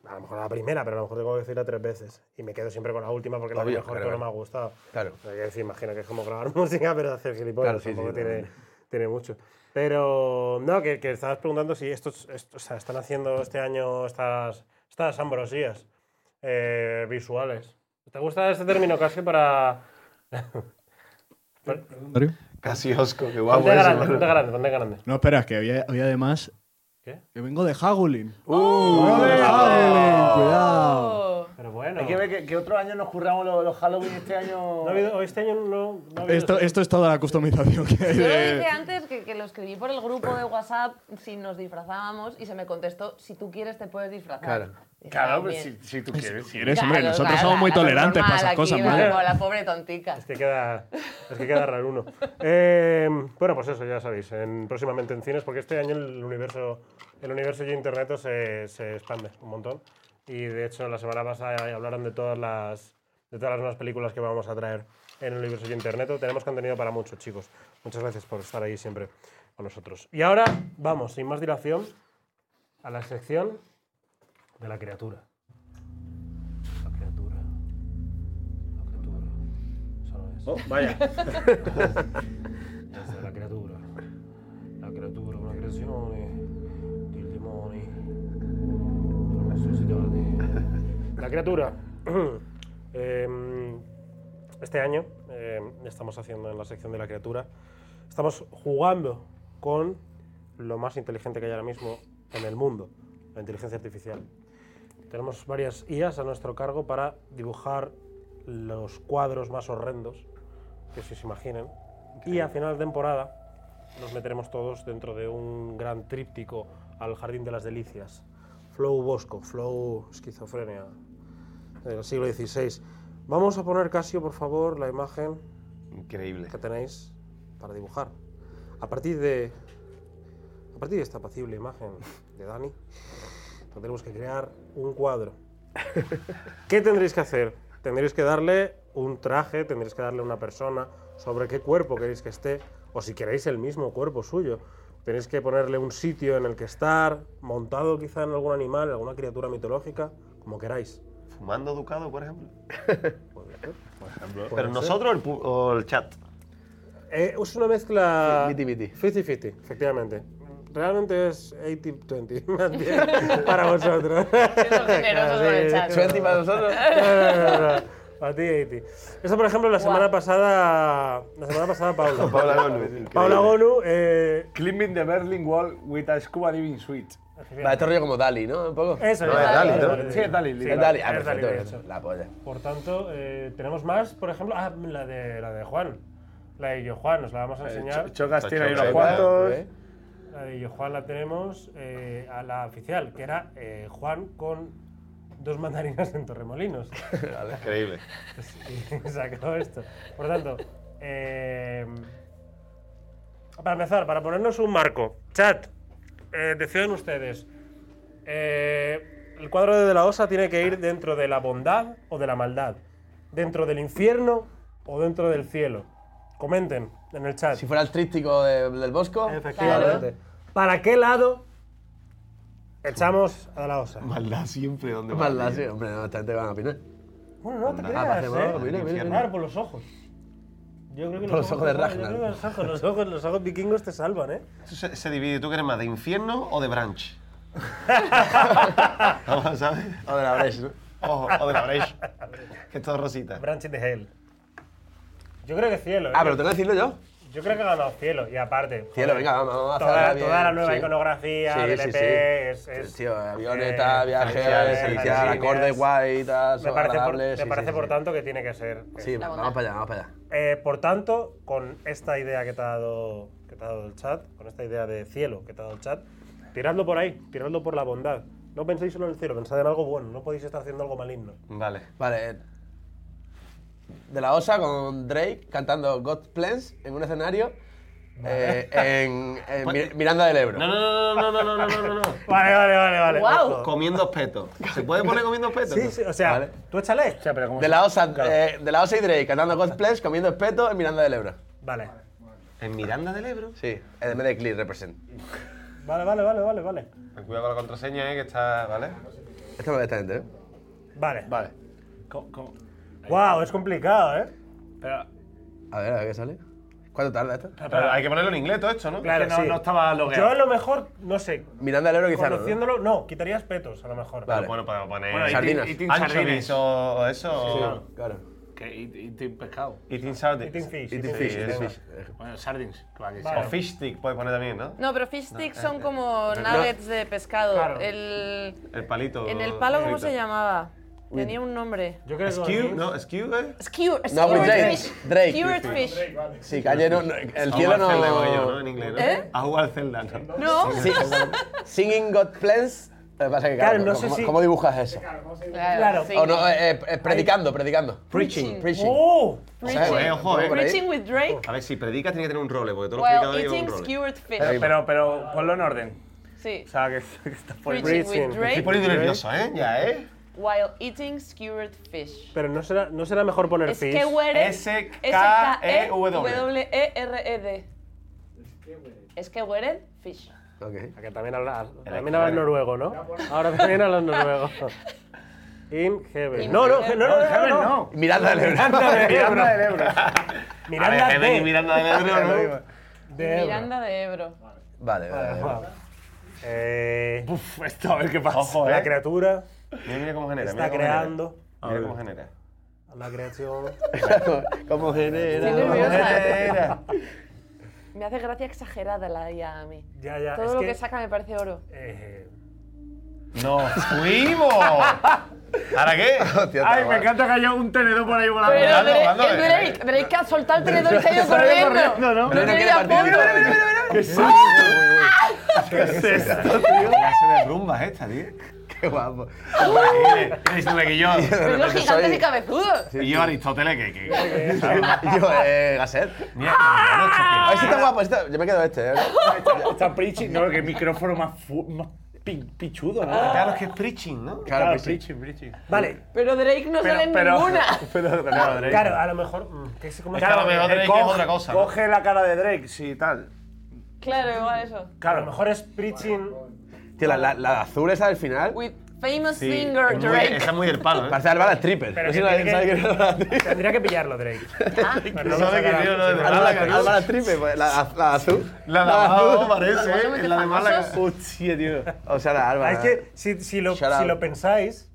A: a lo mejor la primera, pero a lo mejor tengo que decirla tres veces. Y me quedo siempre con la última porque es la que
C: Obvio,
A: mejor
C: claro,
A: que no me
C: claro.
A: ha gustado.
C: Claro.
A: O sea, que decir, imagino que es como grabar música, pero hacer gilipollas
C: Claro, sí, sí,
A: tampoco tiene,
C: totalmente.
A: tiene mucho. Pero, no, que, que estabas preguntando si estos, est- o sea, están haciendo este año estas, estas ambrosías eh, visuales. ¿Te gusta este término casi para...?
E: Casi Osco, qué guapo
A: Ponte
E: eso,
A: grande,
E: mano.
A: ponte grande, ponte grande.
I: No, espera, que hoy, hoy además.
A: ¿Qué?
I: Que vengo de Hagulin.
A: ¡Uh!
I: de Hagulin!
B: Oh.
I: ¡Cuidado!
D: Oh.
A: Pero bueno.
B: Hay que ver que, que otro año nos curramos los, los Halloween este año.
A: No ha habido- este año no, no ha habido- este
I: Esto, esto es toda la customización que hay.
D: Yo lo
I: de-
D: dije antes que, que lo escribí por el grupo de WhatsApp si nos disfrazábamos y se me contestó, si tú quieres te puedes disfrazar.
I: Claro. pues
D: Dije,
B: Claro, pero
D: "Bien".
B: si, si tú quieres.
I: Si eres, hombre, nosotros somos muy
D: claro,
I: tolerantes para
D: normal,
I: esas
D: aquí,
I: cosas,
D: vale,
I: madre.
D: como la pobre tontica.
A: Es que queda, es que queda raro uno. Eh, bueno, pues eso, ya sabéis, en- próximamente en cines, porque este año el universo, el universo y Internet se, se expande un montón. Y de hecho, la semana pasada hablaron de todas las, de todas las nuevas películas que vamos a traer en el universo y Internet. Tenemos contenido para mucho, chicos. Muchas gracias por estar ahí siempre con nosotros. Y ahora vamos, sin más dilación, a la sección de la criatura.
B: Oh, vaya.
A: Questa è la creatura. La creatura, una creazione di demoni. Promessi La criatura. Em, este año em, estamos haciendo en la sección de la criatura. Estamos jugando con lo más inteligente que hay ahora mismo en el mundo, la inteligencia artificial. Tenemos varias IAs a nuestro cargo para dibujar los cuadros más horrendos que si se imaginen. Y a final de temporada nos meteremos todos dentro de un gran tríptico al Jardín de las Delicias. Flow Bosco, Flow Esquizofrenia del siglo XVI. Vamos a poner, Casio, por favor, la imagen
E: Increíble.
A: que tenéis para dibujar. A partir de, a partir de esta apacible imagen de Dani, tendremos que crear un cuadro. ¿Qué tendréis que hacer? Tendréis que darle un traje, tendréis que darle una persona, sobre qué cuerpo queréis que esté, o si queréis el mismo cuerpo suyo. Tenéis que ponerle un sitio en el que estar, montado quizá en algún animal, en alguna criatura mitológica, como queráis.
E: ¿Fumando Ducado, por ejemplo?
A: Por
E: ejemplo.
A: Puede
E: Pero
A: ser.
E: nosotros o el pu- o el chat.
A: Eh, es una mezcla.
E: Sí,
A: 50-50, efectivamente. Realmente es 80-20, más bien, para vosotros.
D: generosos con el chat.
C: 20 para nosotros.
A: No, no, no, no. Para ti, 80. Eso, por ejemplo, la semana pasada. La semana pasada, Paula.
B: Paula Gonu, increíble.
A: Paula Gonu. Eh,
B: Climbing the Berlin Wall with a Scuba Diving Suite.
C: Vale, esto rollo como Dali, ¿no? Un poco.
A: Eso
C: No,
A: es.
C: es Dali,
A: Dali,
C: ¿no?
A: sí, es Dali,
C: Es
A: literal.
C: Dali. Ah,
A: Es Dali, de
C: perfecto.
A: hecho.
C: La polla.
A: Por tanto, eh, tenemos más, por ejemplo, ah, la de, la de Juan. La de Yo Juan, nos la vamos a
B: Eh,
A: enseñar.
B: Cho- Chocas Pues tiene ahí Chocas, unos cuantos. ¿eh?
A: La de Yo Juan la tenemos eh, a la oficial, que era eh, Juan con dos mandarinas en Torremolinos.
E: Increíble.
A: Y se acabó esto. Por tanto, eh, para empezar, para ponernos un marco, chat, eh, deciden ustedes, eh, el cuadro de, De la Osa tiene que ir dentro de la bondad o de la maldad, dentro del infierno o dentro del cielo. Comenten en el chat.
C: Si fuera el tríptico de- del Bosco.
A: Efectivamente. ¿Para qué lado echamos a De la Osa?
E: Maldad siempre, ¿dónde va?
C: Maldad, sí, hombre, no, esta gente van a opinar.
A: Bueno, no te
C: Nada, para
A: creas,
C: hacer
A: ¿eh?
C: malo, mira, mira, mira.
A: Claro, por los ojos. Yo creo que
C: Por los ojos de
A: yo
C: Ragnar.
A: creo que Los ojos, los ojos, los ojos vikingos te salvan, ¿eh?
E: Eso se, se divide. ¿Tú quieres más de infierno o de branch? Vamos, ¿sabes?
C: O de la branch, ¿no?
E: O, o de la branch. que es todo rosita.
A: Branch in the Hell. Yo creo que cielo. ¿eh?
C: Ah, pero tengo que decirlo yo.
A: Yo creo que ha ganado cielo. Y aparte. joder,
C: Cielo, venga, vamos, vamos a hacer
A: toda,
C: ahora
A: toda la
C: bien,
A: nueva
C: sí.
A: iconografía,
C: Sí, sí,
A: DLP,
C: sí.
A: es. es-
C: Tío,
A: eh,
C: avioneta, viaje,
A: felicidades,
C: felicidad,
A: felicidades.
C: acorde guay y tal,
A: Me parece, por,
C: agradable,
A: me
C: sí, sí,
A: parece
C: sí,
A: por
C: sí.
A: tanto que tiene que ser.
C: Sí,
A: eh,
C: vamos para allá, vamos para allá.
A: Eh, por tanto, con esta idea que te, ha dado, que te ha dado el chat, con esta idea de cielo que te ha dado el chat, tiradlo por ahí, tiradlo por la bondad. No penséis solo en el cielo, pensad en algo bueno, no podéis estar haciendo algo maligno.
E: Vale.
C: Vale. eh, De la Osa con Drake cantando God Plans en un escenario eh, en, en Mir- Miranda del Ebro.
B: Pues- No, no, no, no, no, no, no, no, no.
A: Vale, vale, vale, vale.
B: Guau. Comiendo espeto. ¿Se puede poner comiendo espeto?
A: Sí, sí, o sea, tú échale. O sea, pero
C: De la OSA, eh, de la OSA y Drake, cantando cosplays, comiendo espeto en Miranda del Ebro.
A: Vale.
B: ¿En Miranda del Ebro?
E: Este?
C: Sí, en de Clear represent.
A: Vale, vale, vale, vale, vale.
E: Cuidado con la contraseña, eh, que está. ¿Vale?
C: Esta me esta gente, ¿eh?
A: Vale.
B: Vale.
A: Wow, es complicado, ¿eh?
C: A ver, a ver qué sale. ¿Cuánto tarda esto?
E: Pero hay que ponerlo en inglés todo esto, ¿no?
A: Claro,
E: Es que no,
A: sí.
E: no estaba logueado.
A: Yo a lo mejor, no sé.
C: Miranda del Ebro quizá no, ¿no?
A: Conociéndolo, no, quitarías petos a lo mejor.
C: Vale.
E: Bueno, podemos poner.
A: Bueno, y tin- y tin sardines.
E: Anchovies o o eso.
A: Sí,
E: o-
C: claro.
B: Que eat- eating pescado.
E: Eating sardines.
A: Eating fish,
E: Eating
A: eating
E: fish.
A: fish,
E: eso.
A: eating
B: Bueno, sardines. que va, que
E: O
B: sea.
E: fish stick puedes poner también, ¿no?
D: No, pero fish sticks son
E: eh,
D: como
E: no.
D: nuggets de pescado.
E: Claro.
D: El,
E: El palito.
D: en el palo, ¿cómo se
E: frito.
D: llamaba? Tenía un nombre.
A: Yo
E: Skew, ¿no? Skew, ¿eh?
D: Skewer,
C: No, with Drake.
D: fish.
C: Drake.
D: Skewered fish.
C: Sí, calle no, no, el
E: A
C: cielo
E: jugar Zelda
C: no.
E: igual que yo, ¿no? En inglés, ¿no?
D: ¿Eh?
E: A jugar Zelda, ¿no?
D: No.
C: Sí, singing God plans. Lo que pasa es que, claro,
A: Claro, no sé
C: ¿cómo,
A: si-
C: cómo dibujas eso?
D: Claro,
C: O no, eh, eh, eh, predicando, predicando.
E: Preaching.
C: Preaching.
A: ¡Oh!
E: Ojo, eh, ojo, eh.
D: Preaching with Drake
E: A ver, si predicas tiene que tener un role, porque todos los
D: while
E: predicadores llevan
D: eating
E: un role.
D: skewered
B: Pero,
D: fish.
B: pero, pero ponlo en orden.
D: Sí.
B: O sea, que, que está por ahí.
D: Preaching with
A: Preaching.
E: Estoy
D: Drake
E: poniendo nervioso, ¿eh? Ya, ¿eh?
D: while eating skewered fish.
A: Pero no será, no será mejor poner
D: Es
A: fish.
D: que huere. E
E: S-K-E-W. E
D: W-E-R-E-D. E Es que huere fish.
C: Ok.
A: A que también hablas, también
E: que
A: hablas
E: huere.
A: noruego, ¿no? Ahora también hablas noruego. In heaven.
D: In
A: No, no, no,
D: heaven.
A: no,
B: No,
A: no,
B: Heaven
A: no,
B: no.
C: Miranda del Ebro.
A: Miranda del Ebro.
B: Miranda del Ebro.
E: A ver,
A: Miranda
E: Heaven y
A: de-
E: Miranda del Ebro, ¿no?
A: de Ebro.
D: Miranda de Ebro.
C: Vale, vale. vale.
A: Wow. Eh,
B: Uf, esto, a ver qué pasa.
E: Ojo,
A: la
E: eh.
A: criatura
E: Mira, mira cómo genera.
A: está
E: mira cómo genera.
A: creando.
E: Mira cómo genera.
A: La creación.
C: ¿Cómo genera?
D: Estoy nerviosa.
E: Genera.
D: Me hace gracia exagerada la IA a mí.
A: Ya, ya.
D: Todo
A: es
D: lo
A: que,
D: que saca me parece oro.
A: eh,
E: ¡Nos fuimos! ¿Ahora qué?
C: Hostia,
B: Ay,
C: está
B: me
C: guay.
B: encanta que haya un tenedor por ahí volando.
D: Pero
E: hablando,
D: Drake,
E: hablando,
D: el
E: eh.
D: Drake, Drake que ha soltado el tenedor y se ha ido
B: Sale corriendo,
D: corriendo.
B: ¿no?
C: Pero no
D: Tiene
C: quiere
D: apoyo.
C: partido.
B: ¿Qué es esto? ¿Qué es esto?
E: ¿Qué clase de rumba es esta, tío?
C: Qué guapo.
E: Increíble. Diciéndole que yo...
D: Pero los gigantes y cabezudos.
E: Y yo Aristóteles, que... que-
C: Y yo, eh, Gasset.
E: Mira, qué bueno, chiquillo.
C: Ah, ese está guapo. ese está- Yo me quedo este, eh.
B: Está- Está preaching. No, que micrófono más, fu- más pi- pichudo, ¿no?
E: Claro, es que es preaching, ¿no?
C: Claro, pues sí.
B: preaching, preaching.
A: Ah. Vale,
D: Pero Drake no sale en ninguna.
B: Pero, pero, Drake.
A: claro, a lo mejor. mm, que es como
E: Es que a lo
A: estaba-
E: mejor Drake es otra cosa. ¿no?
B: Coge la cara de Drake, sí, tal.
D: Claro, igual eso.
A: Claro, a lo mejor es preaching.
C: Tío, la, la, la azul esa del final.
D: With famous
E: Sí,
D: singer
E: es muy-
D: Drake.
E: Esa es muy del palo, ¿eh?
C: Parece Alba la stripper.
A: Pero
C: No sé
A: que
C: la-
A: tiene
C: ¿sabe
A: que-
C: quién es la stripper?
A: Tendría que pillarlo, Drake.
D: Ah.
A: Pero no lo
E: sabe que
A: sacará.
E: tío, no es de
C: Alba
E: Málaga,
C: la-
E: ¿no?
C: Alba la stripper, pues, la, la azul.
E: La de Málaga parece, ¿eh? Es La de Málaga.
B: Hostia, tío.
C: O sea, la ¿eh? Alba.
A: Ah, Es que si, si lo,
C: Shut up.
A: si lo pensáis,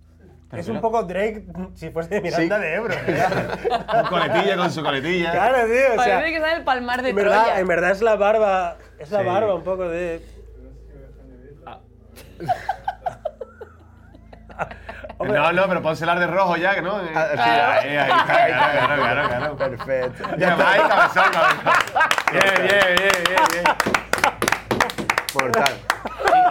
A: es un poco Drake si fuese de Miranda
C: Sí.
A: de Ebro. ¿verdad?
E: Con coletilla, con su coletilla.
A: claro, tío. O
D: Parece
A: sea,
D: que sale el palmar de
A: en, verdad,
D: Troya.
A: en verdad es la barba. Es la
E: Sí.
A: barba un poco de.
E: No, no, pero pónselar de rojo ya, que no. Eh,
C: Ah, sí,
E: ahí, ahí, está, claro, claro, claro.
C: Perfecto.
E: Ya va, ahí, cabezón, cabezón. Bien, bien, bien, bien, bien.
C: Mortal.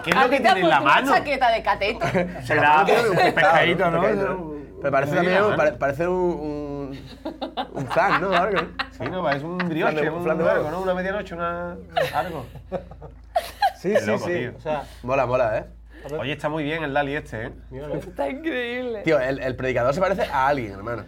E: ¿Qué es
D: ¿A
E: lo
D: ti
E: que
D: te ha
E: tiene en la
D: puesto pues, una
E: mano?
D: chaqueta de cateto?
B: Será un pescadito,
C: Pescadito,
B: ¿no?
C: Pero parece
E: Mira,
C: también un-
E: ¿eh?
C: pare- parece un. un, un flan, ¿no? Algo, ¿no?
E: Sí, no, es
C: Flan
E: un
C: de-
E: brioche, un
C: flan de
E: algo,
C: huevo.
E: ¿no? Una medianoche, una... algo.
A: Sí,
E: Qué
A: sí,
E: loco,
A: sí.
E: tío.
A: O sea,
C: Mola, mola, ¿eh?
E: Oye, está muy bien el Lali este, ¿eh?
D: Está increíble.
C: Tío, el, el predicador se parece a alguien, hermano.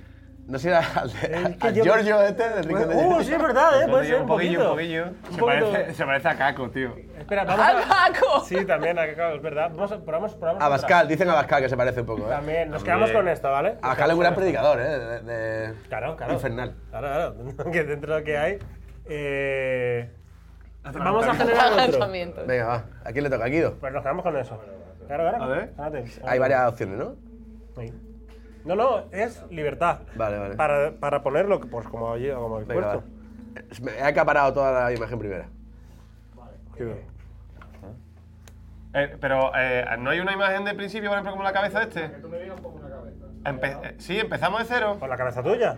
C: No sé si era al, de-
A: Es que
C: al
A: yo-
C: Giorgio este del Rincón de
A: uh,
C: Giorgio.
A: sí, es verdad, ¿eh? Puede ser
E: un
A: un poquito.
E: poquillo, un poquillo.
A: Un
B: Se
A: poquito.
B: parece, se parece a Caco, tío.
A: Espera, vamos
D: ¡Ah,
A: a.
D: Paco!
A: Sí, también, a Cacao, es verdad. Vamos a, probamos, probamos
C: A
A: otra.
C: Bascal, dicen a Bascal que se parece un poco, ¿eh?
A: También, nos quedamos con esto, ¿vale?
C: A Bascal es un gran predicador, ¿eh? De, de-
A: Claro, claro.
C: Infernal.
A: Claro, claro. Que dentro de lo que hay. eh, vamos a generar otro.
D: Lanzamiento.
C: Venga, va. ¿A quién le toca? ¿A Guido?
A: Pues nos quedamos con eso. Claro, claro.
B: A ver.
A: Gánate.
C: Hay varias opciones, ¿no?
A: Ahí. No, no, es libertad.
C: Vale, vale.
A: Para, para ponerlo, pues como allí, como habéis
C: Venga, va.
A: puesto.
C: Me he acaparado toda la imagen primera.
A: Tío.
E: Eh, pero, eh, ¿no hay una imagen de principio, por ejemplo, como la cabeza de este? Que tú me una cabeza. sí, empezamos de cero.
A: Con la cabeza tuya.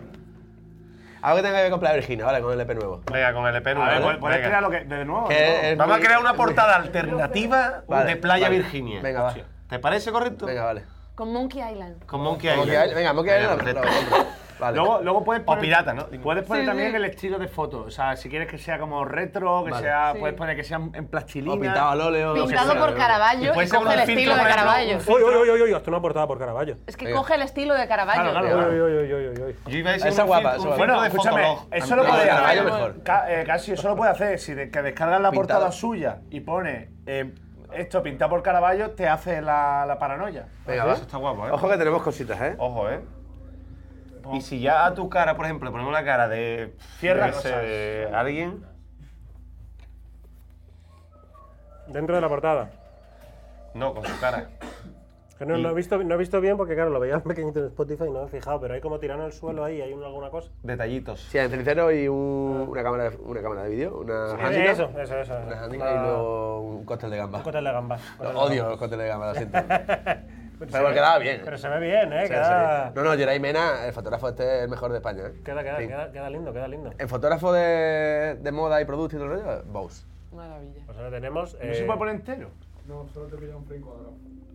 C: Algo que tenga que ver con Playa Virginia, ¿vale? Con el EP nuevo.
E: Venga, con el EP
B: A ver,
E: nuevo.
B: ¿puedes
E: Venga.
B: crear lo que. De nuevo.
C: Que es- es
E: Vamos a
C: muy-
E: crear una portada alternativa
C: Vale,
E: de Playa
C: vale.
E: Virginia.
C: Venga, va.
E: ¿Te parece correcto?
C: Venga, vale.
D: Con Monkey Island.
E: Con Monkey
C: Monkey
E: Island.
C: Island, venga, Monkey Island,
E: perfecto.
C: lo- lo- Vale.
B: Luego, luego puedes
C: O
B: poner.
C: pirata, ¿no?
B: Puedes poner
C: Sí,
B: también
C: sí.
B: el estilo de foto. O sea, si quieres que sea como retro, que
C: Vale.
B: sea.
C: Sí.
B: Puedes poner que sea en plastilina.
C: O pintado al óleo,
D: lo que Pintado sea. por Caravaggio
B: Y puede
D: y
B: ser
D: coge
B: un
D: el
B: filtro,
D: estilo de
B: por ejemplo,
D: Caravaggio.
B: un
A: Oye,
B: filtro-
A: oye, oye, oye, esto no portada por Caravaggio.
D: Es que coge el estilo de Caravaggio.
A: Oye, oye, oye, oye, oye.
B: Yo
A: iba a decir
B: Esa
A: un
B: guapa,
A: filtro-
B: esa
A: un filtro
B: guapa. Bueno,
A: de
B: escúchame,
A: Fotolog.
B: eso lo
A: Ah,
B: puede
A: de Caravaggio
B: hacer.
A: mejor.
B: Ca- eh, Casi eso lo puede hacer. Si de- que descargas la
A: Pintado.
B: portada suya y pone eh, esto pintado por Caravaggio, te hace la, la paranoia.
E: Venga,
B: ¿Sí?
E: va, eso está guapo, ¿eh?
B: Ojo
C: que tenemos cositas, ¿eh?
E: Ojo, ¿eh? Y si ya a tu cara, por ejemplo, le ponemos la cara de.
B: Cierra
E: yo qué sé,
B: cosas.
E: de alguien.
A: Dentro de la portada.
E: No, con su cara.
A: Que no, lo he visto, no he visto bien porque, claro, lo veía pequeñito en Spotify y no me he fijado, pero hay como tirando el suelo ahí, hay un- alguna cosa.
E: Detallitos.
C: Sí, el cenicero y un- una, cámara de, una cámara de vídeo, una
A: Sí,
C: handicap.
A: eso, eso, eso, eso.
C: Una handicap y
A: La-
C: luego un cóctel de gamba.
A: Cóctel de gambas.
C: Lo
A: cóctel de
C: odio
A: gambas.
C: los cócteles de gamba, lo siento.
A: Pero
C: Pero quedaba bien.
A: Pero se ve bien, ¿eh?
C: Sí,
A: queda,
C: sí. No, no, Geray Mena, el fotógrafo este es el mejor de España. ¿eh?
A: Queda, queda,
C: Sí.
A: queda, queda lindo, queda lindo.
B: Eh.
C: El fotógrafo de, de moda y producto y todo el rollo, Bose.
D: Maravilla.
A: Pues ahora tenemos.
B: ¿No se
A: eh,
B: puede poner entero?
H: No, solo te pilla un frinco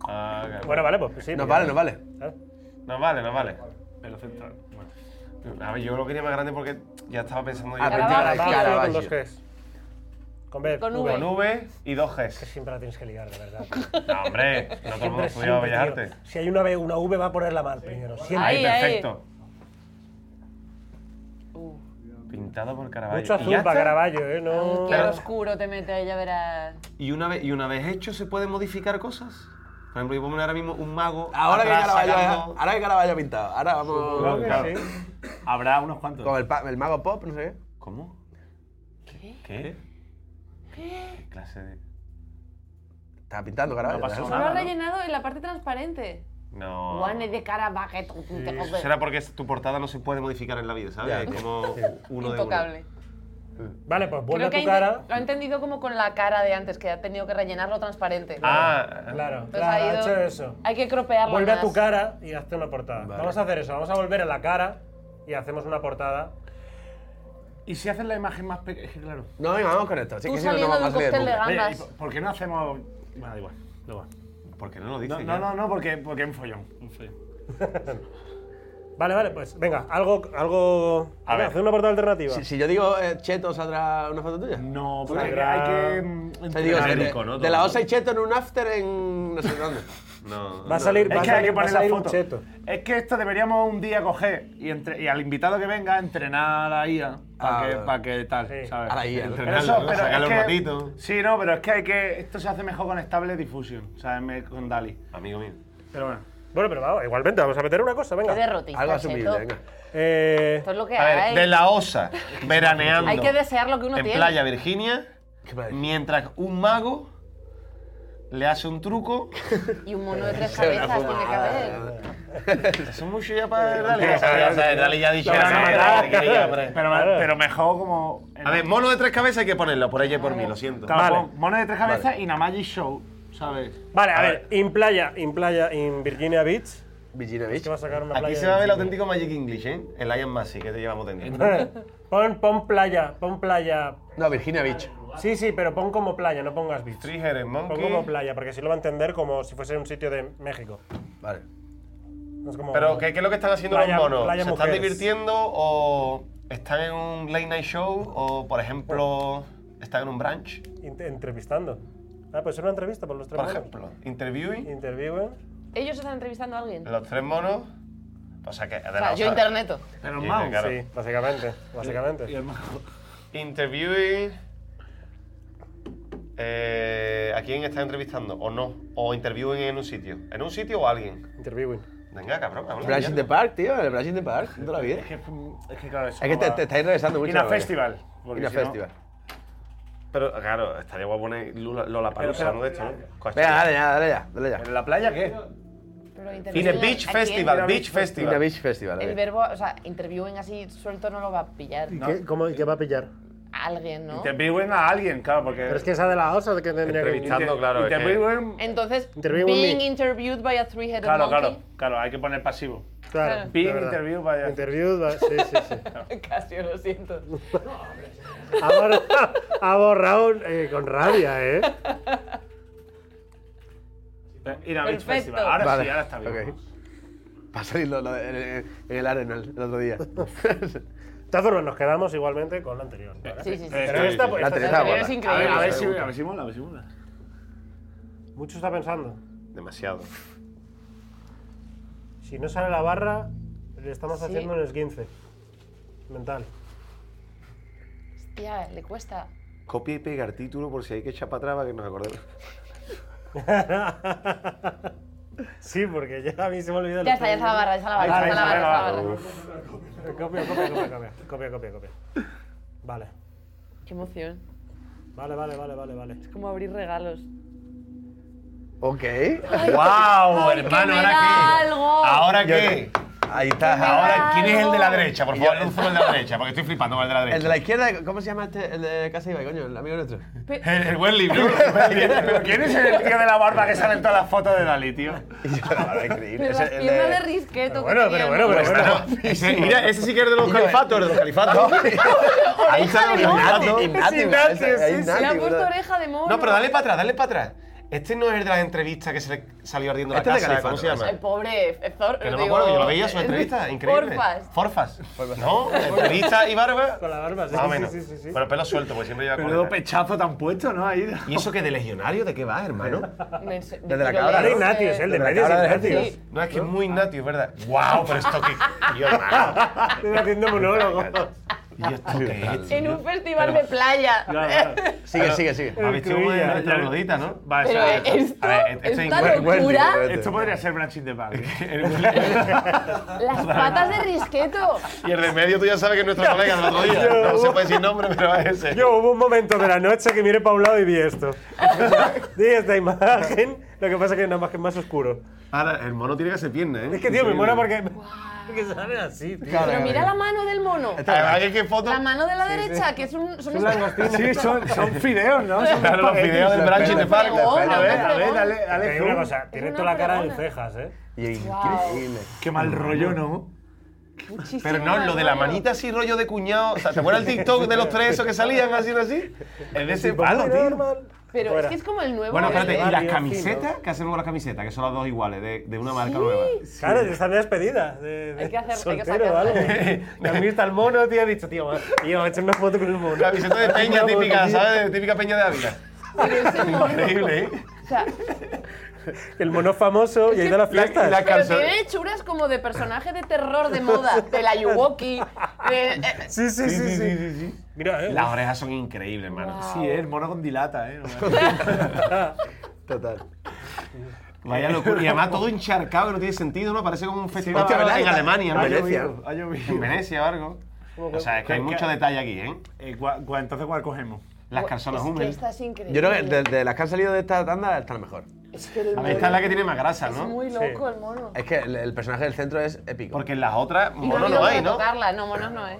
H: ahora.
A: Bueno, vale, pues sí.
C: Nos
A: mira.
C: vale, nos vale.
E: Ah, Nos vale, nos vale. Pero central. Bueno. A ver, yo lo quería más grande porque ya estaba pensando yo.
A: Ah, pero Caravaggio, Caravaggio. con dos Gs. Con B.
E: Con V. Con V y dos Gs.
A: Que siempre la tienes que ligar, de verdad.
E: No, hombre, no todo el mundo
A: Siempre,
E: estudiaba
A: siempre,
E: Bellas
A: tío.
E: Artes.
A: Si hay una B, una V va a ponerla mal primero. Siempre.
E: Ahí, perfecto. Uh. Pintado por Caravaggio.
A: Mucho
E: ¿Y ya
A: azul
E: está?
A: para Caravaggio, ¿eh? No.
D: Qué oscuro te mete ahí, ya verás.
E: ¿Y una, vez, ¿Y una vez hecho se puede modificar cosas? Por ejemplo, yo puedo poner ahora mismo un mago.
C: Ahora que
E: atrás
C: Caravaggio,
E: sacando-
C: ahora que Caravaggio ha pintado, ahora
E: Supongo
C: vamos.
E: que Claro. sí. Habrá unos cuantos.
C: Como el, pa- el mago pop, no sé qué.
E: ¿Cómo?
D: ¿Qué?
E: ¿Qué? ¿Qué clase de.?
C: Estaba pintando Caravaggio.
E: Ah, No pasó
D: Solo ha
E: nada.
D: rellenado en la parte transparente.
E: No.
D: Guane de Caravaggio.
E: Eso Será porque es- tu portada no se puede modificar en la vida, ¿sabes?
A: Ya.
E: Es como
A: Sí.
E: uno de uno.
D: Intocable.
A: Vale, pues vuelve
D: Creo que ha
A: tu
D: inte-
A: cara.
D: lo ha entendido como con la cara de antes, que ha tenido que rellenarlo transparente.
E: Ah,
A: claro,
B: Pues
D: Entonces
A: claro,
D: ha
A: ha
D: ido-
A: hecho eso.
D: Hay que cropearlo
A: Vuelve a
D: más.
A: tu cara y hazte una portada. Vamos a hacer eso, vamos a volver a la cara y hacemos una portada.
B: Y si haces la imagen más pequeña. Es que claro.
C: No, venga, vamos con esto. Sí,
B: Tú
C: que si no, no
B: saliendo
C: vamos
B: de
C: a
B: un
C: salir
B: cóctel de
C: nunca.
B: gambas. Oye, ¿y por- ¿Por qué no hacemos.? Bueno, da igual, da igual.
E: Porque no lo
B: No,
E: dice.
B: no, no, no, porque, porque es un follón. Un follón.
A: Vale, vale, pues venga, algo. algo
C: A ver.
A: hacer una portada alternativa.
C: Si, si yo digo eh, Cheto, ¿saldrá una foto tuya?
B: No,
A: porque hay que, hay que, mm,
C: Te digo,
A: entrenar.
C: de,
A: Rico, ¿no?
C: de la OSA y Cheto en un after en no sé dónde.
E: No,
A: Va a salir-
B: Es
A: va a
B: que hay que
A: salir- va a
B: poner la
A: salir un
B: foto.
A: cheto.
B: Es que esto deberíamos un día coger y, entre- y al invitado que venga entrenar a la IA para
E: Ah,
B: que,
E: vale.
B: pa' que tal, ¿sabes?
E: A la IA, ¿no?
B: Pero
E: Entrenarla,
B: eso,
E: ¿no?
B: pero es
E: Sacarle un
B: que-
E: ratito.
B: Sí, no, pero es que hay que esto se hace mejor con estable diffusion, ¿sabes? Me- Con Dali.
E: Amigo mío.
B: Pero bueno.
A: Bueno, pero vamos, igualmente, vamos a meter una cosa, venga.
D: Qué derrotista,
B: Pues
D: Algo asumible, Cheto. venga.
A: Eh,
D: Esto es lo que
E: A
D: hay.
E: ver, de la osa, veraneando.
D: Hay que desear lo que uno
E: en
D: tiene.
E: Playa Virginia, mientras un mago le hace un truco.
D: Y un mono de tres
E: Se la
D: cabezas
E: fuma.
D: tiene que haber.
E: Eso es mucho ya para Dali.
B: Ya sabes,
E: Ya sabes, Dali ya ha dicho
B: Pero
E: que
B: no,
E: no,
B: pero-
E: Dali quiere ya, hombre.
B: pero- pero mejor como.
E: A ver, mono de tres cabezas hay que ponerlo por ella y por mí, lo siento.
B: Claro, pon Mono de tres cabezas y Namaji Show, ¿sabes?
A: Vale, a, ver, in playa, in playa, in Virginia Beach.
C: Virginia
A: Beach. va a sacar una
E: Aquí
A: playa
E: se va a
A: de
E: ver el
A: Virginia.
E: auténtico Magic English, ¿eh? El Ian Massey que te llevamos teniendo.
A: pon, pon playa, pon playa.
C: No, Virginia Beach.
A: Sí, sí, pero pon como playa, no pongas beach. Pon
E: monkey.
A: como playa, porque si lo va a entender como si fuese un sitio de México.
C: Vale.
A: Es como-
E: Pero, ¿qué, qué es lo que están haciendo
A: Playa-
E: los monos?
A: playa
E: ¿Se están
A: mujeres.
E: divirtiendo o están en un late night show o, por ejemplo, están en un brunch?
A: Int- entrevistando. Ah, pues es una entrevista por los tres
E: Por
A: monos.
E: ejemplo, interviewing.
A: Interviewing.
D: Ellos están entrevistando a alguien.
E: Los tres monos. O sea que. de
D: O sea,
E: la
D: yo
E: osa-
D: interneto.
E: Pero
A: Sí,
E: mago.
A: claro. Sí, básicamente. básicamente.
E: Interviewing. Eh, ¿A quién está entrevistando? ¿O no? ¿O interviewing en un sitio? ¿En un sitio o a alguien?
A: Interviewing.
E: Venga, cabrón. vamos
C: Brunch in
E: liando.
C: the Park, tío, el Brunch in the Park, toda la vida.
B: Es que, es que claro, eso
C: Es que
B: no
C: te,
B: va-
C: te estáis regresando mucho.
B: In
C: la
B: a
C: verdad.
B: festival. porque
C: In a
B: si no-
C: festival.
E: Pero claro, estaría guapo poner Lola Palusa,
B: Pero, pero-
E: ¿no? De esto, ¿no? Coche.
C: Venga, dale ya, dale ya, dale ya.
B: ¿En la playa qué?
D: Pero
E: In a Beach
D: ¿a quién?
E: Festival, Beach Festival.
C: In a Beach Festival.
D: El
C: eh.
D: verbo, o sea, interviewen así suelto no lo va a pillar. ¿no?
A: cómo, ¿Qué va a pillar?
E: Eh,
D: Alguien, ¿no?
B: Interviewing a alguien, claro, porque.
A: Pero es que esa de la osa que tendría que
B: Entrevistando, claro, es que- Interviewing-
D: Entonces,
B: Interviewing
D: being
B: me.
D: interviewed by a three-headed
B: Claro,
D: monkey.
B: claro, claro, hay que poner pasivo.
A: Claro,
B: Being
A: de verdad.
B: interview, vaya.
A: Interviewed, va- sí, sí, sí.
D: Casi, lo siento.
A: Ha borrado, ha borrado, eh, con rabia, ¿eh?
B: Eh, Ir a Beach
D: Perfecto.
B: Festival. Ahora
A: Vale,
B: sí, ahora está bien.
C: Para salirlo lo- en el- en el Arenal el otro día.
A: De todas formas, nos quedamos igualmente con la anterior. ¿vale?
C: Sí, sí, sí.
A: Pero
C: Sí,
A: esta,
C: sí, sí.
A: pues,
C: La
A: esta-
C: anterior
A: esta
C: es
A: es
C: increíble.
A: increíble.
C: A ver si-
B: A ver si mola, a ver si mola.
A: Mucho está pensando.
E: Demasiado.
A: Si no sale la barra, le estamos
D: Sí.
A: haciendo un esguince. Mental.
D: Hostia, le cuesta.
E: Copia y pegar título por si hay que echar para atrás para que nos acordemos.
A: sí, porque ya a mí se me olvidó. Ah,
D: Ya está, ya está la barra, ya está la barra,
A: Ahí
D: ya está la barra,
A: ahí
D: ya
A: está la barra. Copia, copia, copia, copia, copia, copia, copia. Vale,
D: Qué emoción.
A: vale, vale, vale, vale, vale.
D: Es como abrir regalos.
C: Ok.
E: ¡Guau,
D: ay, que
E: hermano!
D: me
E: ¿Ahora
D: da
E: qué?
D: algo.
E: ¿Ahora
C: Yo-
E: qué?
C: Ahí está.
E: Ahora, ¿quién es el de la derecha? Por favor, lúzame el de la derecha, porque estoy flipando con el de la derecha.
C: El de la izquierda, ¿cómo se llama este? El de Casa Ibai, coño, el amigo nuestro.
E: El, el Wendy, ¿no? ¿Pero quién es el tío de la barba que sale en todas las fotos de Dalí, tío?
D: Pero
E: increíble.
D: las piernas de risqueto. que tiene.
E: Pues Ese, mira, ese sí que es de los califatos,
A: eh,
E: de los califatos. Ahí están los califatos.
D: Le ha puesto oreja de mono.
E: No, pero dale para atrás, dale para atrás. Este no es el de las entrevistas que se le salió ardiendo
C: Este
E: la
C: es de
E: casa. ¿Cómo se
C: Califato,
E: llama?
D: Ay, pobre Thor.
E: Que no me
D: digo,
E: acuerdo, que yo lo veía su entrevista, increíble.
D: Porfas.
E: Forfas. ¿No? Entrevista y barba.
A: Con la barba, sí,
E: Más o
A: sí,
E: menos.
A: sí, sí, sí.
E: Bueno, pelo suelto, porque siempre lleva
B: Menudo
E: coleta.
B: pechazo tan puesto, ¿no? Ahí.
E: ¿Y eso que de legionario? ¿De qué vas, hermano?
D: Me- se-
E: Desde la
D: yo
E: cabra,
D: le-
E: ¿no?
A: Ignatius, el de
E: Desde la
A: medio es
E: cabra de
A: Ignatius.
E: Ignatius. No, es que es muy Ignatius, ¿verdad? ¡Guau! Pero esto que. Yo, hermano.
A: Estoy haciendo monólogo.
E: ¿Y esto qué es?
D: En un festival de playa. Eh,
C: Sigue, sigue, sigue.
E: Ha visto como una troglodita, ¿no? este-
B: Va,
D: Pero
B: esa- esa-
D: esto,
B: a ver, esto es
D: esta
B: increíble.
D: locura.
B: Esto podría ser Branching de Park.
D: Las patas de risqueto.
E: Y el de medio tú ya sabes que es nuestro colega del otro día. No se puede decir nombre, pero es ese.
A: Yo hubo un momento de la noche que miré para un lado y vi esto. vi esta imagen, lo que pasa es que es una imagen más oscuro.
E: Ahora, el mono tiene que hacer pierna, ¿eh?
A: Es que, tío, me mola porque... Que sale así, tío.
D: Pero mira la mano del mono.
E: Hay que foto.
D: La mano de la derecha, que es un. Son unos-
B: Sí, son, son fideos, ¿no? Son
E: Claro, los
B: espaguetis.
E: fideos de Branching de Park.
B: A ver, a ver,
D: fregona.
B: dale, dale.
A: Hay
B: zoom.
A: una cosa, tiene
D: una
A: toda la cara de
D: fregona.
A: cejas, ¿eh?
D: Wow.
B: Qué mal rollo, ¿no?
D: Muchísimo
E: Pero no, lo de la
D: rollo.
E: manita así, rollo de cuñado. O sea, ¿te acuerdas el TikTok de los tres esos que salían así, así? Es de ese palo, tío.
D: Pero
A: Fuera.
D: es que es como el nuevo.
E: Bueno, espérate,
D: el-
E: ¿y las
A: Barrio
E: camisetas? ¿Qué hacemos con las camisetas? Que son las dos iguales, de, de una marca nueva.
A: Claro, están despedidas. De, de
D: Hay que hacer- hay que
A: soltero
D: sacar-
A: o algo. Y a mí está el mono, tío, he dicho, tío, va, tío, voy a echar una foto con el mono.
E: Camiseta de peña
A: Una foto,
E: típica,
A: tío.
E: ¿sabes? De típica peña de Ávila.
D: pero ese mono,
E: Increíble, ¿eh?
D: O sea,
A: El mono famoso y ha ido a las fiestas.
E: la-
D: pero
E: Canso-
D: tiene hechuras como de personaje de terror de moda, de la Yuwoki. de- eh,
A: Sí, sí, sí, sí, Mira, eh.
E: Las orejas son increíbles, hermano.
B: Sí, eh, el mono con dilata, ¿eh?
C: Total.
E: Vaya locura. Y además todo encharcado que no tiene sentido, ¿no? Parece como un festival
C: Hostia, ¿verdad?
E: en Alemania, ¿no?
C: En Venecia.
B: Ha llovido.
E: En Venecia o algo. O sea, es que hay mucho detalle aquí, ¿eh?
B: Eh, cua- cua- entonces, ¿cuál cogemos?
E: Las calzonas
D: es que
E: húmedas.
D: esta es increíble.
C: Yo creo que de, de las que han salido de esta tanda, está la mejor.
D: Es que el
E: A
D: mono
E: ver, esta es la que tiene más grasa,
D: es
E: ¿no?
D: muy loco el mono.
C: Es que el, el personaje del centro es épico.
E: Porque en las otras,
D: Y no,
E: mono
D: ha
E: no
D: habido
E: hay,
D: para
E: ¿no?
D: tocarla, no, monos no es.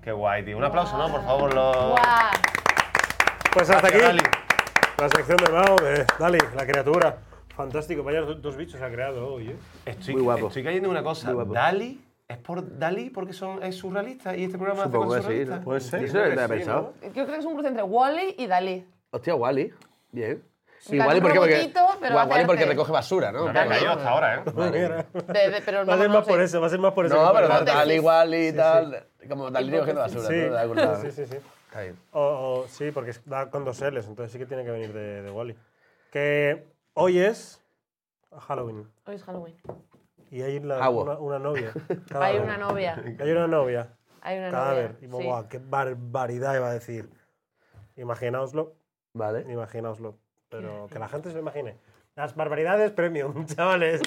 E: Qué guay, tío. Un aplauso, ¿no? Por favor, los...
D: Guau.
A: Pues hasta aquí
E: Gracias, Dali.
A: la sección de Mao de Dali, la criatura. Fantástico, vaya dos dos bichos ha creado hoy, ¿eh?
E: Estoy,
C: Muy guapo.
E: estoy cayendo en una cosa.
C: Muy guapo.
E: Dali es por Dali porque son, es surrealista y este programa hace
C: Supongo
E: cosas
C: que sí. ¿no? Yo
E: surrealistas.
C: eso no lo había pensado.
D: Yo creo que es un cruce entre Wally y Dalí.
C: Hostia, Wally. Bien. Sí,
D: plan,
C: Wally,
D: un
C: ¿por qué? Porque,
D: robotito, pero
C: Gua-
D: hace
C: Wally porque
D: arte.
C: recoge basura, ¿no?
E: No había caído hasta ahora, ¿eh?
D: De- de- pero el
A: Va a
D: mono
A: ser
D: no
A: más
D: sé.
A: por eso, va a ser más por eso.
C: No,
A: que por
C: pero
A: el
C: tal,
A: arte.
C: tal igual y tal. Como tal recogiendo basura,
A: Sí.
C: ¿no? De algún lado.
A: Sí, sí, sí.
C: Está bien.
A: O, o- sí, porque es- da con dos L's, entonces sí que tiene que venir de, de Wally. Que hoy es Halloween
D: Hoy es Halloween.
A: y hay la-
C: Agua.
A: una, una novia.
D: Hay
A: Cadáver.
D: una novia.
A: Hay una novia.
D: Hay una
A: Cadáver. Y,
D: novia. sí.
A: guau, qué barbaridad iba a decir. Imaginaoslo,
C: Vale.
A: imaginaoslo. Pero que la gente se lo imagine. Las barbaridades premium, chavales.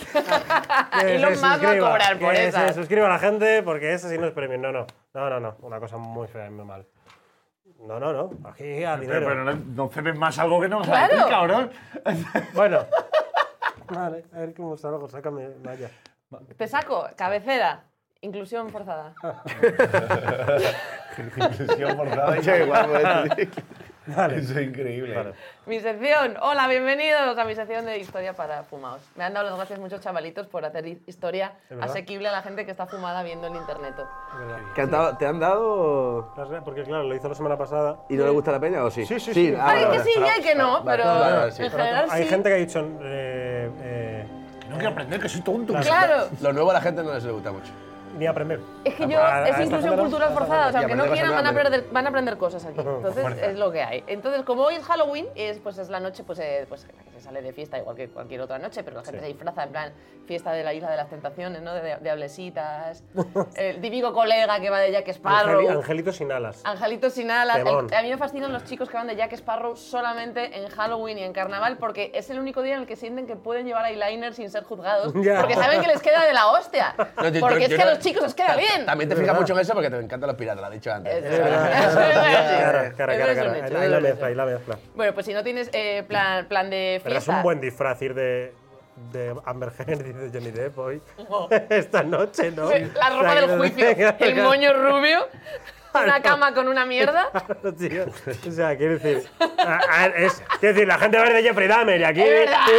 D: Y
A: lo
D: Elon Musk va a cobrar por
A: Se
D: esas.
A: suscriba la gente porque eso sí no es premium. No, no. No, no, no. Una cosa muy fea y muy mal. No, no, no. Aquí a dinero.
B: Pero, pero no, no cemes más algo que no vas a
D: Claro.
B: decir, cabrón.
A: Bueno. Vale, a ver cómo está algo, sácame, vaya.
D: Te saco, cabecera. Inclusión forzada.
E: Inclusión forzada.
C: Qué guapo este, tío.
E: Eso es increíble.
D: Mi sección. Hola, bienvenidos a mi sección de historia para fumados. Me han dado las gracias muchos chavalitos por hacer hi- historia
A: verdad.
D: asequible a la gente que está fumada viendo en internet.
A: Es verdad.
C: ¿Que han dado- ¿Te han dado
A: Las re- Porque claro, lo hizo la semana pasada.
C: y no le gusta la peña o sí?
A: Sí, sí, sí.
C: ah,
D: Hay
C: vale,
D: que
C: vale.
D: sí y hay que no,
C: Vale,
D: pero
C: vale, vale, sí.
D: en general
A: Hay
D: sí.
A: gente que ha dicho. eh, eh,
B: No que aprender, que soy tonto.
D: Claro.
C: Lo nuevo a la gente no les gusta mucho.
A: Ni aprender.
D: Es que yo,
C: A- a- a
D: es
C: esta
D: inclusión
C: gente no-
D: cultural forzada, o sea,
C: Y
D: aunque no
C: aprender
D: quieran
C: vas
D: van a,
C: a aprender.
D: perder, van a aprender cosas aquí. Entonces
C: Fuerza.
D: es lo que hay. Entonces, como hoy es Halloween, es, pues es la noche pues, eh, pues, en la que se sale de fiesta, igual que cualquier otra noche, pero la gente
A: Sí.
D: se disfraza, en plan, fiesta de la isla de las tentaciones, ¿no? De, de diablesitas, el típico colega que va de Jack Sparrow.
A: Angeli- Angelito sin alas.
D: Angelito sin alas.
A: Temón.
D: El- a mí me fascinan los chicos que van de Jack Sparrow solamente en Halloween y en Carnaval porque es el único día en el que sienten que pueden llevar eyeliner sin ser juzgados
C: Ya.
D: porque saben que les queda de la hostia.
C: No, yo- yo-
D: porque es
C: yo
D: que
C: no-
D: a los chicos les queda
C: ta-
D: bien.
C: También te fijas mucho en eso porque te encantan los piratas, lo he dicho antes.
D: Es verdad. Es
A: Cara,
D: verdad.
A: cara,
D: Eso
A: cara,
D: es un
A: cara. Ahí
D: hecho, eso
A: la- Ahí
D: es
A: la
D: un
A: mezcla, ahí la mezcla.
D: Bueno, pues si no tienes eh, plan, plan de
A: Pero es
D: fiesta.
A: un buen disfraz ir de, de Amber Heard y de Johnny Depp hoy.
D: Oh.
A: Esta noche, ¿no?
D: eh, La ropa del juicio, el moño rubio, una cama con una mierda.
A: Claro, tío. O sea, quiero decir, a- a- es, quiero decir, la gente va a ver de Jeffrey Dahmer y aquí.
D: Es verdad.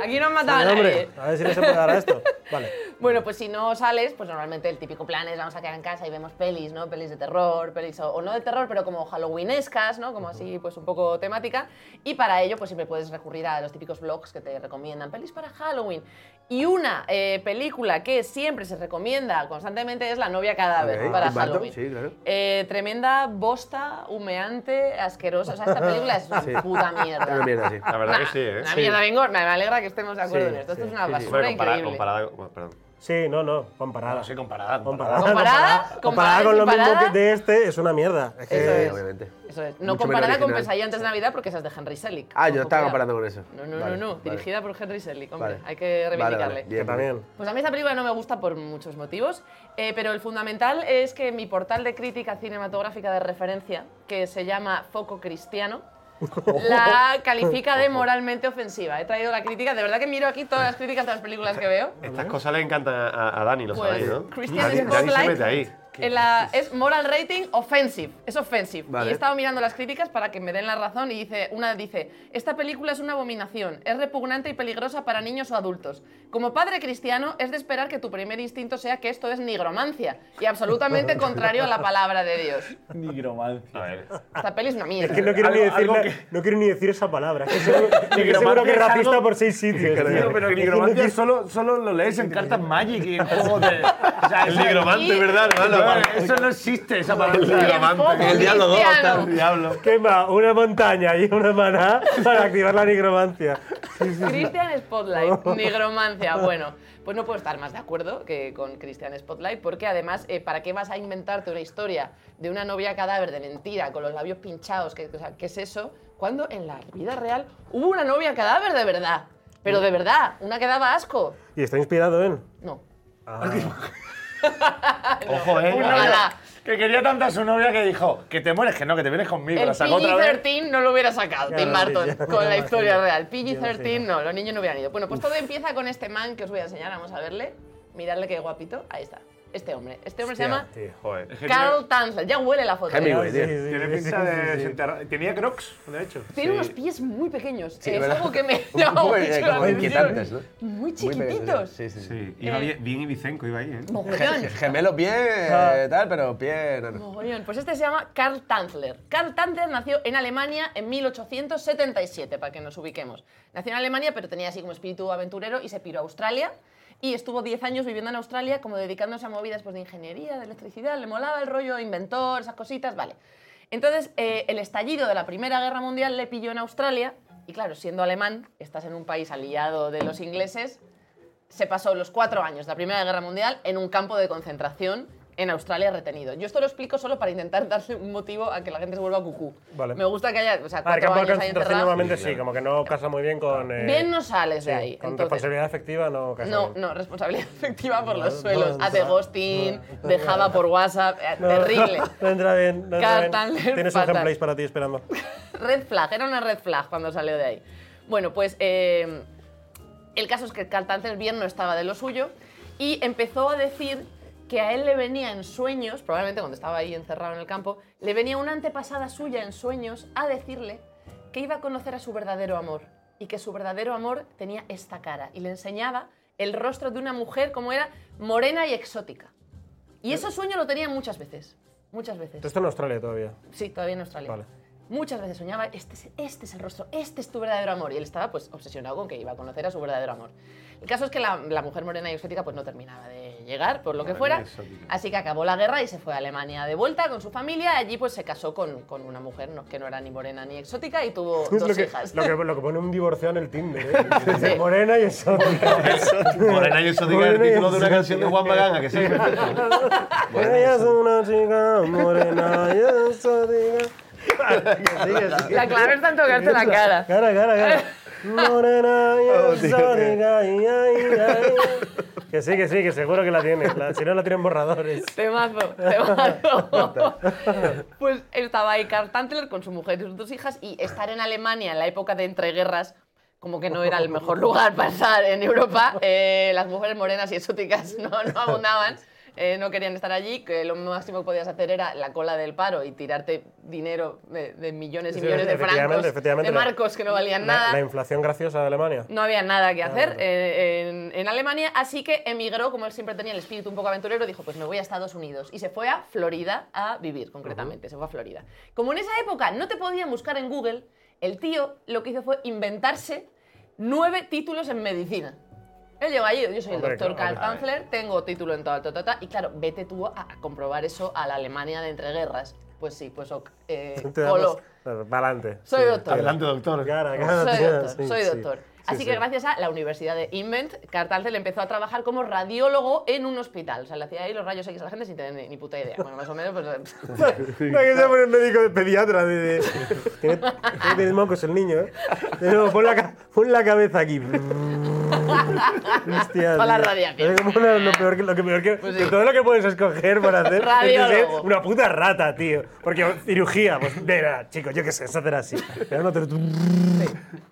A: Eh,
D: Aquí no han matado a
A: sí, hombre,
D: nadie.
A: A ver si no se puede dar a esto. Vale.
D: Bueno, pues si no sales, pues normalmente el típico plan es vamos a quedar en casa y vemos pelis, ¿no? Pelis de terror, pelis o, o no de terror, pero como halloweenescas, ¿no? Como así, pues un poco temática. Y para ello, pues siempre puedes recurrir a los típicos blogs que te recomiendan pelis para Halloween. Y una eh, película que siempre se recomienda constantemente es La novia cadáver
Q: Ok,
D: para
Q: Tim Burton,
D: Halloween.
Q: Sí, claro.
D: Eh, tremenda bosta, humeante, asquerosa. O sea, esta película es una
Q: Sí.
D: puta
Q: Es
D: mierda.
Q: una mierda, sí.
E: La verdad que sí, ¿eh?
D: Una mierda, vengo, me alegra que estemos de acuerdo
E: Sí,
D: en esto. Esto
E: sí,
D: es
E: sí,
D: una
E: sí.
D: basura
E: Hombre, compara-
D: increíble.
E: comparada con- bueno, perdón.
A: Sí, no, no, comparada. sí,
B: comparada.
A: Comparada,
D: Comparada,
A: comparada,
D: comparada,
A: con lo mismo
D: comparada.
A: que de este, es una mierda. Es que-
D: Eso es.
C: Obviamente.
D: Eso es. No
C: Mucho
D: comparada
C: menos
D: con
C: original.
D: Pesadilla antes de Navidad porque esa es de Henry Selick.
C: Ah, yo
D: Ojo,
C: estaba
D: cuidado.
C: comparando con eso.
D: No, no,
C: Vale,
D: no, no.
C: vale.
D: dirigida por Henry Selick, hombre.
C: Vale.
D: Hay que
C: Vale,
D: reivindicarle.
C: vale, bien,
A: Que también.
D: Pues a mí esta película no me gusta por muchos motivos, eh, pero el fundamental es que mi portal de crítica cinematográfica de referencia, que se llama Foco Cristiano, la califica de moralmente ofensiva. He traído la crítica, de verdad que miro aquí todas las críticas de las películas que veo.
E: Estas cosas le encantan a, a- a Dani, lo
D: Pues,
E: sabéis, ¿no?
D: Christian
E: Dani, Dani se
D: Spotlight.
E: mete ahí.
D: En la- es moral rating offensive, es offensive.
E: Vale.
D: Y he estado mirando las críticas para que me den la razón y dice, una dice, esta película es una abominación, es repugnante y peligrosa para niños o adultos. Como padre cristiano es de esperar que tu primer instinto sea que esto es nigromancia y absolutamente contrario a la palabra de Dios.
B: Nigromancia.
E: A ver.
D: Esta peli es una mierda.
A: Es que no quiero, ni
B: Algo-
A: decir
B: algo
A: la- no quiero ni decir esa palabra. Es que seguro, es que,
B: Nigromancia
A: seguro que
B: es
A: es racista
B: algo-
A: por seis sitios.
B: Pero,
A: tío.
B: pero
A: Es que no
B: nigromancia
A: quiero-
B: solo, solo lo lees en cartas Magic y en juegos de. o sea,
E: El
B: eso-
E: nigromante,
B: y-
E: ¿verdad, hermano?
B: No, Eso no existe, esa palabra.
E: El nigromante. El diablo, ¿dónde está el diablo?
A: Quema una montaña y una maná para activar la nigromancia. Sí, sí, sí.
D: Christian Spotlight, nigromancia. Bueno, pues no puedo estar más de acuerdo que con Christian Spotlight, porque además, eh, ¿para qué vas a inventarte una historia de una novia cadáver de mentira con los labios pinchados? que- o sea, ¿Qué es eso? Cuando en la vida real hubo una novia cadáver de verdad. Pero de verdad, una que daba asco.
A: Y está inspirado en.
D: No.
B: Ojo, eh.
D: Un ojalá.
B: Que quería tanto a su novia que dijo: Que te mueres, que no, que te vienes conmigo.
D: El
B: la sacó otra vez.
D: PG-13 no lo hubiera sacado,
B: Ya
D: Tim
B: lo sé,
D: Burton,
B: ya me
D: con la
B: imagino.
D: historia real.
B: Ya
D: PG-13 no, los niños no hubieran ido. Bueno, pues todo empieza con este man que os voy a enseñar, vamos a verle. Miradle qué guapito. Ahí está. Este hombre. Este hombre se llama
B: Joder.
D: Carl Tanzler. Ya huele la foto. ¿eh?
B: Tiene pinta de. gente ar- Tenía crocs, de hecho.
D: Tiene
B: Sí.
D: unos pies muy pequeños.
B: Sí,
D: es
B: ¿verdad?
D: algo que me
B: Un
D: llama
B: poco,
D: mucho
B: eh,
D: la
B: como
D: atención.
C: inquietantes, ¿no?
D: Muy
C: pequeños,
D: chiquititos.
C: Sí, sí, sí.
D: Iba Eh. bien-
E: Ibicenco, iba ahí, ¿eh?
D: Mogollón.
C: Ge- Gemelos bien,
D: Ah.
C: eh, tal, pero pie. No, no.
D: Mogollón. Pues este se llama Karl Tanzler. Karl Tanzler nació en Alemania en 1877, para que nos ubiquemos. Nació en Alemania, pero tenía así como espíritu aventurero y se piró a Australia. Y estuvo 10 años viviendo en Australia, como dedicándose a movidas pues, de ingeniería, de electricidad. Le molaba el rollo inventor, esas cositas, vale. Entonces, eh, el estallido de la Primera Guerra Mundial le pilló en Australia. Y claro, siendo alemán, estás en un país aliado de los ingleses, se pasó los cuatro años de la Primera Guerra Mundial en un campo de concentración en Australia retenido. Yo esto lo explico solo para intentar darle un motivo a que la gente se vuelva cucú.
A: Vale.
D: Me gusta que haya, o sea,
A: A ver,
D: cuatro
A: campo de
D: años ahí
A: concentración
D: encerrado.
A: normalmente sí, como que no casa muy bien con. eh,
D: Bien no sales de
A: sí,
D: ahí.
A: Con
D: entonces.
A: responsabilidad efectiva no casa
D: No,
A: bien.
D: no, responsabilidad efectiva por los
A: No,
D: suelos.
A: no,
D: Hace
A: no.
D: ghosting, dejaba por WhatsApp, eh,
A: No,
D: terrible.
A: No entra bien. No entra bien.
D: Cartanler
A: Tienes
D: fatal.
A: un gameplay para ti esperando.
D: Red flag, era una red flag cuando salió de ahí. Bueno, pues eh, el caso es que el cantante bien no estaba de lo suyo y empezó a decir que a él le venía en sueños, probablemente cuando estaba ahí encerrado en el campo, le venía una antepasada suya en sueños a decirle que iba a conocer a su verdadero amor y que su verdadero amor tenía esta cara y le enseñaba el rostro de una mujer como era morena y exótica. Y ese sueño lo tenía muchas veces, muchas veces.
A: Esto está en Australia todavía.
D: Sí, todavía en Australia.
A: Vale.
D: Muchas veces soñaba, este es, este es el rostro, este es tu verdadero amor. Y él estaba pues obsesionado con que iba a conocer a su verdadero amor. El caso es que la, la mujer morena y exótica pues no terminaba de llegar, por lo que fuera. Así que acabó la guerra y se fue a Alemania de vuelta con su familia. Allí pues se casó con, con una mujer no- que no era ni morena ni exótica y tuvo
A: Es lo
D: dos
A: que,
D: hijas.
A: lo, que, lo que pone un divorciado en el Tinder, ¿eh? Dice, Morena y exótica.
E: Morena y exótica es el
A: Morena y
E: título de una
A: exótica.
E: canción de Juan Magana, que sí.
A: Ella es una chica morena y exótica.
D: La clave está en tocarte la cara.
A: Cara, cara, cara. Morena y
E: Oh,
A: exótica. ay, ay, ay. Que sí, que sí, que seguro que la tiene. La- si no, la tienen borradores.
D: Temazo, temazo. pues estaba ahí Karl Tantler con su mujer y sus dos hijas y estar en Alemania en la época de entreguerras como que no era el mejor lugar para estar en Europa. Eh, las mujeres morenas y exóticas no, no abundaban. eh, no querían estar allí, que lo máximo que podías hacer era la cola del paro y tirarte dinero de, de millones y
A: Sí,
D: millones de
A: efectivamente,
D: francos,
A: efectivamente,
D: de
A: la-
D: marcos que no valían
A: La,
D: nada.
A: la inflación graciosa de Alemania.
D: No había nada
Q: Ah,
D: que hacer
A: Claro.
D: eh, en, en Alemania, así que emigró, como él siempre tenía el espíritu un poco aventurero, dijo, pues me voy a Estados Unidos. Y se fue a Florida a vivir, concretamente, se fue a Florida. Como en esa época no te podían buscar en Google, el tío lo que hizo fue inventarse nueve títulos en medicina. Él llegó allí, yo soy el
Q: Hombre,
D: doctor
Q: claro,
D: Karl
Q: hombre.
D: Tanzler, tengo título en todo, ta, ta, ta", y claro, vete tú a, a comprobar eso a la Alemania de entreguerras. Pues sí, pues ok, eh,
A: Te damos-
D: colo.
A: Claro, Para adelante.
D: Soy doctor. Adelante,
A: doctor. Cara, cara,
D: Soy
A: tía,
D: doctor,
A: sí,
D: soy
A: sí.
D: doctor. Así
A: Sí,
D: que
A: sí.
D: gracias a la Universidad de Invent, Cartancel empezó a trabajar como radiólogo en un hospital. O sea, le hacía ahí los rayos X a la gente sin tener ni- ni puta idea. Bueno, más o menos, pues...
A: No, que sea por el médico de pediatra. De, de- tiene, tiene mocos el niño, ¿eh? De nuevo, pon la, ca- pon la cabeza aquí. Hostia.
D: Con la
A: tío.
D: radiación. Pues
A: Es como lo, lo peor que, lo que peor que, de todo lo que puedes escoger para hacer es ser
D: Radiólogo.
A: una puta rata, tío. Porque cirugía, pues verá, chicos, yo qué sé, se hacer así. Pero no te lo-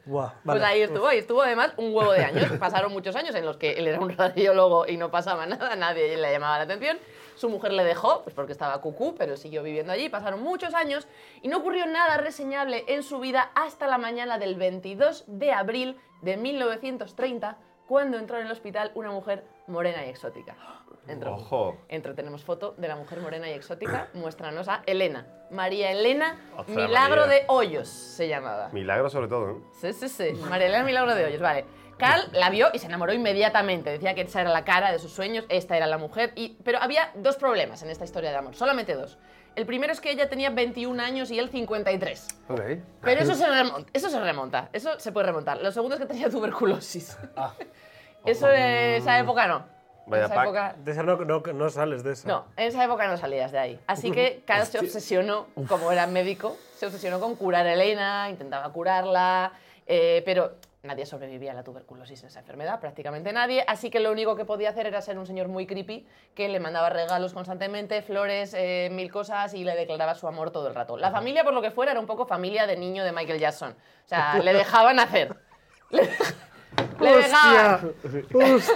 A: Buah,
D: Pues
A: vale.
D: ahí estuvo, y estuvo además un huevo de años. Pasaron muchos años en los que él era un radiólogo y no pasaba nada, nadie le llamaba la atención. Su mujer le dejó, pues porque estaba cucú, pero siguió viviendo allí. Pasaron muchos años y no ocurrió nada reseñable en su vida hasta la mañana del 22 de abril de 1930, cuando entró en el hospital una mujer morena y exótica. Entró.
E: Ojo.
D: Entró, tenemos foto de la mujer morena y exótica. Muéstranos a Elena. María Elena
E: Ostras,
D: Milagro
E: María.
D: de Hoyos se llamaba.
E: Milagro sobre todo, ¿eh?
D: Sí, sí, sí. María Elena Milagro de Hoyos, vale. Carl la vio y se enamoró inmediatamente. Decía que esa era la cara de sus sueños, esta era la mujer. Y... Pero había dos problemas en esta historia de amor, solamente dos. El primero es que ella tenía 21 años y él 53. Pero eso se remonta, eso se remonta, eso se puede remontar. Lo segundo es que tenía tuberculosis. Eso en esa época no. En esa época
A: De esa no, no, no sales de esa.
D: no, en esa época no salías de ahí. Así que Carl se obsesionó, como era médico, se obsesionó con curar a Elena, intentaba curarla, eh, pero nadie sobrevivía a la tuberculosis en esa enfermedad, prácticamente nadie. Así que lo único que podía hacer era ser un señor muy creepy que le mandaba regalos constantemente, flores, eh, mil cosas y le declaraba su amor todo el rato. La familia, por lo que fuera, era un poco familia de niño de Michael Jackson. O sea, le dejaban hacer. Le, le dejaban.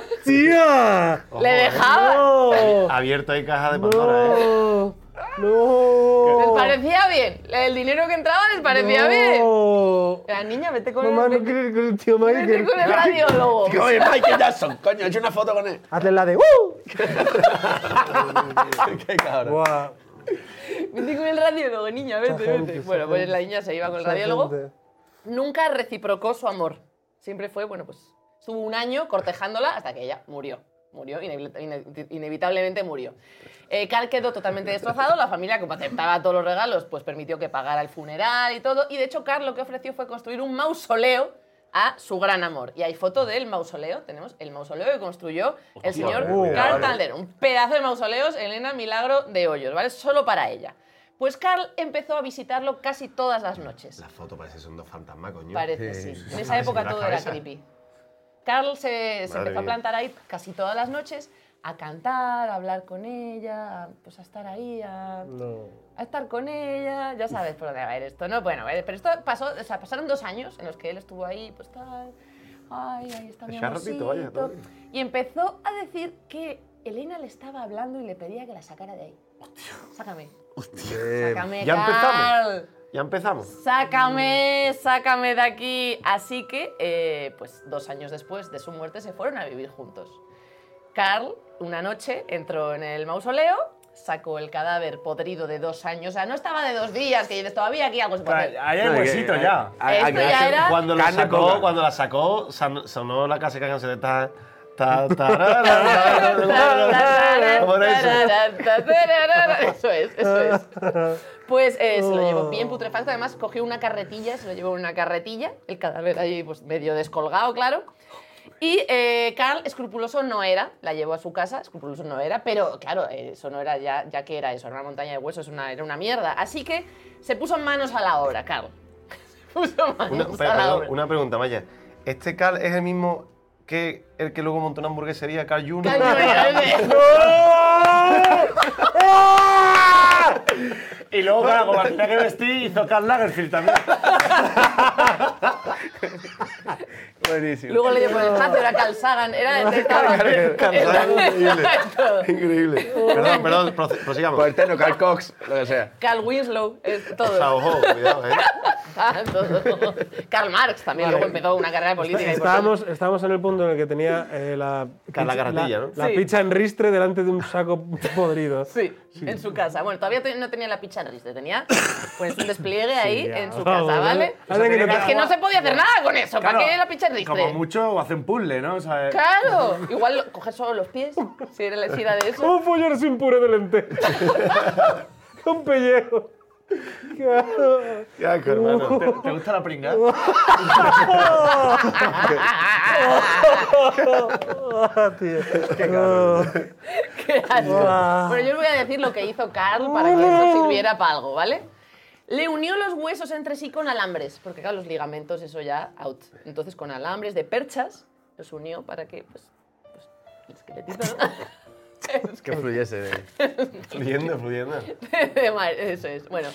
A: ¡Hostia!
D: Le dejaban.
E: ¿eh? Abierto ahí caja de Pandora, ¿eh?
A: ¡No!
D: Les parecía bien. El dinero que entraba les parecía
A: Oh. No.
D: bien. La niña, vete con el...
A: no quiero ir con el tío Michael.
D: Vete con el radiólogo.
C: Digo, oye, Michael Jackson, coño, he hecho una foto con él.
A: Hazle la de ¡Uh!
C: Qué cabrón.
D: Vete con el radiólogo, niña, vete,
C: Esa gente,
D: vete.
C: esa
D: Bueno, pues
C: gente.
D: la niña se iba con el
C: Esa
D: radiólogo.
C: gente.
D: Nunca reciprocó su amor. Siempre fue, bueno, pues estuvo un año cortejándola hasta que ella murió. Murió, inevi- ine- inevitablemente murió. Eh, Carl quedó totalmente destrozado, la familia, como aceptaba todos los regalos, pues permitió que pagara el funeral y todo. Y de hecho, Carl lo que ofreció fue construir un mausoleo a su gran amor. Y hay foto del mausoleo, tenemos el mausoleo que construyó el señor
Q: madre mía,
D: Carl
Q: vale.
D: Tandler. Un pedazo de mausoleos, Elena Milagro de Hoyos, ¿vale? Solo para ella. Pues Carl empezó a visitarlo casi todas las noches.
E: La foto parece que son dos fantasmas, coño.
D: Parece, sí. En esa época todo era creepy. Carl se, se
E: Madre
D: empezó
E: mía.
D: a plantar ahí casi todas las noches, a cantar, a hablar con ella, a, pues a estar ahí, a, a estar con ella. Ya sabes por dónde va a ir esto, ¿no? Bueno, eh, pero esto pasó, o sea, pasaron dos años en los que él estuvo ahí, pues tal. Ay, ahí está mi
E: Ya ratito, vaya,
D: amorcito.
E: todo.
D: Y empezó a decir que Elena le estaba hablando y le pedía que la sacara de ahí. Sácame. Sácame,
E: ya empezamos.
D: Carl.
E: Ya empezamos.
D: Sácame, sácame de aquí. Así que, eh, pues dos años después de su muerte, se fueron a vivir juntos. Carl, una noche, entró en el mausoleo sacó el cadáver podrido de dos años. O sea, no estaba de dos días, que dices, todavía aquí algo se puede hacer.
B: Ahí hay
E: No,
B: huesito
E: que- eh,
B: ya.
E: a- a-
D: Esto
E: que-
D: ya era
E: Cuando la
D: carne
E: sacó,
D: poca.
E: cuando la sacó, san- sonó la clásica canción de ta, ta, ta, Por eso.
D: Eso es, eso es. Pues eh, se lo llevó bien putrefacto. Además, cogió una carretilla, se lo llevó en una carretilla, el cadáver ahí pues, medio descolgado, claro. Y eh, Carl, escrupuloso no era, la llevó a su casa, escrupuloso no era, pero claro, eh, eso no era ya, ya que era eso, era una montaña de huesos, una, era una mierda. Así que se puso manos a la obra, Carl. Se puso manos
E: Una,
D: a
E: pe-
D: la
E: perdón,
D: obra.
E: una pregunta, Maya. ¿Este Carl es el mismo que el que luego montó una hamburguesería, Carl Jr.?
D: Carl Jr.,
B: Y luego, claro, como la tenía que vestir, hizo Karl Lagerfeld también.
C: Buenísimo.
D: Luego le dio por el espacio, era Carl Sagan, era detectaba. Exacto.
E: Increíble. Perdón, perdón, proce- prosigamos. Por el
C: terno, Carl Cox, lo que sea.
D: Carl Winslow, es todo.
E: sea, ojo, cuidado, ¿eh?
D: Ah, todo. Karl Marx también
A: Vale.
D: luego empezó una carrera política. importante.
A: Estábamos, estábamos en el punto en el que tenía eh, la,
E: Ca- la
A: picha-
E: carretilla, ¿no?
A: la
D: Sí.
A: picha en ristre delante de un saco podrido.
D: Sí, en su casa. Bueno, todavía te- no tenía la picha en riste, tenía pues un despliegue ahí
A: ya.
D: en su
A: Vamos,
D: casa,
A: ¿vale?
D: ¿vale?
A: O sea, tenía
D: es que no se podía hacer nada con eso, ¿para
B: Claro,
D: qué la picha en ristre?
B: Como mucho hace un puzzle, ¿no? O sea, eh,
D: Claro, igual lo- coger solo los pies, si era la si era de eso.
A: ¿Cómo follar sin puré de lentejas? Con pellejo. Qué asco.
E: Qué asco, hermano.
B: ¿Te, te gusta la pringa?
A: Tío.
D: Qué asco.
A: Buah.
D: Bueno, yo os voy a decir lo que hizo Carl para que eso sirviera para algo, ¿vale? Le unió los huesos entre sí con alambres, porque claro, los ligamentos, eso ya, out. Entonces, con alambres de perchas, los unió para que, pues, pues, el esqueletito, ¿no?
C: Que fluyese. eh. de-
E: Fluyendo, fluyendo.
D: De mar, eso es. Bueno,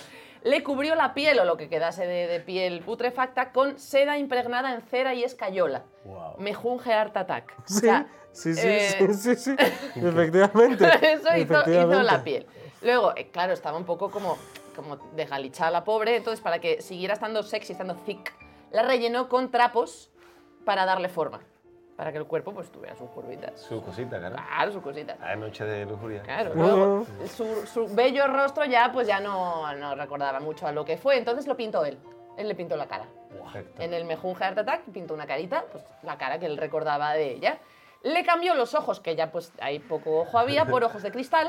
D: le cubrió la piel o lo que quedase de, de piel putrefacta con seda impregnada en cera y escayola. Mejunje Art Attack. O
A: Sí,
D: sea,
A: sí, sí,
D: eh,
A: sí, sí, sí. Efectivamente.
D: eso hizo, hizo
A: efectivamente.
D: la piel. Luego, eh, claro, estaba un poco como, como desgalichada la pobre, entonces para que siguiera estando sexy, estando thick, la rellenó con trapos para darle forma. Para que el cuerpo pues tuviera sus curvitas.
E: Su cosita, claro.
D: Claro, sus cositas.
E: Ah, noche de lujuria.
D: Claro,
A: Ah.
D: luego su, su bello rostro ya pues ya no, no recordaba mucho a lo que fue, entonces lo pintó él. Él le pintó la cara.
E: Perfecto.
D: En el Mejunje Heart Attack pintó una carita, pues la cara que él recordaba de ella. Le cambió los ojos, que ya pues ahí poco ojo había, por ojos de cristal,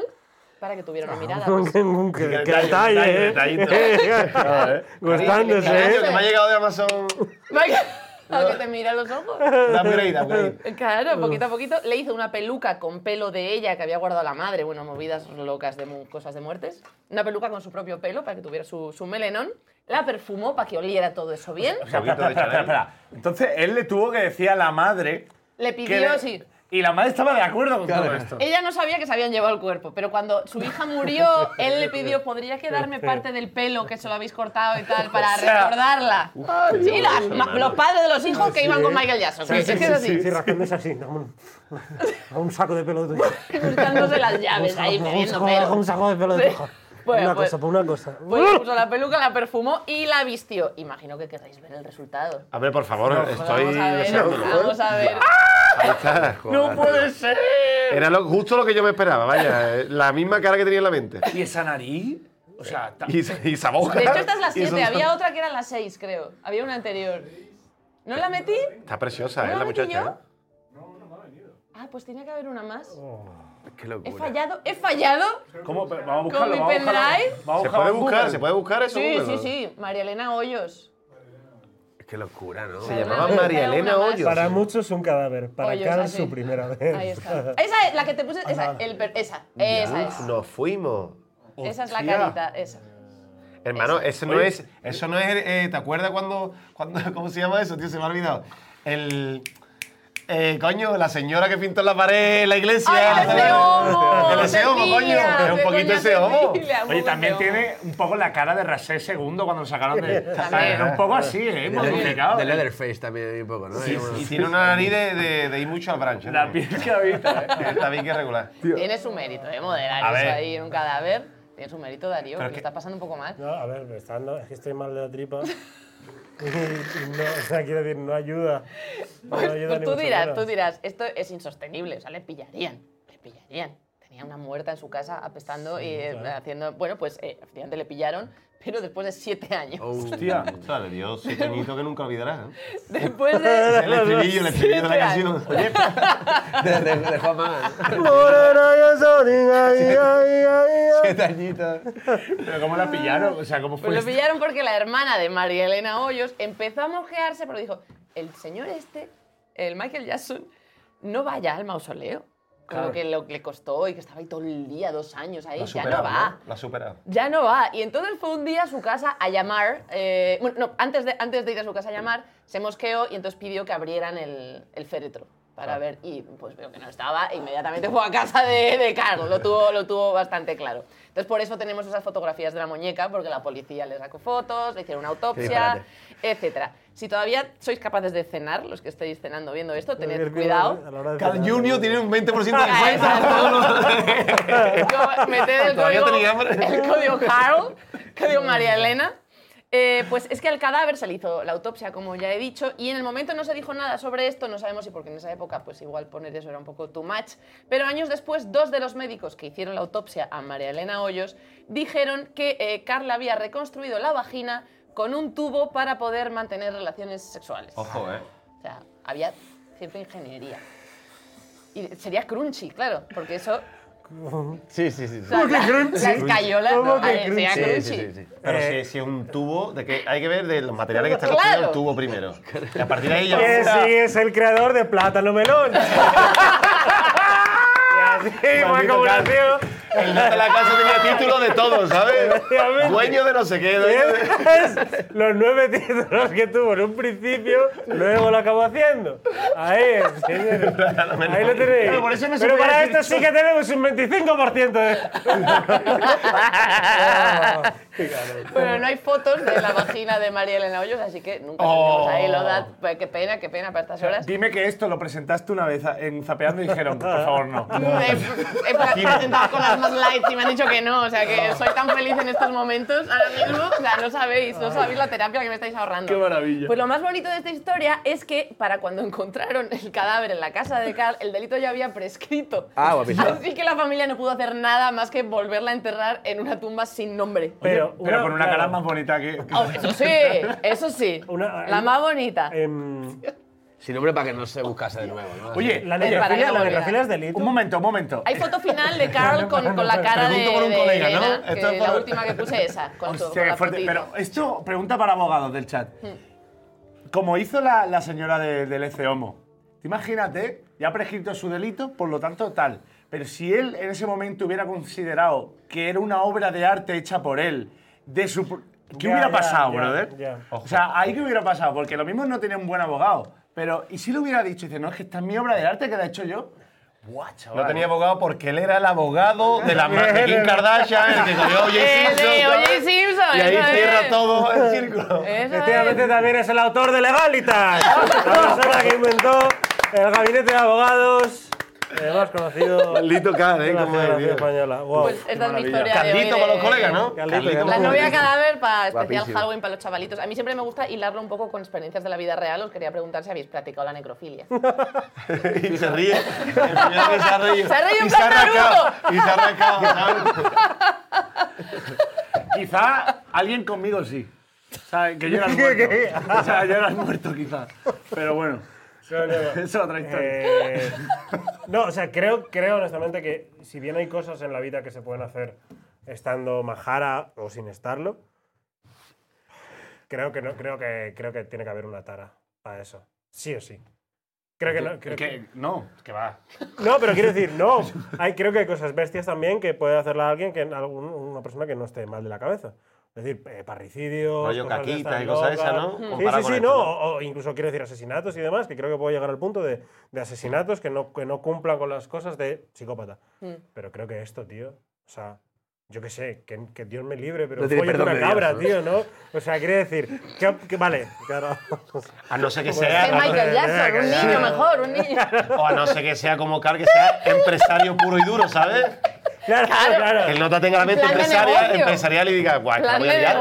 D: para que tuviera
A: Ah.
D: una mirada. pues,
A: Qué- qué- qué
E: Detalle,
A: detalle,
E: detalle,
A: ¿eh?
E: detallito. Ah, ¿eh?
A: Gustándose,
E: Cariño, que
A: ¿eh?
E: me ha llegado de Amazon.
D: Venga, a que te mira los ojos.
E: Da upgrade, upgrade.
D: Claro, poquito a poquito. Le hizo una peluca con pelo de ella que había guardado la madre, bueno, movidas locas de mu- cosas de muertes. Una peluca con su propio pelo para que tuviera su, su melenón. La perfumó para que oliera todo eso bien.
B: O sea, espera, espera, espera, espera. Entonces él le tuvo que decir a la madre.
D: Le
B: que
D: pidió,
B: le-
D: sí.
B: Y la madre estaba de acuerdo con todo esto.
D: Ella no sabía que se habían llevado el cuerpo, pero cuando su hija murió, él le pidió, ¿podría quedarme parte del pelo que se lo habéis cortado y tal para
B: O sea,
D: recordarla? sí, la-
E: Dios,
D: ma-
E: hermano.
D: los padres de los hijos que
A: Sí,
D: iban con
A: ¿eh?
D: Michael Jackson.
A: Sí,
D: que
A: sí,
D: es que
A: sí,
D: es así.
A: Sí, rascándose así, da un, da un saco de pelo de tu hija.
D: Cortándose las llaves
A: Un
D: ahí,
A: saco-
D: bebiendo
A: un saco-
D: pelo.
A: Un saco de pelo de tu hija.
D: Bueno,
A: una
D: pues-
A: cosa, por una cosa.
D: Pues le puso la peluca, la perfumó y la vistió. Imagino que querréis ver el resultado.
E: A ver, por favor, estoy
D: Vamos a ver,
E: deseándolo.
D: vamos a ver.
E: Ahí está.
B: ¡No puede ser!
E: Era lo- justo lo que yo me esperaba, vaya. eh, La misma cara que tenía en la mente.
B: ¿Y esa nariz? O sea, ta-
E: Y, esa- y esa boca.
D: De hecho, esta es la
E: Y esos-
D: 7, había otra que era la 6, creo. Había una anterior. ¿No la metí?
E: Está preciosa,
D: ¿No
E: ¿eh?
D: la
E: La
D: metí yo?
E: muchacha.
D: Ah, pues tenía que haber una más.
B: Oh,
C: Qué
D: ¿He
C: locura.
D: fallado? ¿He fallado?
B: ¿Cómo? Pero Vamos a
D: ¿Con
B: buscarlo.
D: mi
B: vamos a buscarlo.
D: pendrive?
B: Vamos a
E: ¿eh? Se
B: buscarlo
E: puede
B: en
E: buscar,
B: Google.
E: se puede buscar eso.
D: Sí,
E: Google?
D: sí, sí. María Elena Hoyos.
C: Qué locura, ¿no?
E: Se llamaba
D: Una
E: María
D: más,
E: Elena
D: una más.
E: Hoyos.
A: Para muchos un cadáver, para
D: Hoyos,
A: Carl
D: así.
A: su primera
B: Eh.
A: vez.
D: Ahí está. Esa es la que te puse. Esa,
B: Ah.
D: el per- esa, esa es.
E: Uf, Nos fuimos.
D: Esa es la
B: Hostia.
D: carita, esa.
E: Hermano, eso no
B: Oye.
E: es. Eso no es. eh, ¿Te acuerdas cuando, cuando. ¿Cómo se llama eso, tío? Se me ha olvidado. El. eh, coño, la señora que pintó la pared en la iglesia.
D: ¡Ay, el ese homo!
E: El ese homo, coño. Es un poquito ese homo.
B: Oye, también tiene un poco la cara de Rasé segundo cuando lo sacaron de. Era un poco así, ¿eh? Modificado.
C: De Leatherface también, un poco, ¿no?
E: Sí,
C: Digamos-
E: y tiene una nariz de, de- de ir mucho al branch. ¿eh?
B: La piel que habita, ¿eh?
E: Está bien que regular.
D: Tiene su mérito, de moderar
E: A
D: eso
E: ver.
D: ahí en un cadáver. Tiene su mérito, Darío, que
E: Pero
D: lo
E: que-
D: está pasando un poco mal.
A: No, a ver, me está dando- es que estoy mal de la tripa. Y- y no, o sea, quiero decir, no ayuda. No
D: Pues,
A: ayuda
D: pues
A: ni
D: tú
A: mucho
D: dirás,
A: menos.
D: tú dirás, esto es insostenible, o sea, le pillarían, le pillarían. tenía una muerta en su casa apestando
E: Sí,
D: y eh,
E: claro.
D: haciendo. Bueno, pues eh, efectivamente le pillaron, pero después de siete años.
E: Hostia, ostras, le dio siete añitos que nunca olvidarás. ¿eh?
D: Después de.
E: El estribillo, el estribillo de la
D: siete
E: canción.
D: años.
E: Oye,
C: De, de, de Juan Magán.
B: Siete añitos. Pero ¿cómo la pillaron? O sea, ¿cómo fue
D: Pues lo
B: esto?
D: pillaron porque la hermana de María Elena Hoyos empezó a mojearse, pero dijo, el señor este, el Michael Jackson, no vaya al mausoleo. Con
E: Claro.
D: lo que lo que le costó y que estaba ahí todo el día, dos años ahí,
E: La ha
D: ya no
E: superado,
D: va.
E: ¿no? La ha superado.
D: Ya no va. Y entonces fue un día a su casa a llamar. eh, bueno, no, antes de, antes de ir a su casa a llamar, se mosqueó y entonces pidió que abrieran el, el féretro para
K: Ah.
D: ver. Y pues veo que no estaba, e inmediatamente fue a casa de, de Carlos. Lo tuvo, lo tuvo bastante claro. Entonces, por eso tenemos esas fotografías de la muñeca, porque la policía le sacó fotos, le hicieron una autopsia,
K: disparate.
D: etcétera. Si todavía sois capaces de cenar, los que estéis cenando viendo esto, tened
A: Cualquier
D: cuidado.
A: cosa, ¿eh? a la hora de
E: Carl
A: cenar.
E: Junior tiene un 20% de
D: Ah,
E: descuento.
D: Yo- meted el
E: Todavía
D: código,
E: tenía hambre.
D: el código Harold, código María Elena. Eh, pues es que al cadáver se le hizo la autopsia, como ya he dicho, y en el momento no se dijo nada sobre esto, no sabemos si porque en esa época pues igual poner eso era un poco too much, pero años después dos de los médicos que hicieron la autopsia a María Elena Hoyos dijeron que eh, Carla había reconstruido la vagina con un tubo para poder mantener relaciones sexuales.
E: Ojo, eh.
D: O sea, había cierta ingeniería. Y sería crunchy, claro, porque eso
C: Sí, sí, sí. sí.
D: ¿Cómo que crunchy? La escayola, ¿Cómo no, que vale, crunchy? sea
E: Sí, sí, sí,
D: crunchy.
E: sí. Pero si, si es un tubo, de que hay que ver de los materiales que está
D: Claro.
E: construido el tubo primero. Y a partir de ahí ya.
A: Que sí, es el creador de Plátano Melón. y así fue
E: Maldito
A: como
E: Carl.
A: nació.
E: El de la casa tenía título de todo, ¿sabes?
A: Efectivamente.
E: Dueño de no sé qué, dueño de.
A: Es los nueve títulos que tuvo en un principio, luego lo acabó haciendo. Ahí es, señores. Ahí lo tenéis.
E: Claro, por eso no se
A: Pero
E: podía
A: para
E: decir
A: esto sí que tenemos un 25% de...
D: Bueno, no hay fotos de la vagina de María Elena Hoyos, así que nunca
B: Oh.
D: tendremos ahí lo da. Pues qué pena, qué pena para estas horas.
B: Dime que esto lo presentaste una vez en Zapeando y dijeron, por favor, no.
D: He, he presentado con las más lights y me han dicho que no, o sea que soy tan feliz en estos momentos ahora mismo, o sea, no sabéis, no sabéis la terapia que me estáis ahorrando.
B: Qué maravilla.
D: Pues lo más bonito de esta historia es que para cuando encontraron el cadáver en la casa de Carl, el delito ya había prescrito.
C: Ah, guapísimo.
D: Así que la familia no pudo hacer nada más que volverla a enterrar en una tumba sin nombre.
B: Pero,
A: una-
B: con una cara
A: claro.
B: más bonita que.
D: Oh, eso sí, eso sí. la más bonita.
C: Sin nombre para que no se buscase de nuevo. ¿no?
B: Oye,
A: La
B: oye,
D: para que
A: necrofilia,
D: no
A: la
D: me
A: necrofilia es delito.
B: un momento, un momento.
D: Hay foto final de Carl con, con la cara de,
B: Pregunto por un
D: de
B: colega, ¿no?
D: Elena,
B: Esto
D: que
B: es
D: la
B: por-
D: última que puse esa, con,
B: Hostia,
D: todo, con
B: qué
D: la
B: fuerte.
D: fotito.
B: Pero esto, pregunta para abogados del chat. Como hizo la, la señora de- del ECE Homo, te imagínate, ya ha prescrito su delito, por lo tanto tal. Pero si él en ese momento hubiera considerado que era una obra de arte hecha por él, de su... pr- ¿Qué
A: Ya,
B: hubiera
A: ya,
B: pasado,
A: ya,
B: brother?
A: ya.
B: O sea, ahí que hubiera pasado, porque lo mismo no tenía un buen abogado. Pero, ¿y si le hubiera dicho? Dice, no, es que esta es mi obra de arte que la he hecho yo. Buah, chaval.
E: No tenía abogado porque él era el abogado de la ma- de Kim Kardashian, el que cogió a O.J.
D: Eh,
E: Simpson. ¿sabes?
D: de O.J. Simpson,
E: Y
D: eso
E: ahí
D: es.
E: cierra todo el círculo.
D: Esa
A: Efectivamente también es el autor de Legalitas, la persona que inventó el gabinete de abogados eh, más conocido
E: Maldito Carl, ¿eh?
A: de la
E: Cómo es,
A: Federación
E: tío.
A: Española. Wow.
D: Pues esta es mi
A: maravilla.
D: historia de Carlito hoy con de- los colegas, ¿no?
A: Carlito,
E: Carlito
A: Carlito.
D: La novia cadáver para especial
E: Guapísimo.
D: Halloween para los chavalitos. A mí siempre me gusta hilarlo un poco con experiencias de la vida real. Os quería preguntar si habéis practicado la necrofilia.
E: y se ríe. El primero que se ha reído.
D: Se ha reído en
E: y se ha
D: plan
E: arrancado.
D: Naruto.
E: Y se ha arrancado, ¿sabes?
B: Quizá alguien conmigo sí. O sea, que yo era el muerto. O sea, yo era el muerto quizá. Pero bueno,
A: No, no, no.
B: eso es otra historia.
A: Eh, no, o sea, creo, creo honestamente que si bien hay cosas en la vida que se pueden hacer estando majara o sin estarlo, creo que no, creo que creo que tiene que haber una tara para eso. Sí o sí. Creo que no. creo que-
B: Que- no, que va.
A: No, pero quiero decir, no. Hay, creo que hay cosas bestias también que puede hacerla alguien que algún- una persona que no esté mal de la cabeza. Es decir, eh, parricidios.
E: Rollo
A: cosas de
E: caquita
A: estas
E: y cosas
A: locas.
E: esas, ¿no?
A: Sí,
E: Comparado
A: sí,
E: con
A: sí,
E: esto,
A: no.
E: ¿no?
A: O, o incluso quiero decir asesinatos y demás, que creo que puedo llegar al punto de, de asesinatos que no, que no cumplan con las cosas de psicópata.
D: Mm.
A: Pero creo que esto, tío. O sea, yo qué sé, que, que Dios me libre, pero
C: No tiene
A: fóllate
C: perdón
A: una
C: de Dios,
A: cabra,
C: ¿no?
A: tío, ¿no? O sea, quiero decir, que, que- vale, claro.
E: A no ser que
A: Bueno,
E: sea.
A: es Michael
D: Jackson, un niño mejor, un niño.
E: O a no ser que sea como Carl, que sea empresario puro y duro, ¿sabes?
A: Claro, claro.
E: Que el nota tenga la mente
A: Plan de
E: empresaria,
A: negocio.
E: empresarial y diga, guau, la voy a liar.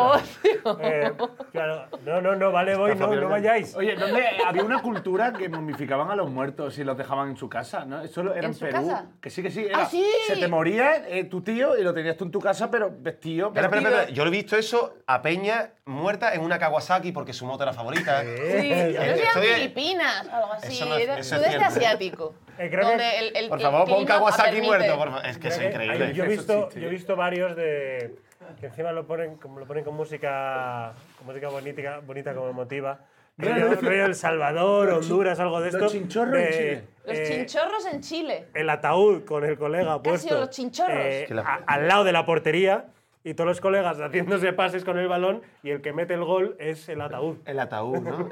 A: Eh, claro, no, no, no, vale, voy, no, no vayáis.
B: Oye, ¿dónde había una cultura que momificaban a los muertos y los dejaban en su casa? ¿no? Eso lo- era
D: ¿En
B: en,
D: su
B: Perú.
D: casa?
B: Que sí, que sí.
D: ¡Ah,
B: era-
D: sí!
B: Se te moría eh, tu tío y lo tenías tú en tu casa, pero vestido.
E: Espera, espera,
B: vestido.
E: espera. Yo lo he visto eso a Peña muerta en una Kawasaki porque su moto era favorita.
D: Sí, no sé, eran
E: Estoy-
D: Filipinas, algo así.
E: Eso no es-
D: era-
E: eso es
D: sudeste
E: cierto.
D: asiático.
A: creo que-
D: donde el, el,
E: Por
D: el
E: favor, pon
D: clima
E: Kawasaki
D: permite.
E: muerto, por favor. Es que es
A: Creo
E: increíble.
A: Yo he, visto, yo he visto varios de. que encima lo ponen, como lo ponen con música, con música bonita, bonita como emotiva. Rollo, rollo El Salvador, Honduras, algo de esto.
B: los chinchorros en
A: de,
B: Chile.
D: Los
A: eh,
D: chinchorros en Chile.
A: el ataúd con el colega puesto
D: sido los chinchorros.
A: eh,
E: Que la-
A: a- al lado de la portería y todos los colegas haciéndose pases con el balón y el que mete el gol es el ataúd.
E: El ataúd, ¿no?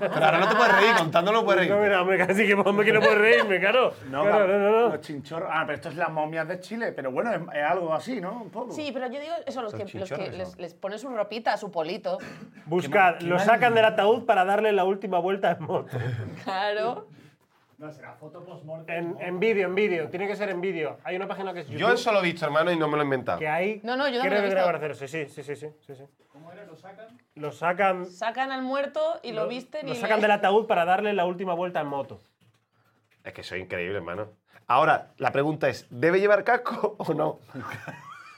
E: Pero ahora no te puedes reír, contándolo puedes reír.
A: No, mira, hombre, casi que, hombre, que no puedes reírme, claro.
B: No,
A: Claro,
B: claro,
A: no, no, no.
B: Los chinchorros. Ah, pero esto es las momias de Chile. Pero bueno, es, es algo así, ¿no? Un poco.
D: Sí, pero yo digo eso, los
B: Los
D: que, los que
B: chinchorros,
D: les, les ponen su ropita, su polito.
A: Buscad, lo sacan del ataúd para darle la última vuelta en moto.
D: Claro.
H: No, será foto post-mortem.
A: En, en vídeo, en vídeo, tiene que ser en vídeo. Hay una página que es YouTube.
E: Yo eso lo he visto, hermano, y no me lo he inventado.
A: Que hay.
D: No, no, yo también
A: creo
D: lo he
A: que
D: visto.
A: grabar hacer, sí, sí, sí, sí, sí, sí, sí.
H: ¿Cómo era? ¿Lo sacan?
A: Lo sacan.
D: Sacan al muerto y lo, visten
A: Lo
D: y.
A: sacan
D: le-
A: del ataúd para darle la última vuelta en moto.
E: Es que soy increíble, hermano. Ahora, la pregunta es, ¿debe llevar casco o no?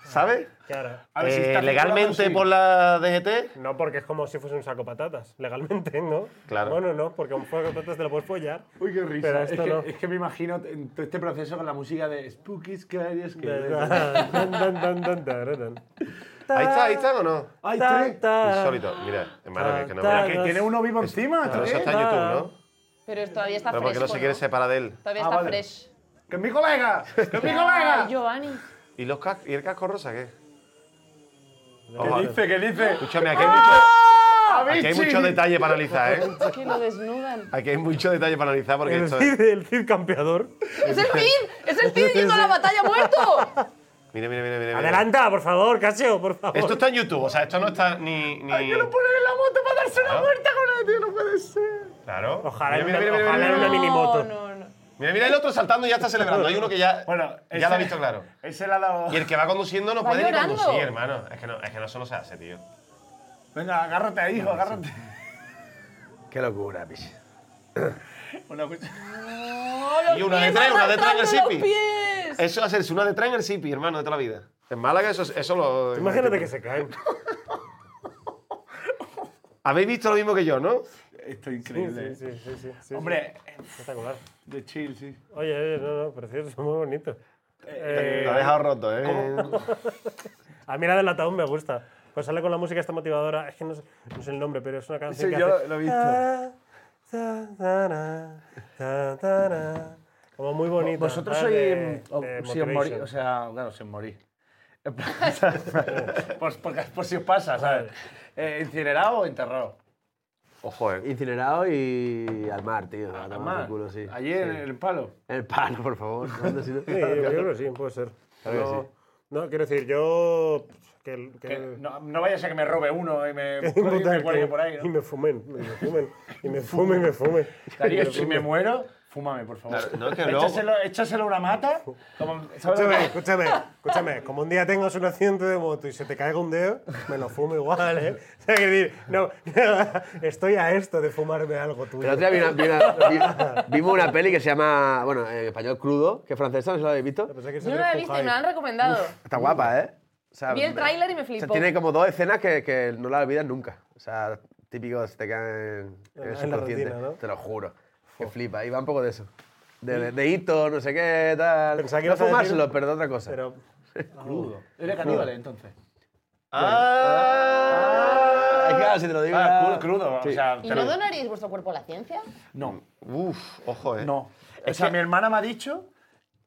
E: ¿Sabes?
A: Claro.
B: A ver, si
E: Eh,
B: está
E: legalmente
B: circulando, sí.
E: por la DGT,
A: No, porque es como si fuese un saco patatas, legalmente, ¿no?
E: Claro.
A: Bueno, no, porque un saco patatas te lo puedes follar.
B: Uy, qué risa.
A: Pero
B: es,
A: esto
B: que,
A: no.
B: es que me imagino en todo este proceso con la música de Spooky Scary Scary.
A: Dun, dun, dun, dun, dun, dun.
E: ahí está, ahí está o no.
B: Ay,
A: Ta,
B: tres.
A: ta.
E: Insólito. Mira, hermano, que, que no
A: Ta,
E: me
A: ta,
B: Que tiene uno vivo encima.
E: Pero
B: tres.
E: eso está en YouTube, ¿no?
D: Pero todavía está
E: Pero
D: fresco.
E: porque no se quiere separar de él.
D: Todavía
B: Ah,
D: está
B: vale.
D: fresh.
B: ¡Que es mi colega! ¡Que es mi
D: Ah,
B: colega!
D: Giovanni.
E: ¿Y, los cas- ¿Y el casco rosa qué?
B: ¿Qué dice? ¿Qué dice?
E: Escúchame, aquí hay,
A: ¡Ah!
E: mucho, aquí hay
B: Avicii.
E: mucho detalle para analizar, ¿eh?
D: ¡Ah! Es que lo desnudan.
E: Aquí hay mucho detalle para analizar porque
A: El
E: esto
A: Cid, el Cid campeador.
D: ¡Es el Cid! ¡Es el Cid yendo a la batalla muerto!
E: Mira, mira, mira, mira. mira.
A: Adelanta, por favor, Casio, por favor.
E: Esto está en YouTube, o sea, esto no está ni. ni...
B: ¡Hay que lo ponen en la moto para darse
E: Ah.
B: una vuelta con él, tío! ¡No puede ser!
E: Claro.
A: Ojalá en
E: mira,
A: una,
E: mira, mira,
A: ojalá
E: mira,
A: en una
E: mira,
A: minimoto.
D: No, no, no.
E: mira, mira el otro saltando y ya está celebrando. Hay uno que ya, ya lo ha visto claro.
B: Ese le ha dado.
E: Y el que va conduciendo no
D: Va
E: puede
D: llorando.
E: ni conducir, hermano. Es que no, es que no solo se hace, tío.
B: Venga, agárrate ahí, hijo, agárrate.
C: Qué locura, pichi.
B: Una cosa-
D: No, los
E: Y una de
D: pies
E: tres, una de tres en el
D: arrastrando los
E: Sipi.
D: pies.
E: Eso hacerse una de tren en el Sipi, hermano, de toda la vida. En Málaga eso, eso lo.
A: Imagínate que se caen.
E: Habéis visto lo mismo que yo, ¿no?
B: Esto es
A: Sí,
B: increíble.
A: sí, sí, sí, sí, sí.
B: Hombre,
A: Espectacular.
B: de chill, sí.
A: Oye, oye, no, no, precioso, muy bonito. Eh,
E: lo ha dejado roto, ¿eh?
A: a mí la del ataúd me gusta. Pues sale con la música esta motivadora. Es que no sé, no sé el nombre, pero es una canción
B: Sí,
A: que
B: yo
A: hace-
B: lo- lo he visto.
A: Ta, ta, ta, na, ta, ta, na. Como muy bonita.
B: Vosotros em,
A: ¿sabes?
B: sois.
A: De-
B: o-
A: de
B: si os morís.
A: motivation.
B: O sea, claro, si os morís. En plan, por, por, por pues si os pasa, ¿sabes? Eh, ¿Incinerado o enterrado?
E: Ojo, eh.
C: Incinerado y al mar, tío. A tomar por
B: Además,
C: culo, sí.
B: Allí en el palo.
C: En el palo, por favor. ¿Dónde, si no?
A: Sí, yo creo que sí, puede ser.
C: Claro que
A: no,
C: sí.
A: no, quiero decir, yo. Que, el- que-
B: Que no, no vaya a ser que me robe uno y me,
A: que-
B: y me cuelgue por ahí,
A: Y
B: ¿no?
A: me fumen, y me fumen, y me fumen, y me fumen.
B: Darío, si me muero, fúmame, por favor.
E: Claro, no, que luego-
B: échaselo, échaselo una mata. Como, ¿sabes lo que-
A: Escúchame, escúchame, escúchame. Como un día tengas un accidente de moto y se te caiga un dedo, me lo fumo igual, ¿eh? O sea, quiero decir, no, estoy a esto de fumarme algo tuyo.
C: Pero otro día vi una- vi una- vi- vimos una peli que se llama, bueno, en español crudo, que es francesa, no sé si la habéis visto.
A: Pensé que
D: Yo
A: se
D: no
A: te
D: la he visto y me la han recomendado.
C: Está guapa, ¿eh? O sea,
D: Vi el tráiler y me
C: o sea,
D: flipó.
C: tiene como dos escenas que, que no las olvidas nunca. O sea, típico, se te quedan en, en
A: En
C: el
A: la
C: subconsciente.
A: retina, ¿no?
C: Te lo juro. Que flipa. Y va un poco de eso. De, de, de hitos, no sé qué, tal.
A: Pensaba que
C: no
A: ibas a decir-
C: fumárselo, pero de otra cosa.
A: Pero
B: Crudo. Era caníbal, entonces.
E: ¡Ah!
C: Ah, claro, si te lo digo.
B: Ah,
C: ya-
B: cru- crudo.
C: Sí.
B: O sea,
D: ¿Y
B: te
D: no
B: lo-
D: donaríais vuestro cuerpo a la ciencia?
B: no,
E: Uf, ojo, eh.
B: no. O sea, mi hermana me ha dicho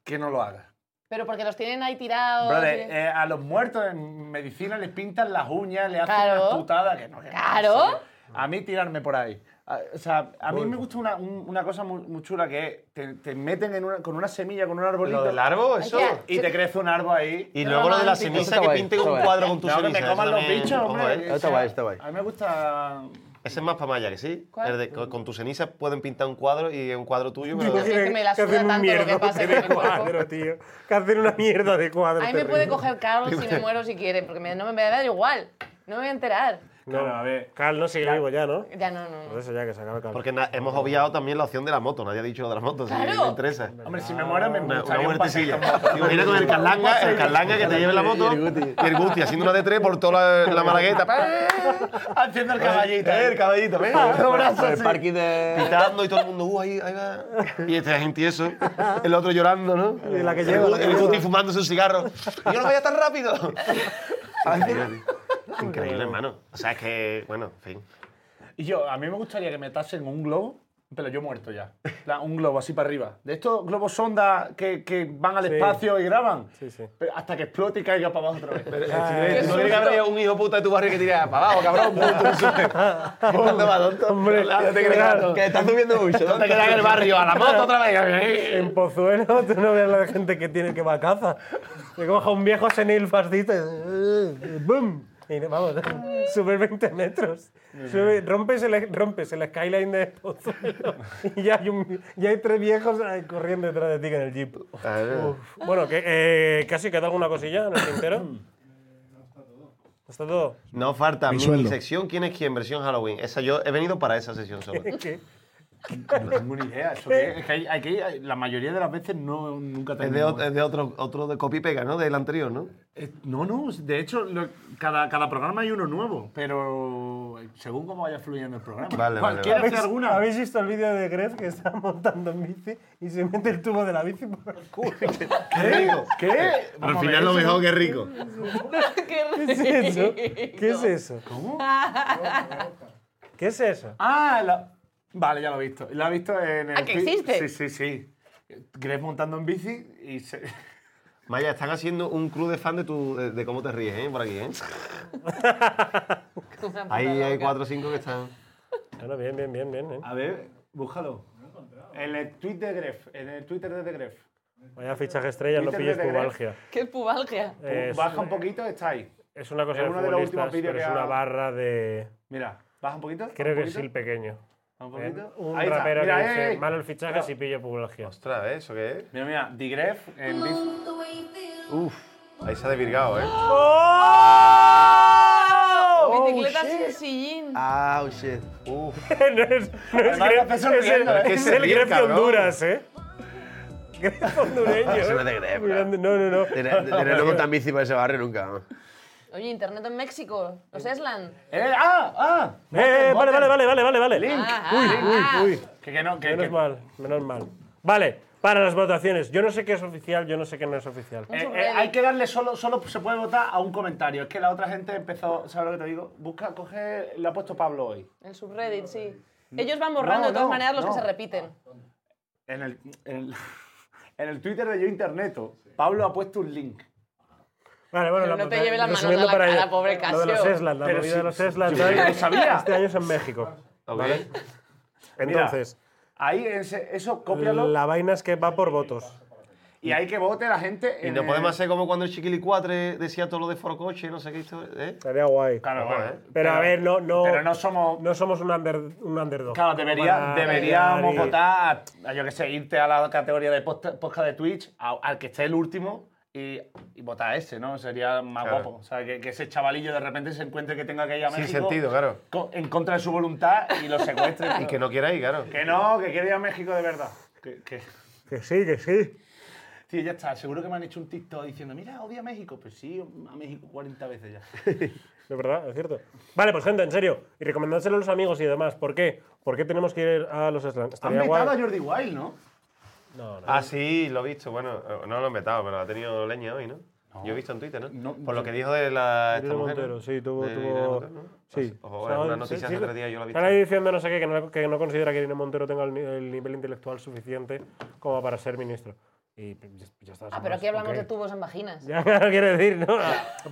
B: que no lo haga.
D: Pero porque los tienen ahí tirados.
B: Brother,
D: tienen-
B: eh, a los muertos en medicina les pintan las uñas, le hacen
D: Claro.
B: unas putadas que no. que no,
D: Claro.
B: en serio. A mí tirarme por ahí. A- O sea, a mí me gusta una, un- una cosa muy, muy chula que es te, te meten en una- con una semilla, con un arbolito.
E: ¿Lo del árbol, eso?
D: Ay, ya.
B: Y te crece un árbol ahí.
E: Y luego lo de la
D: Romántico.
E: ceniza
C: Está
E: que
C: guay,
E: pinten
C: está
E: un
C: guay.
E: cuadro con tu
B: No, que
E: ceniza.
B: te
E: eso
B: coman los
E: también,
B: bichos,
E: ojo,
B: hombre.
E: eh.
B: que
C: Está
B: sea-
C: guay, está guay.
B: A mí me gusta
E: Ese es más para Maya, que sí.
D: ¿Cuál?
E: El de- con, con tus cenizas pueden pintar un cuadro y es un cuadro tuyo. Pero...
D: Es que me la suda tanto lo que pasa con mi cuerpo.
A: cuadro, tío. Que hacen una mierda de cuadro.
D: A mí me puede
A: terrible.
D: coger Carlos si me muero si quiere, porque me- no me va a dar igual. No me voy a enterar.
A: No, a ver. Carl no sigue vivo Pues ya, ¿no?
D: Ya no, no.
A: Por eso ya que se acaba Carl.
E: Porque na- hemos obviado también la opción de la moto. Nadie ha dicho lo de la moto. Si
D: ¡Claro!
E: me interesa.
B: Hombre, si me muero, me
E: Una, una
B: gustaría un
E: muertecilla.
B: paseo con moto.
E: Imagina con el carlanga, el carlanga que te lleve la moto
B: Y el Guti.
E: y el Guti haciendo una de tres por toda la, la malagueta.
B: Haciendo el caballito.
E: Eh, el caballito, ¿ves? Los brazos
C: Por el
E: así.
C: parking de-
E: Pitando y todo el mundo, uh, ahí, ahí va. Y este gente eso, el otro llorando, ¿no?
A: Y la que
E: El
A: lleva,
E: Guti-
A: la que
E: El
A: lleva.
E: Guti fumando su cigarro. Yo no vaya tan rápido. Increíble, tío. Increíble, hermano. O sea, es que, bueno, en fin.
B: Y yo, a mí me gustaría que me tasen un globo, pero yo muerto ya. En plan, Un globo así para arriba. De estos globos sonda que, que van al
A: Sí.
B: espacio y graban.
A: Sí, sí.
B: Pero hasta que explote y caiga para abajo otra vez.
A: Ah,
E: Qué eh, no tiene que haber un hijo puta de tu barrio que tira para abajo, cabrón.
A: Hombre,
E: que estás subiendo mucho. ¿Dónde quedas en el barrio? A la moto otra vez.
A: En Pozuelo, tú no ves la gente que tiene que va a caza. Que coja un viejo senil fascista y eh, ¡Bum! Y vamos, subir 20 metros. Sube- rompes, el, rompes el skyline de Pozuelo y ya hay, un- ya hay tres viejos eh, corriendo detrás de ti en el jeep. Uf. Bueno, que, eh, casi queda alguna cosilla en el tintero.
E: Mm.
A: ¿Está todo?
E: No falta
A: Mi
E: mi,
A: sueldo.
E: sección ¿Quién es quién? Versión Halloween. Esa yo he venido para esa sesión solo.
A: ¿Qué?
B: No tengo ni idea. eso que es. Es que hay- aquí hay- la mayoría de las veces no, nunca
E: Es de,
B: tenemos.
E: ot- es de otro, otro de copy pega, ¿no? Del anterior, ¿no?
B: Eh, No, no, de hecho, lo- cada, cada programa hay uno nuevo, pero según cómo vaya fluyendo el programa.
E: Vale, vale,
B: Cualquiera
A: ¿Habéis,
B: hace alguna.
A: ¿Habéis visto el vídeo de Gref que está montando en bici y se mete el tubo de la bici por el culo?
B: ¿Qué? ¿Qué?
E: Al
B: Vamos a ver,
E: final lo
B: eso
E: mejor
B: no-
E: que rico.
A: ¿Qué es eso? ¿Qué es eso? ¿Cómo? ¿Qué es eso?
B: Ah, la- vale, ya lo he visto. Lo he visto en el.
D: Ah, que
B: fi- Sí,
D: existe.
B: sí, sí. Gref montando en bici y se.
E: Maya, están haciendo un club de fan de, tu, de, de cómo te ríes, ¿eh? Por aquí, ¿eh? Ahí hay cuatro o cinco que están.
A: Bueno, bien, bien, bien, eh. bien.
B: A ver, búscalo. En el tweet de Gref, en el Twitter de The Gref.
A: Vaya fichaje estrella, no
B: Twitter
A: pilles
B: de The Gref.
A: pubalgia.
D: ¿Qué es pubalgia?
A: Es-
B: Baja un poquito, está ahí.
A: Es una cosa
B: Es
A: de
B: uno de los últimos
A: futbolistas,
B: vídeos
A: pero es
B: que
A: una
B: ha-
A: barra de...
B: Mira, baja un poquito.
A: Creo
B: un
A: que es
B: poquito,
A: el pequeño.
B: Un
A: Eh,
B: poquito.
A: Un
B: Ahí está.
A: rapero
B: Mira,
A: que
B: eh,
A: dice,
B: eh.
A: malo el fichaje
B: Mira.
A: si pillo pubalgia.
E: Ostras, ¿eh? ¿eso qué
B: Mira, mira, Digref en bici.
E: es? Uf, ahí se ha desvirgado, ¿eh?
D: Bicicletas sin sillín.
E: Ah, shit. Uf.
A: no es, no es,
C: Ah,
B: Además,
A: Gref,
B: empezó
A: es el,
B: riendo, ¿eh?
A: es
E: Que se
A: el
E: ríe,
A: Gref de
E: cabrón.
A: Honduras, ¿eh? Gref hondureño.
C: Se me hace Gref, bro.
A: Mirando- No, no, no.
C: Tener tener no montar bici por ese barrio nunca. ¿no?
D: Oye, internet en México. Los Eslan.
B: Eh, ¡Ah! ¡Ah!
A: Eh, eh, vale, vale, vale, vale, vale, vale.
B: Link.
D: Ah, ah,
A: Uy, uy, uy.
B: Que, que no, que,
A: Menos
B: que-
A: mal, menos mal. Vale, para las votaciones. Yo no sé qué es oficial, yo no sé qué no es oficial.
B: Eh, eh, hay que darle solo, solo se puede votar a un comentario. Es que la otra gente empezó, ¿sabes lo que te digo? Busca, coge, lo ha puesto Pablo hoy.
D: El subreddit, sí. Ellos van borrando de todas
B: no,
D: maneras los
B: no.
D: que se
A: Ah,
D: repiten. Ah,
B: En el, en el, en el Twitter de Yo Interneto, Pablo ha puesto un link.
A: Vale, bueno,
D: Pero
A: la-
D: no te lleves las manos
A: resumiendo
D: a la
A: para
D: cara,
A: ello,
D: pobre
A: Lo de los
D: Casio.
A: Eslan, la
B: Pero
A: movida
B: sí,
A: de los
B: sí,
A: Eslan.
B: yo no lo sabía.
A: Este año es en México.
E: Ok.
A: ¿vale?
B: Mira,
A: Entonces,
B: ahí ese- eso cópialo
A: la vaina es que va por votos.
B: y hay que vote la gente.
E: Y
B: en
E: no
B: el-
E: podemos hacer como cuando el Chiquilicuatre decía todo lo de Forocoche, no sé qué historia, ¿eh?
A: Estaría guay.
B: Claro,
E: Ojo,
B: bueno,
E: eh.
A: Pero, a ver, no, no,
B: Pero no somos.
A: no somos un, under, un
E: Pues,
A: underdog.
B: Claro,
A: Como
B: debería-
A: para
B: deberíamos
A: llegar y-
B: votar a, a, yo que sé, irte a la categoría de post- podcast de Twitch, a- al que esté el último, y, y votar a ese, ¿no? Sería más
E: Claro.
B: guapo. O sea, que, que ese chavalillo de repente se encuentre que tenga que ir a
E: Sin
B: México.
E: sentido, claro.
B: co- en contra de su voluntad y lo secuestre.
E: Y que no quiera ir, claro.
B: Que no, que quiere ir a México de verdad. Que, que-
A: Que sí, que sí.
B: Sí, ya está. Seguro que me han hecho un TikTok diciendo, mira, odia a México. Pues sí, a México 40 veces ya.
A: De verdad, es cierto. Vale, pues gente, en serio. Y recomendárselo a los amigos y demás. ¿Por qué? ¿Por qué tenemos que ir a los Eslan?
B: Han
A: Estaría
B: vetado a
A: guay.
B: Jordi Wild, ¿no?
A: No, no.
E: Ah, sí, lo he visto. Bueno, eh, no lo he metado, pero ha tenido leña hoy, ¿no? Yo he visto en Twitter, ¿no?
B: No,
E: Por lo
B: yo-
E: que dijo de la esta
A: Irene
E: mujer,
A: Montero,
E: ¿no?
A: sí, tuvo.
E: De Irene
A: tuvo
E: Montero, ¿no? Pues,
A: Sí.
E: Ojo, bueno,
A: Estaba-
E: una noticia
A: sí,
E: hace
A: sí,
E: tres días, yo la he
A: Están ahí
E: visto.
A: diciendo no sé qué, que no, que no considera que Irene Montero tenga el, ni- el nivel intelectual suficiente como para ser ministro. Y pues, ya, ya está.
D: Ah,
A: sin
D: pero
A: más.
D: aquí hablamos
A: Ok.
D: de tubos en vaginas.
A: Ya, claro, quiero decir, ¿no?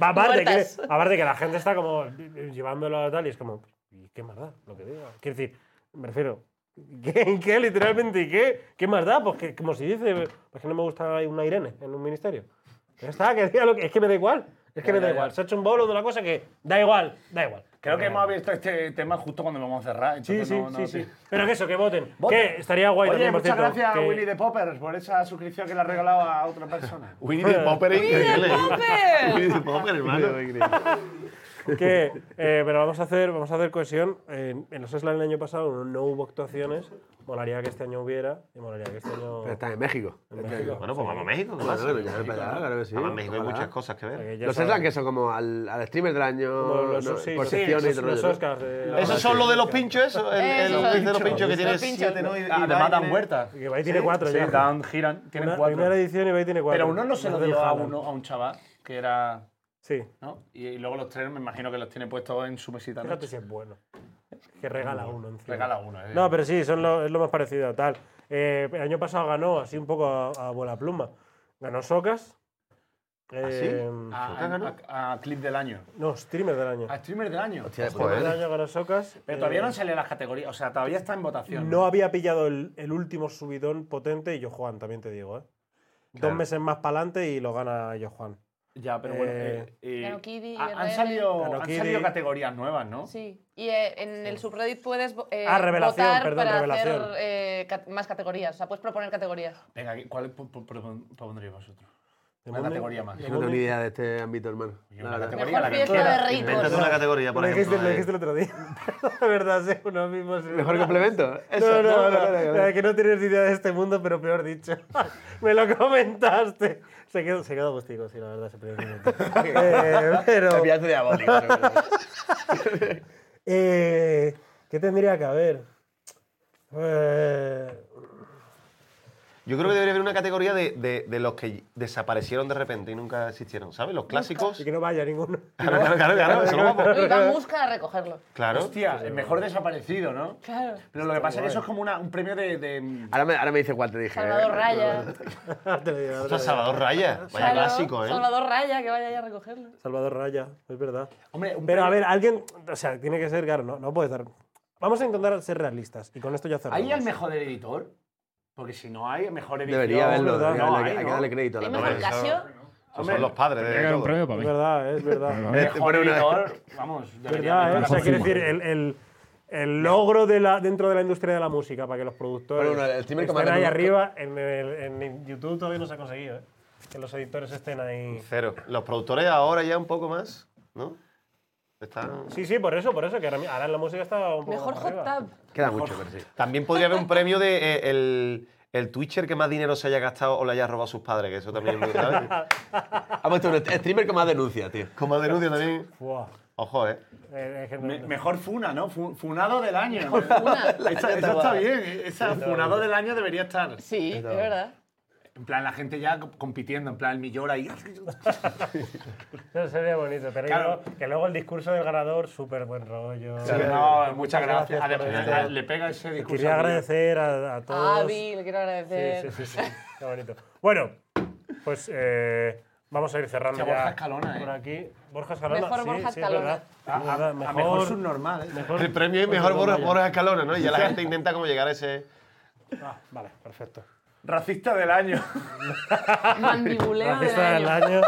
A: Aparte que,
D: Muertas.
A: aparte que la gente está como llevándolo a tal y es como, ¿y qué más da? Lo que diga. Quiero decir, me refiero, ¿qué, qué literalmente? ¿Y qué? ¿Qué más da? Pues que, como si dice, pues que no me gusta una Irene en un ministerio. Ya está, que diga lo que, es que me da igual. Es que me da igual. Se ha hecho un bolo de una cosa que da igual, da igual.
B: Creo que hemos abierto este tema justo cuando vamos a cerrar.
A: Sí,
B: entonces
A: sí,
B: no- no-
A: sí, sí. Pero que eso, que voten.
B: Voten.
A: Que estaría guay
B: Oye,
A: también, por
B: muchas
A: cierto,
B: gracias a
A: que-
B: Willy de Poppers por esa suscripción que le ha regalado a otra persona.
E: Winnie the
C: ¿eh?
E: Popper es increíble.
B: Popper!
E: Winnie the Popper, hermano.
A: que, eh, pero vamos a hacer, vamos a hacer cohesión. En, en los Slam el año pasado no, no hubo actuaciones. Molaría que este año hubiera. Y molaría que este año.
C: Pero está en México.
A: En México. Ah,
E: Bueno, pues vamos a México. ¿qué
C: Claro,
E: pasa?
C: claro, ya es verdad, claro que sí.
E: Además, en México hay
C: Ojalá.
E: muchas cosas que ver.
A: Eh, ya
C: Los
A: sabes.
C: Eslan que son como al, al streamer del año
A: Como los-
C: ¿no?
A: sí,
C: por
A: sí,
C: secciones
A: los-
C: y todo el rollo,
A: los
C: ¿no?
A: Oscars
B: Eh,
A: de-
C: Los
E: ¿Esos
C: Oscars.
E: son los de los pinchos, eso? El, el
D: Esos
E: quiz de los
D: pinchos.
E: pinchos que
D: Los
E: tiene
D: pinchos.
E: siete, ¿no? Y- y
A: Ah,
B: Además
E: Ibai
B: dan
E: tiene-
B: vueltas.
A: Que Ibai tiene cuatro
B: Sí,
A: ya.
B: dan, giran, tienen
A: Una
B: cuatro.
A: primera edición y Ibai tiene cuatro.
B: Pero uno no se lo
A: Más del
B: dio a,
A: Haaland.
B: uno, a un chaval que era.
A: Sí.
B: ¿no? Y, y luego los tres me imagino que los tiene puestos en su mesita.
A: Fíjate si es bueno. Que regala uno encima.
B: Regala uno. eh.
A: No, pero sí, son lo, es lo más parecido a tal. Eh, el año pasado ganó así un poco a, a bola pluma. Ganó Socas. Eh,
B: A, ¿Ah, a- a clip del año.
A: No, streamer del año.
B: A streamer del año.
C: Hostia, pues, de puta
A: Streamer del
C: madre.
A: año ganó Socas.
B: Pero
A: eh,
B: todavía no han salido las categorías. O sea, todavía está en votación.
A: No había pillado el, el último subidón potente. Y yo, Juan, también te digo, ¿eh?
B: Claro.
A: Dos meses más para adelante y lo gana yo, Juan.
B: Ya, pero bueno.
A: Eh,
B: eh, eh,
D: Claro, Kiddy,
B: ha- han
D: RL.
B: salido,
A: Claro,
B: han
A: Kiddy.
B: salido categorías nuevas, ¿no?
D: Sí, y eh, en el subreddit puedes vo- eh,
A: Ah, revelación,
D: votar
A: perdón,
D: para
A: revelación.
D: hacer eh, cat- más categorías. O sea, puedes proponer categorías.
B: Venga, ¿cuál po- po- propon- propondréis vosotros? Una
A: momento-
B: categoría más.
A: de
C: Yo no tengo ni idea de este ámbito, hermano.
B: una
C: La verdad.
B: categoría, la
D: Mejor
B: que
D: fiesta
B: quiera.
D: de
E: Invéntate
D: ricos.
E: una categoría, por
A: Lo dijiste,
E: ejemplo.
A: lo
E: eh.
A: dijiste el otro día. La verdad, sí, uno mismo. es
C: Mejor
A: verdad.
C: complemento.
A: no,
C: Eso,
A: no, no,
C: Vale,
A: la
C: vale.
A: de que no tienes ni idea de este mundo, pero peor dicho. Me lo comentaste. Se quedó, se quedó postigo, sí, la verdad, ese primer momento. Eh,
C: Me
A: pero,
C: pillaste diabólico.
A: eh, ¿qué tendría que haber? Eh,
E: Yo creo que debería haber una categoría de, de, de los que desaparecieron de repente y nunca existieron, ¿sabes? Los clásicos.
A: y que no vaya ninguno.
E: Claro, claro, claro, claro, eso lo vamos.
D: Y va a buscar a recogerlo.
E: Claro.
B: Hostia, el mejor desaparecido, ¿no?
D: Claro.
B: Pero lo que pasa es que eso es como una- un premio de. mm, de-
C: ahora, me, ahora me dice cuál te dije.
D: Salvador
C: eh.
D: Raya.
A: Te lo digo, te lo digo.
E: Ostras, Salvador Raya. Vaya
D: Claro,
E: clásico, ¿eh?
D: Salvador Raya, que vaya ya a recogerlo.
A: Salvador Raya, es verdad.
B: Hombre, un
A: Pero
B: premio-
A: a ver, alguien. O sea, tiene que ser, claro, no, no puede estar. Vamos a intentar ser realistas y con esto ya cerramos.
B: ¿Hay el mejor editor? Porque si no hay, el mejor editor.
C: Debería haberlo.
A: verdad.
C: debería
B: No,
C: darle-
B: ahí
C: hay que
B: no.
C: darle crédito a la
D: ¿Hay
E: Hombre,
D: mejor
E: eso-
D: Casio?
E: esos Son los padres de
F: Era un
E: todo.
F: premio para
A: Es
F: mí.
A: verdad, es verdad.
F: Vale,
B: Mejor
C: Bueno, una-
B: editor, vamos.
A: Es
B: debería
A: verdad,
B: haber
A: ¿eh? O sea, quiero decir, el, el- el logro de la, dentro de la industria de la música para que los productores
C: Bueno, el streamer que
A: estén
C: más
A: ahí
C: le-
A: arriba, en, el- en YouTube todavía no se ha conseguido, ¿eh? Que los editores estén ahí.
E: Cero. Los productores ahora ya un poco más, ¿no? Están.
A: Sí, sí, por eso, por eso, que ahora, mi- ahora la música está un poco
D: Mejor
A: más arriba.
D: hot tub.
C: Queda mucho, pero sí.
E: También podría haber un premio de eh, el, el Twitcher que más dinero se haya gastado o le haya robado a sus padres, que eso también es muy grave.
C: Ha puesto un streamer con más denuncia, tío.
E: Como denuncia también.
A: Buah.
E: Ojo, ¿eh?
A: Eh, eh, que no-
B: Me- mejor funa, ¿no? Fu- funado del año.
D: funa.
B: Esa- esa está bien. ¿eh? Esa funado del año debería estar.
D: Sí, es verdad.
B: En plan, la gente ya co- compitiendo, en plan, el millor ahí.
A: Eso sería bonito, pero
B: Claro.
A: yo- que luego el discurso del ganador, súper buen rollo.
B: no, muchas gracias.
A: Gracias por
B: Además,
A: esto.
B: le pega ese discurso.
A: Quería
B: al millor.
A: agradecer a, a todos.
D: A Avi, le quiero
A: Sí,
D: agradecer.
A: sí, sí, sí. Qué bonito. Bueno, pues eh, vamos a ir cerrando
B: Hostia,
A: ya
B: Borja Escalona, ¿eh?
A: por aquí. Borja Escalona,
D: Mejor
A: sí,
D: Borja
A: sí, es verdad. Es
B: A, a-
A: verdad,
B: a mejor, subnormal, ¿eh?
A: mejor-
E: El premio es
A: pues,
E: mejor
A: no
E: por,
A: vaya.
E: por escalones, ¿no? Y ya la gente intenta como llegar a ese.
A: Ah, vale, perfecto.
B: Racista del año.
D: Mandibuleo del
A: Racista del
D: año.
A: año.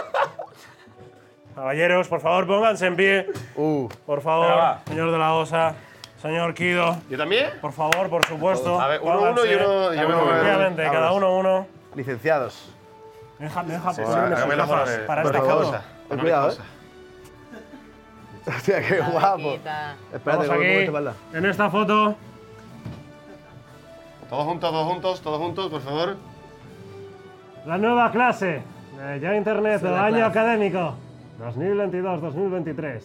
A: Caballeros, por favor, pónganse en pie.
C: Uh,
A: Por favor,
B: Venga, va.
A: señor de la Osa, señor Kido.
E: ¿Yo también?
A: Por favor, por supuesto.
E: A ver, uno, uno
A: pónganse.
E: y uno- y uno-
A: Efectivamente,
E: uno.
A: cada uno uno.
C: licenciados.
A: Déjame, déjame
E: Bueno, hágame los honores.
A: para
E: Por
A: este
E: favor.
A: cabrón.
E: Hágame
C: Cuidado, eh.
E: cosas.
C: Hostia, qué guapo.
D: Quita.
C: Espérate,
A: Vamos
C: ¿cómo te
A: aquí, en esta foto.
E: Todos juntos, todos juntos, todos juntos, por favor.
A: La nueva clase de Ya Internet del año académico 2022-2023.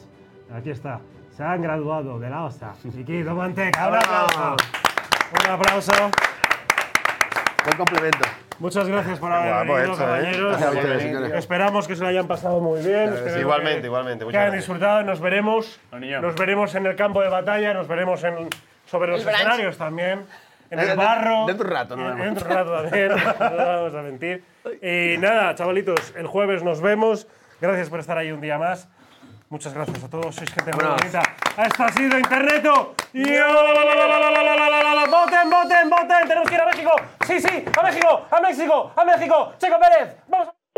A: Aquí está. Se han graduado de la OSA. Chiquito Manteca, un aplauso. Un aplauso.
C: Buen complemento.
A: Muchas gracias por haber
E: guapo
A: venido,
E: esto, ¿eh?
A: caballeros.
C: Gracias a ustedes, señores.
A: Esperamos que se lo hayan pasado muy bien. Esperemos que-
E: Igualmente, igualmente.
A: Que
E: Muchas
A: hayan
E: gracias.
A: disfrutado. Nos veremos.
B: Los niños.
A: Nos veremos en el campo de batalla. Nos veremos en, sobre los
D: El brunch.
A: escenarios también. En
C: Eh,
A: el
C: de-
A: barro.
C: dentro de un rato, no
A: Eh,
C: vemos.
A: Dentro de un rato también. No vamos a mentir. Y nada, chavalitos, el jueves nos vemos. Gracias por estar ahí un día más. Muchas gracias a todos. Sois gente muy
C: Vámonos.
A: bonita. Esto ha sido Interneto. Y ¡Voten, voten, voten! ¡Tenemos que ir a México! ¡Sí, sí! ¡A México! ¡A México! ¡A México! ¡Checo Pérez! ¡Vamos! a-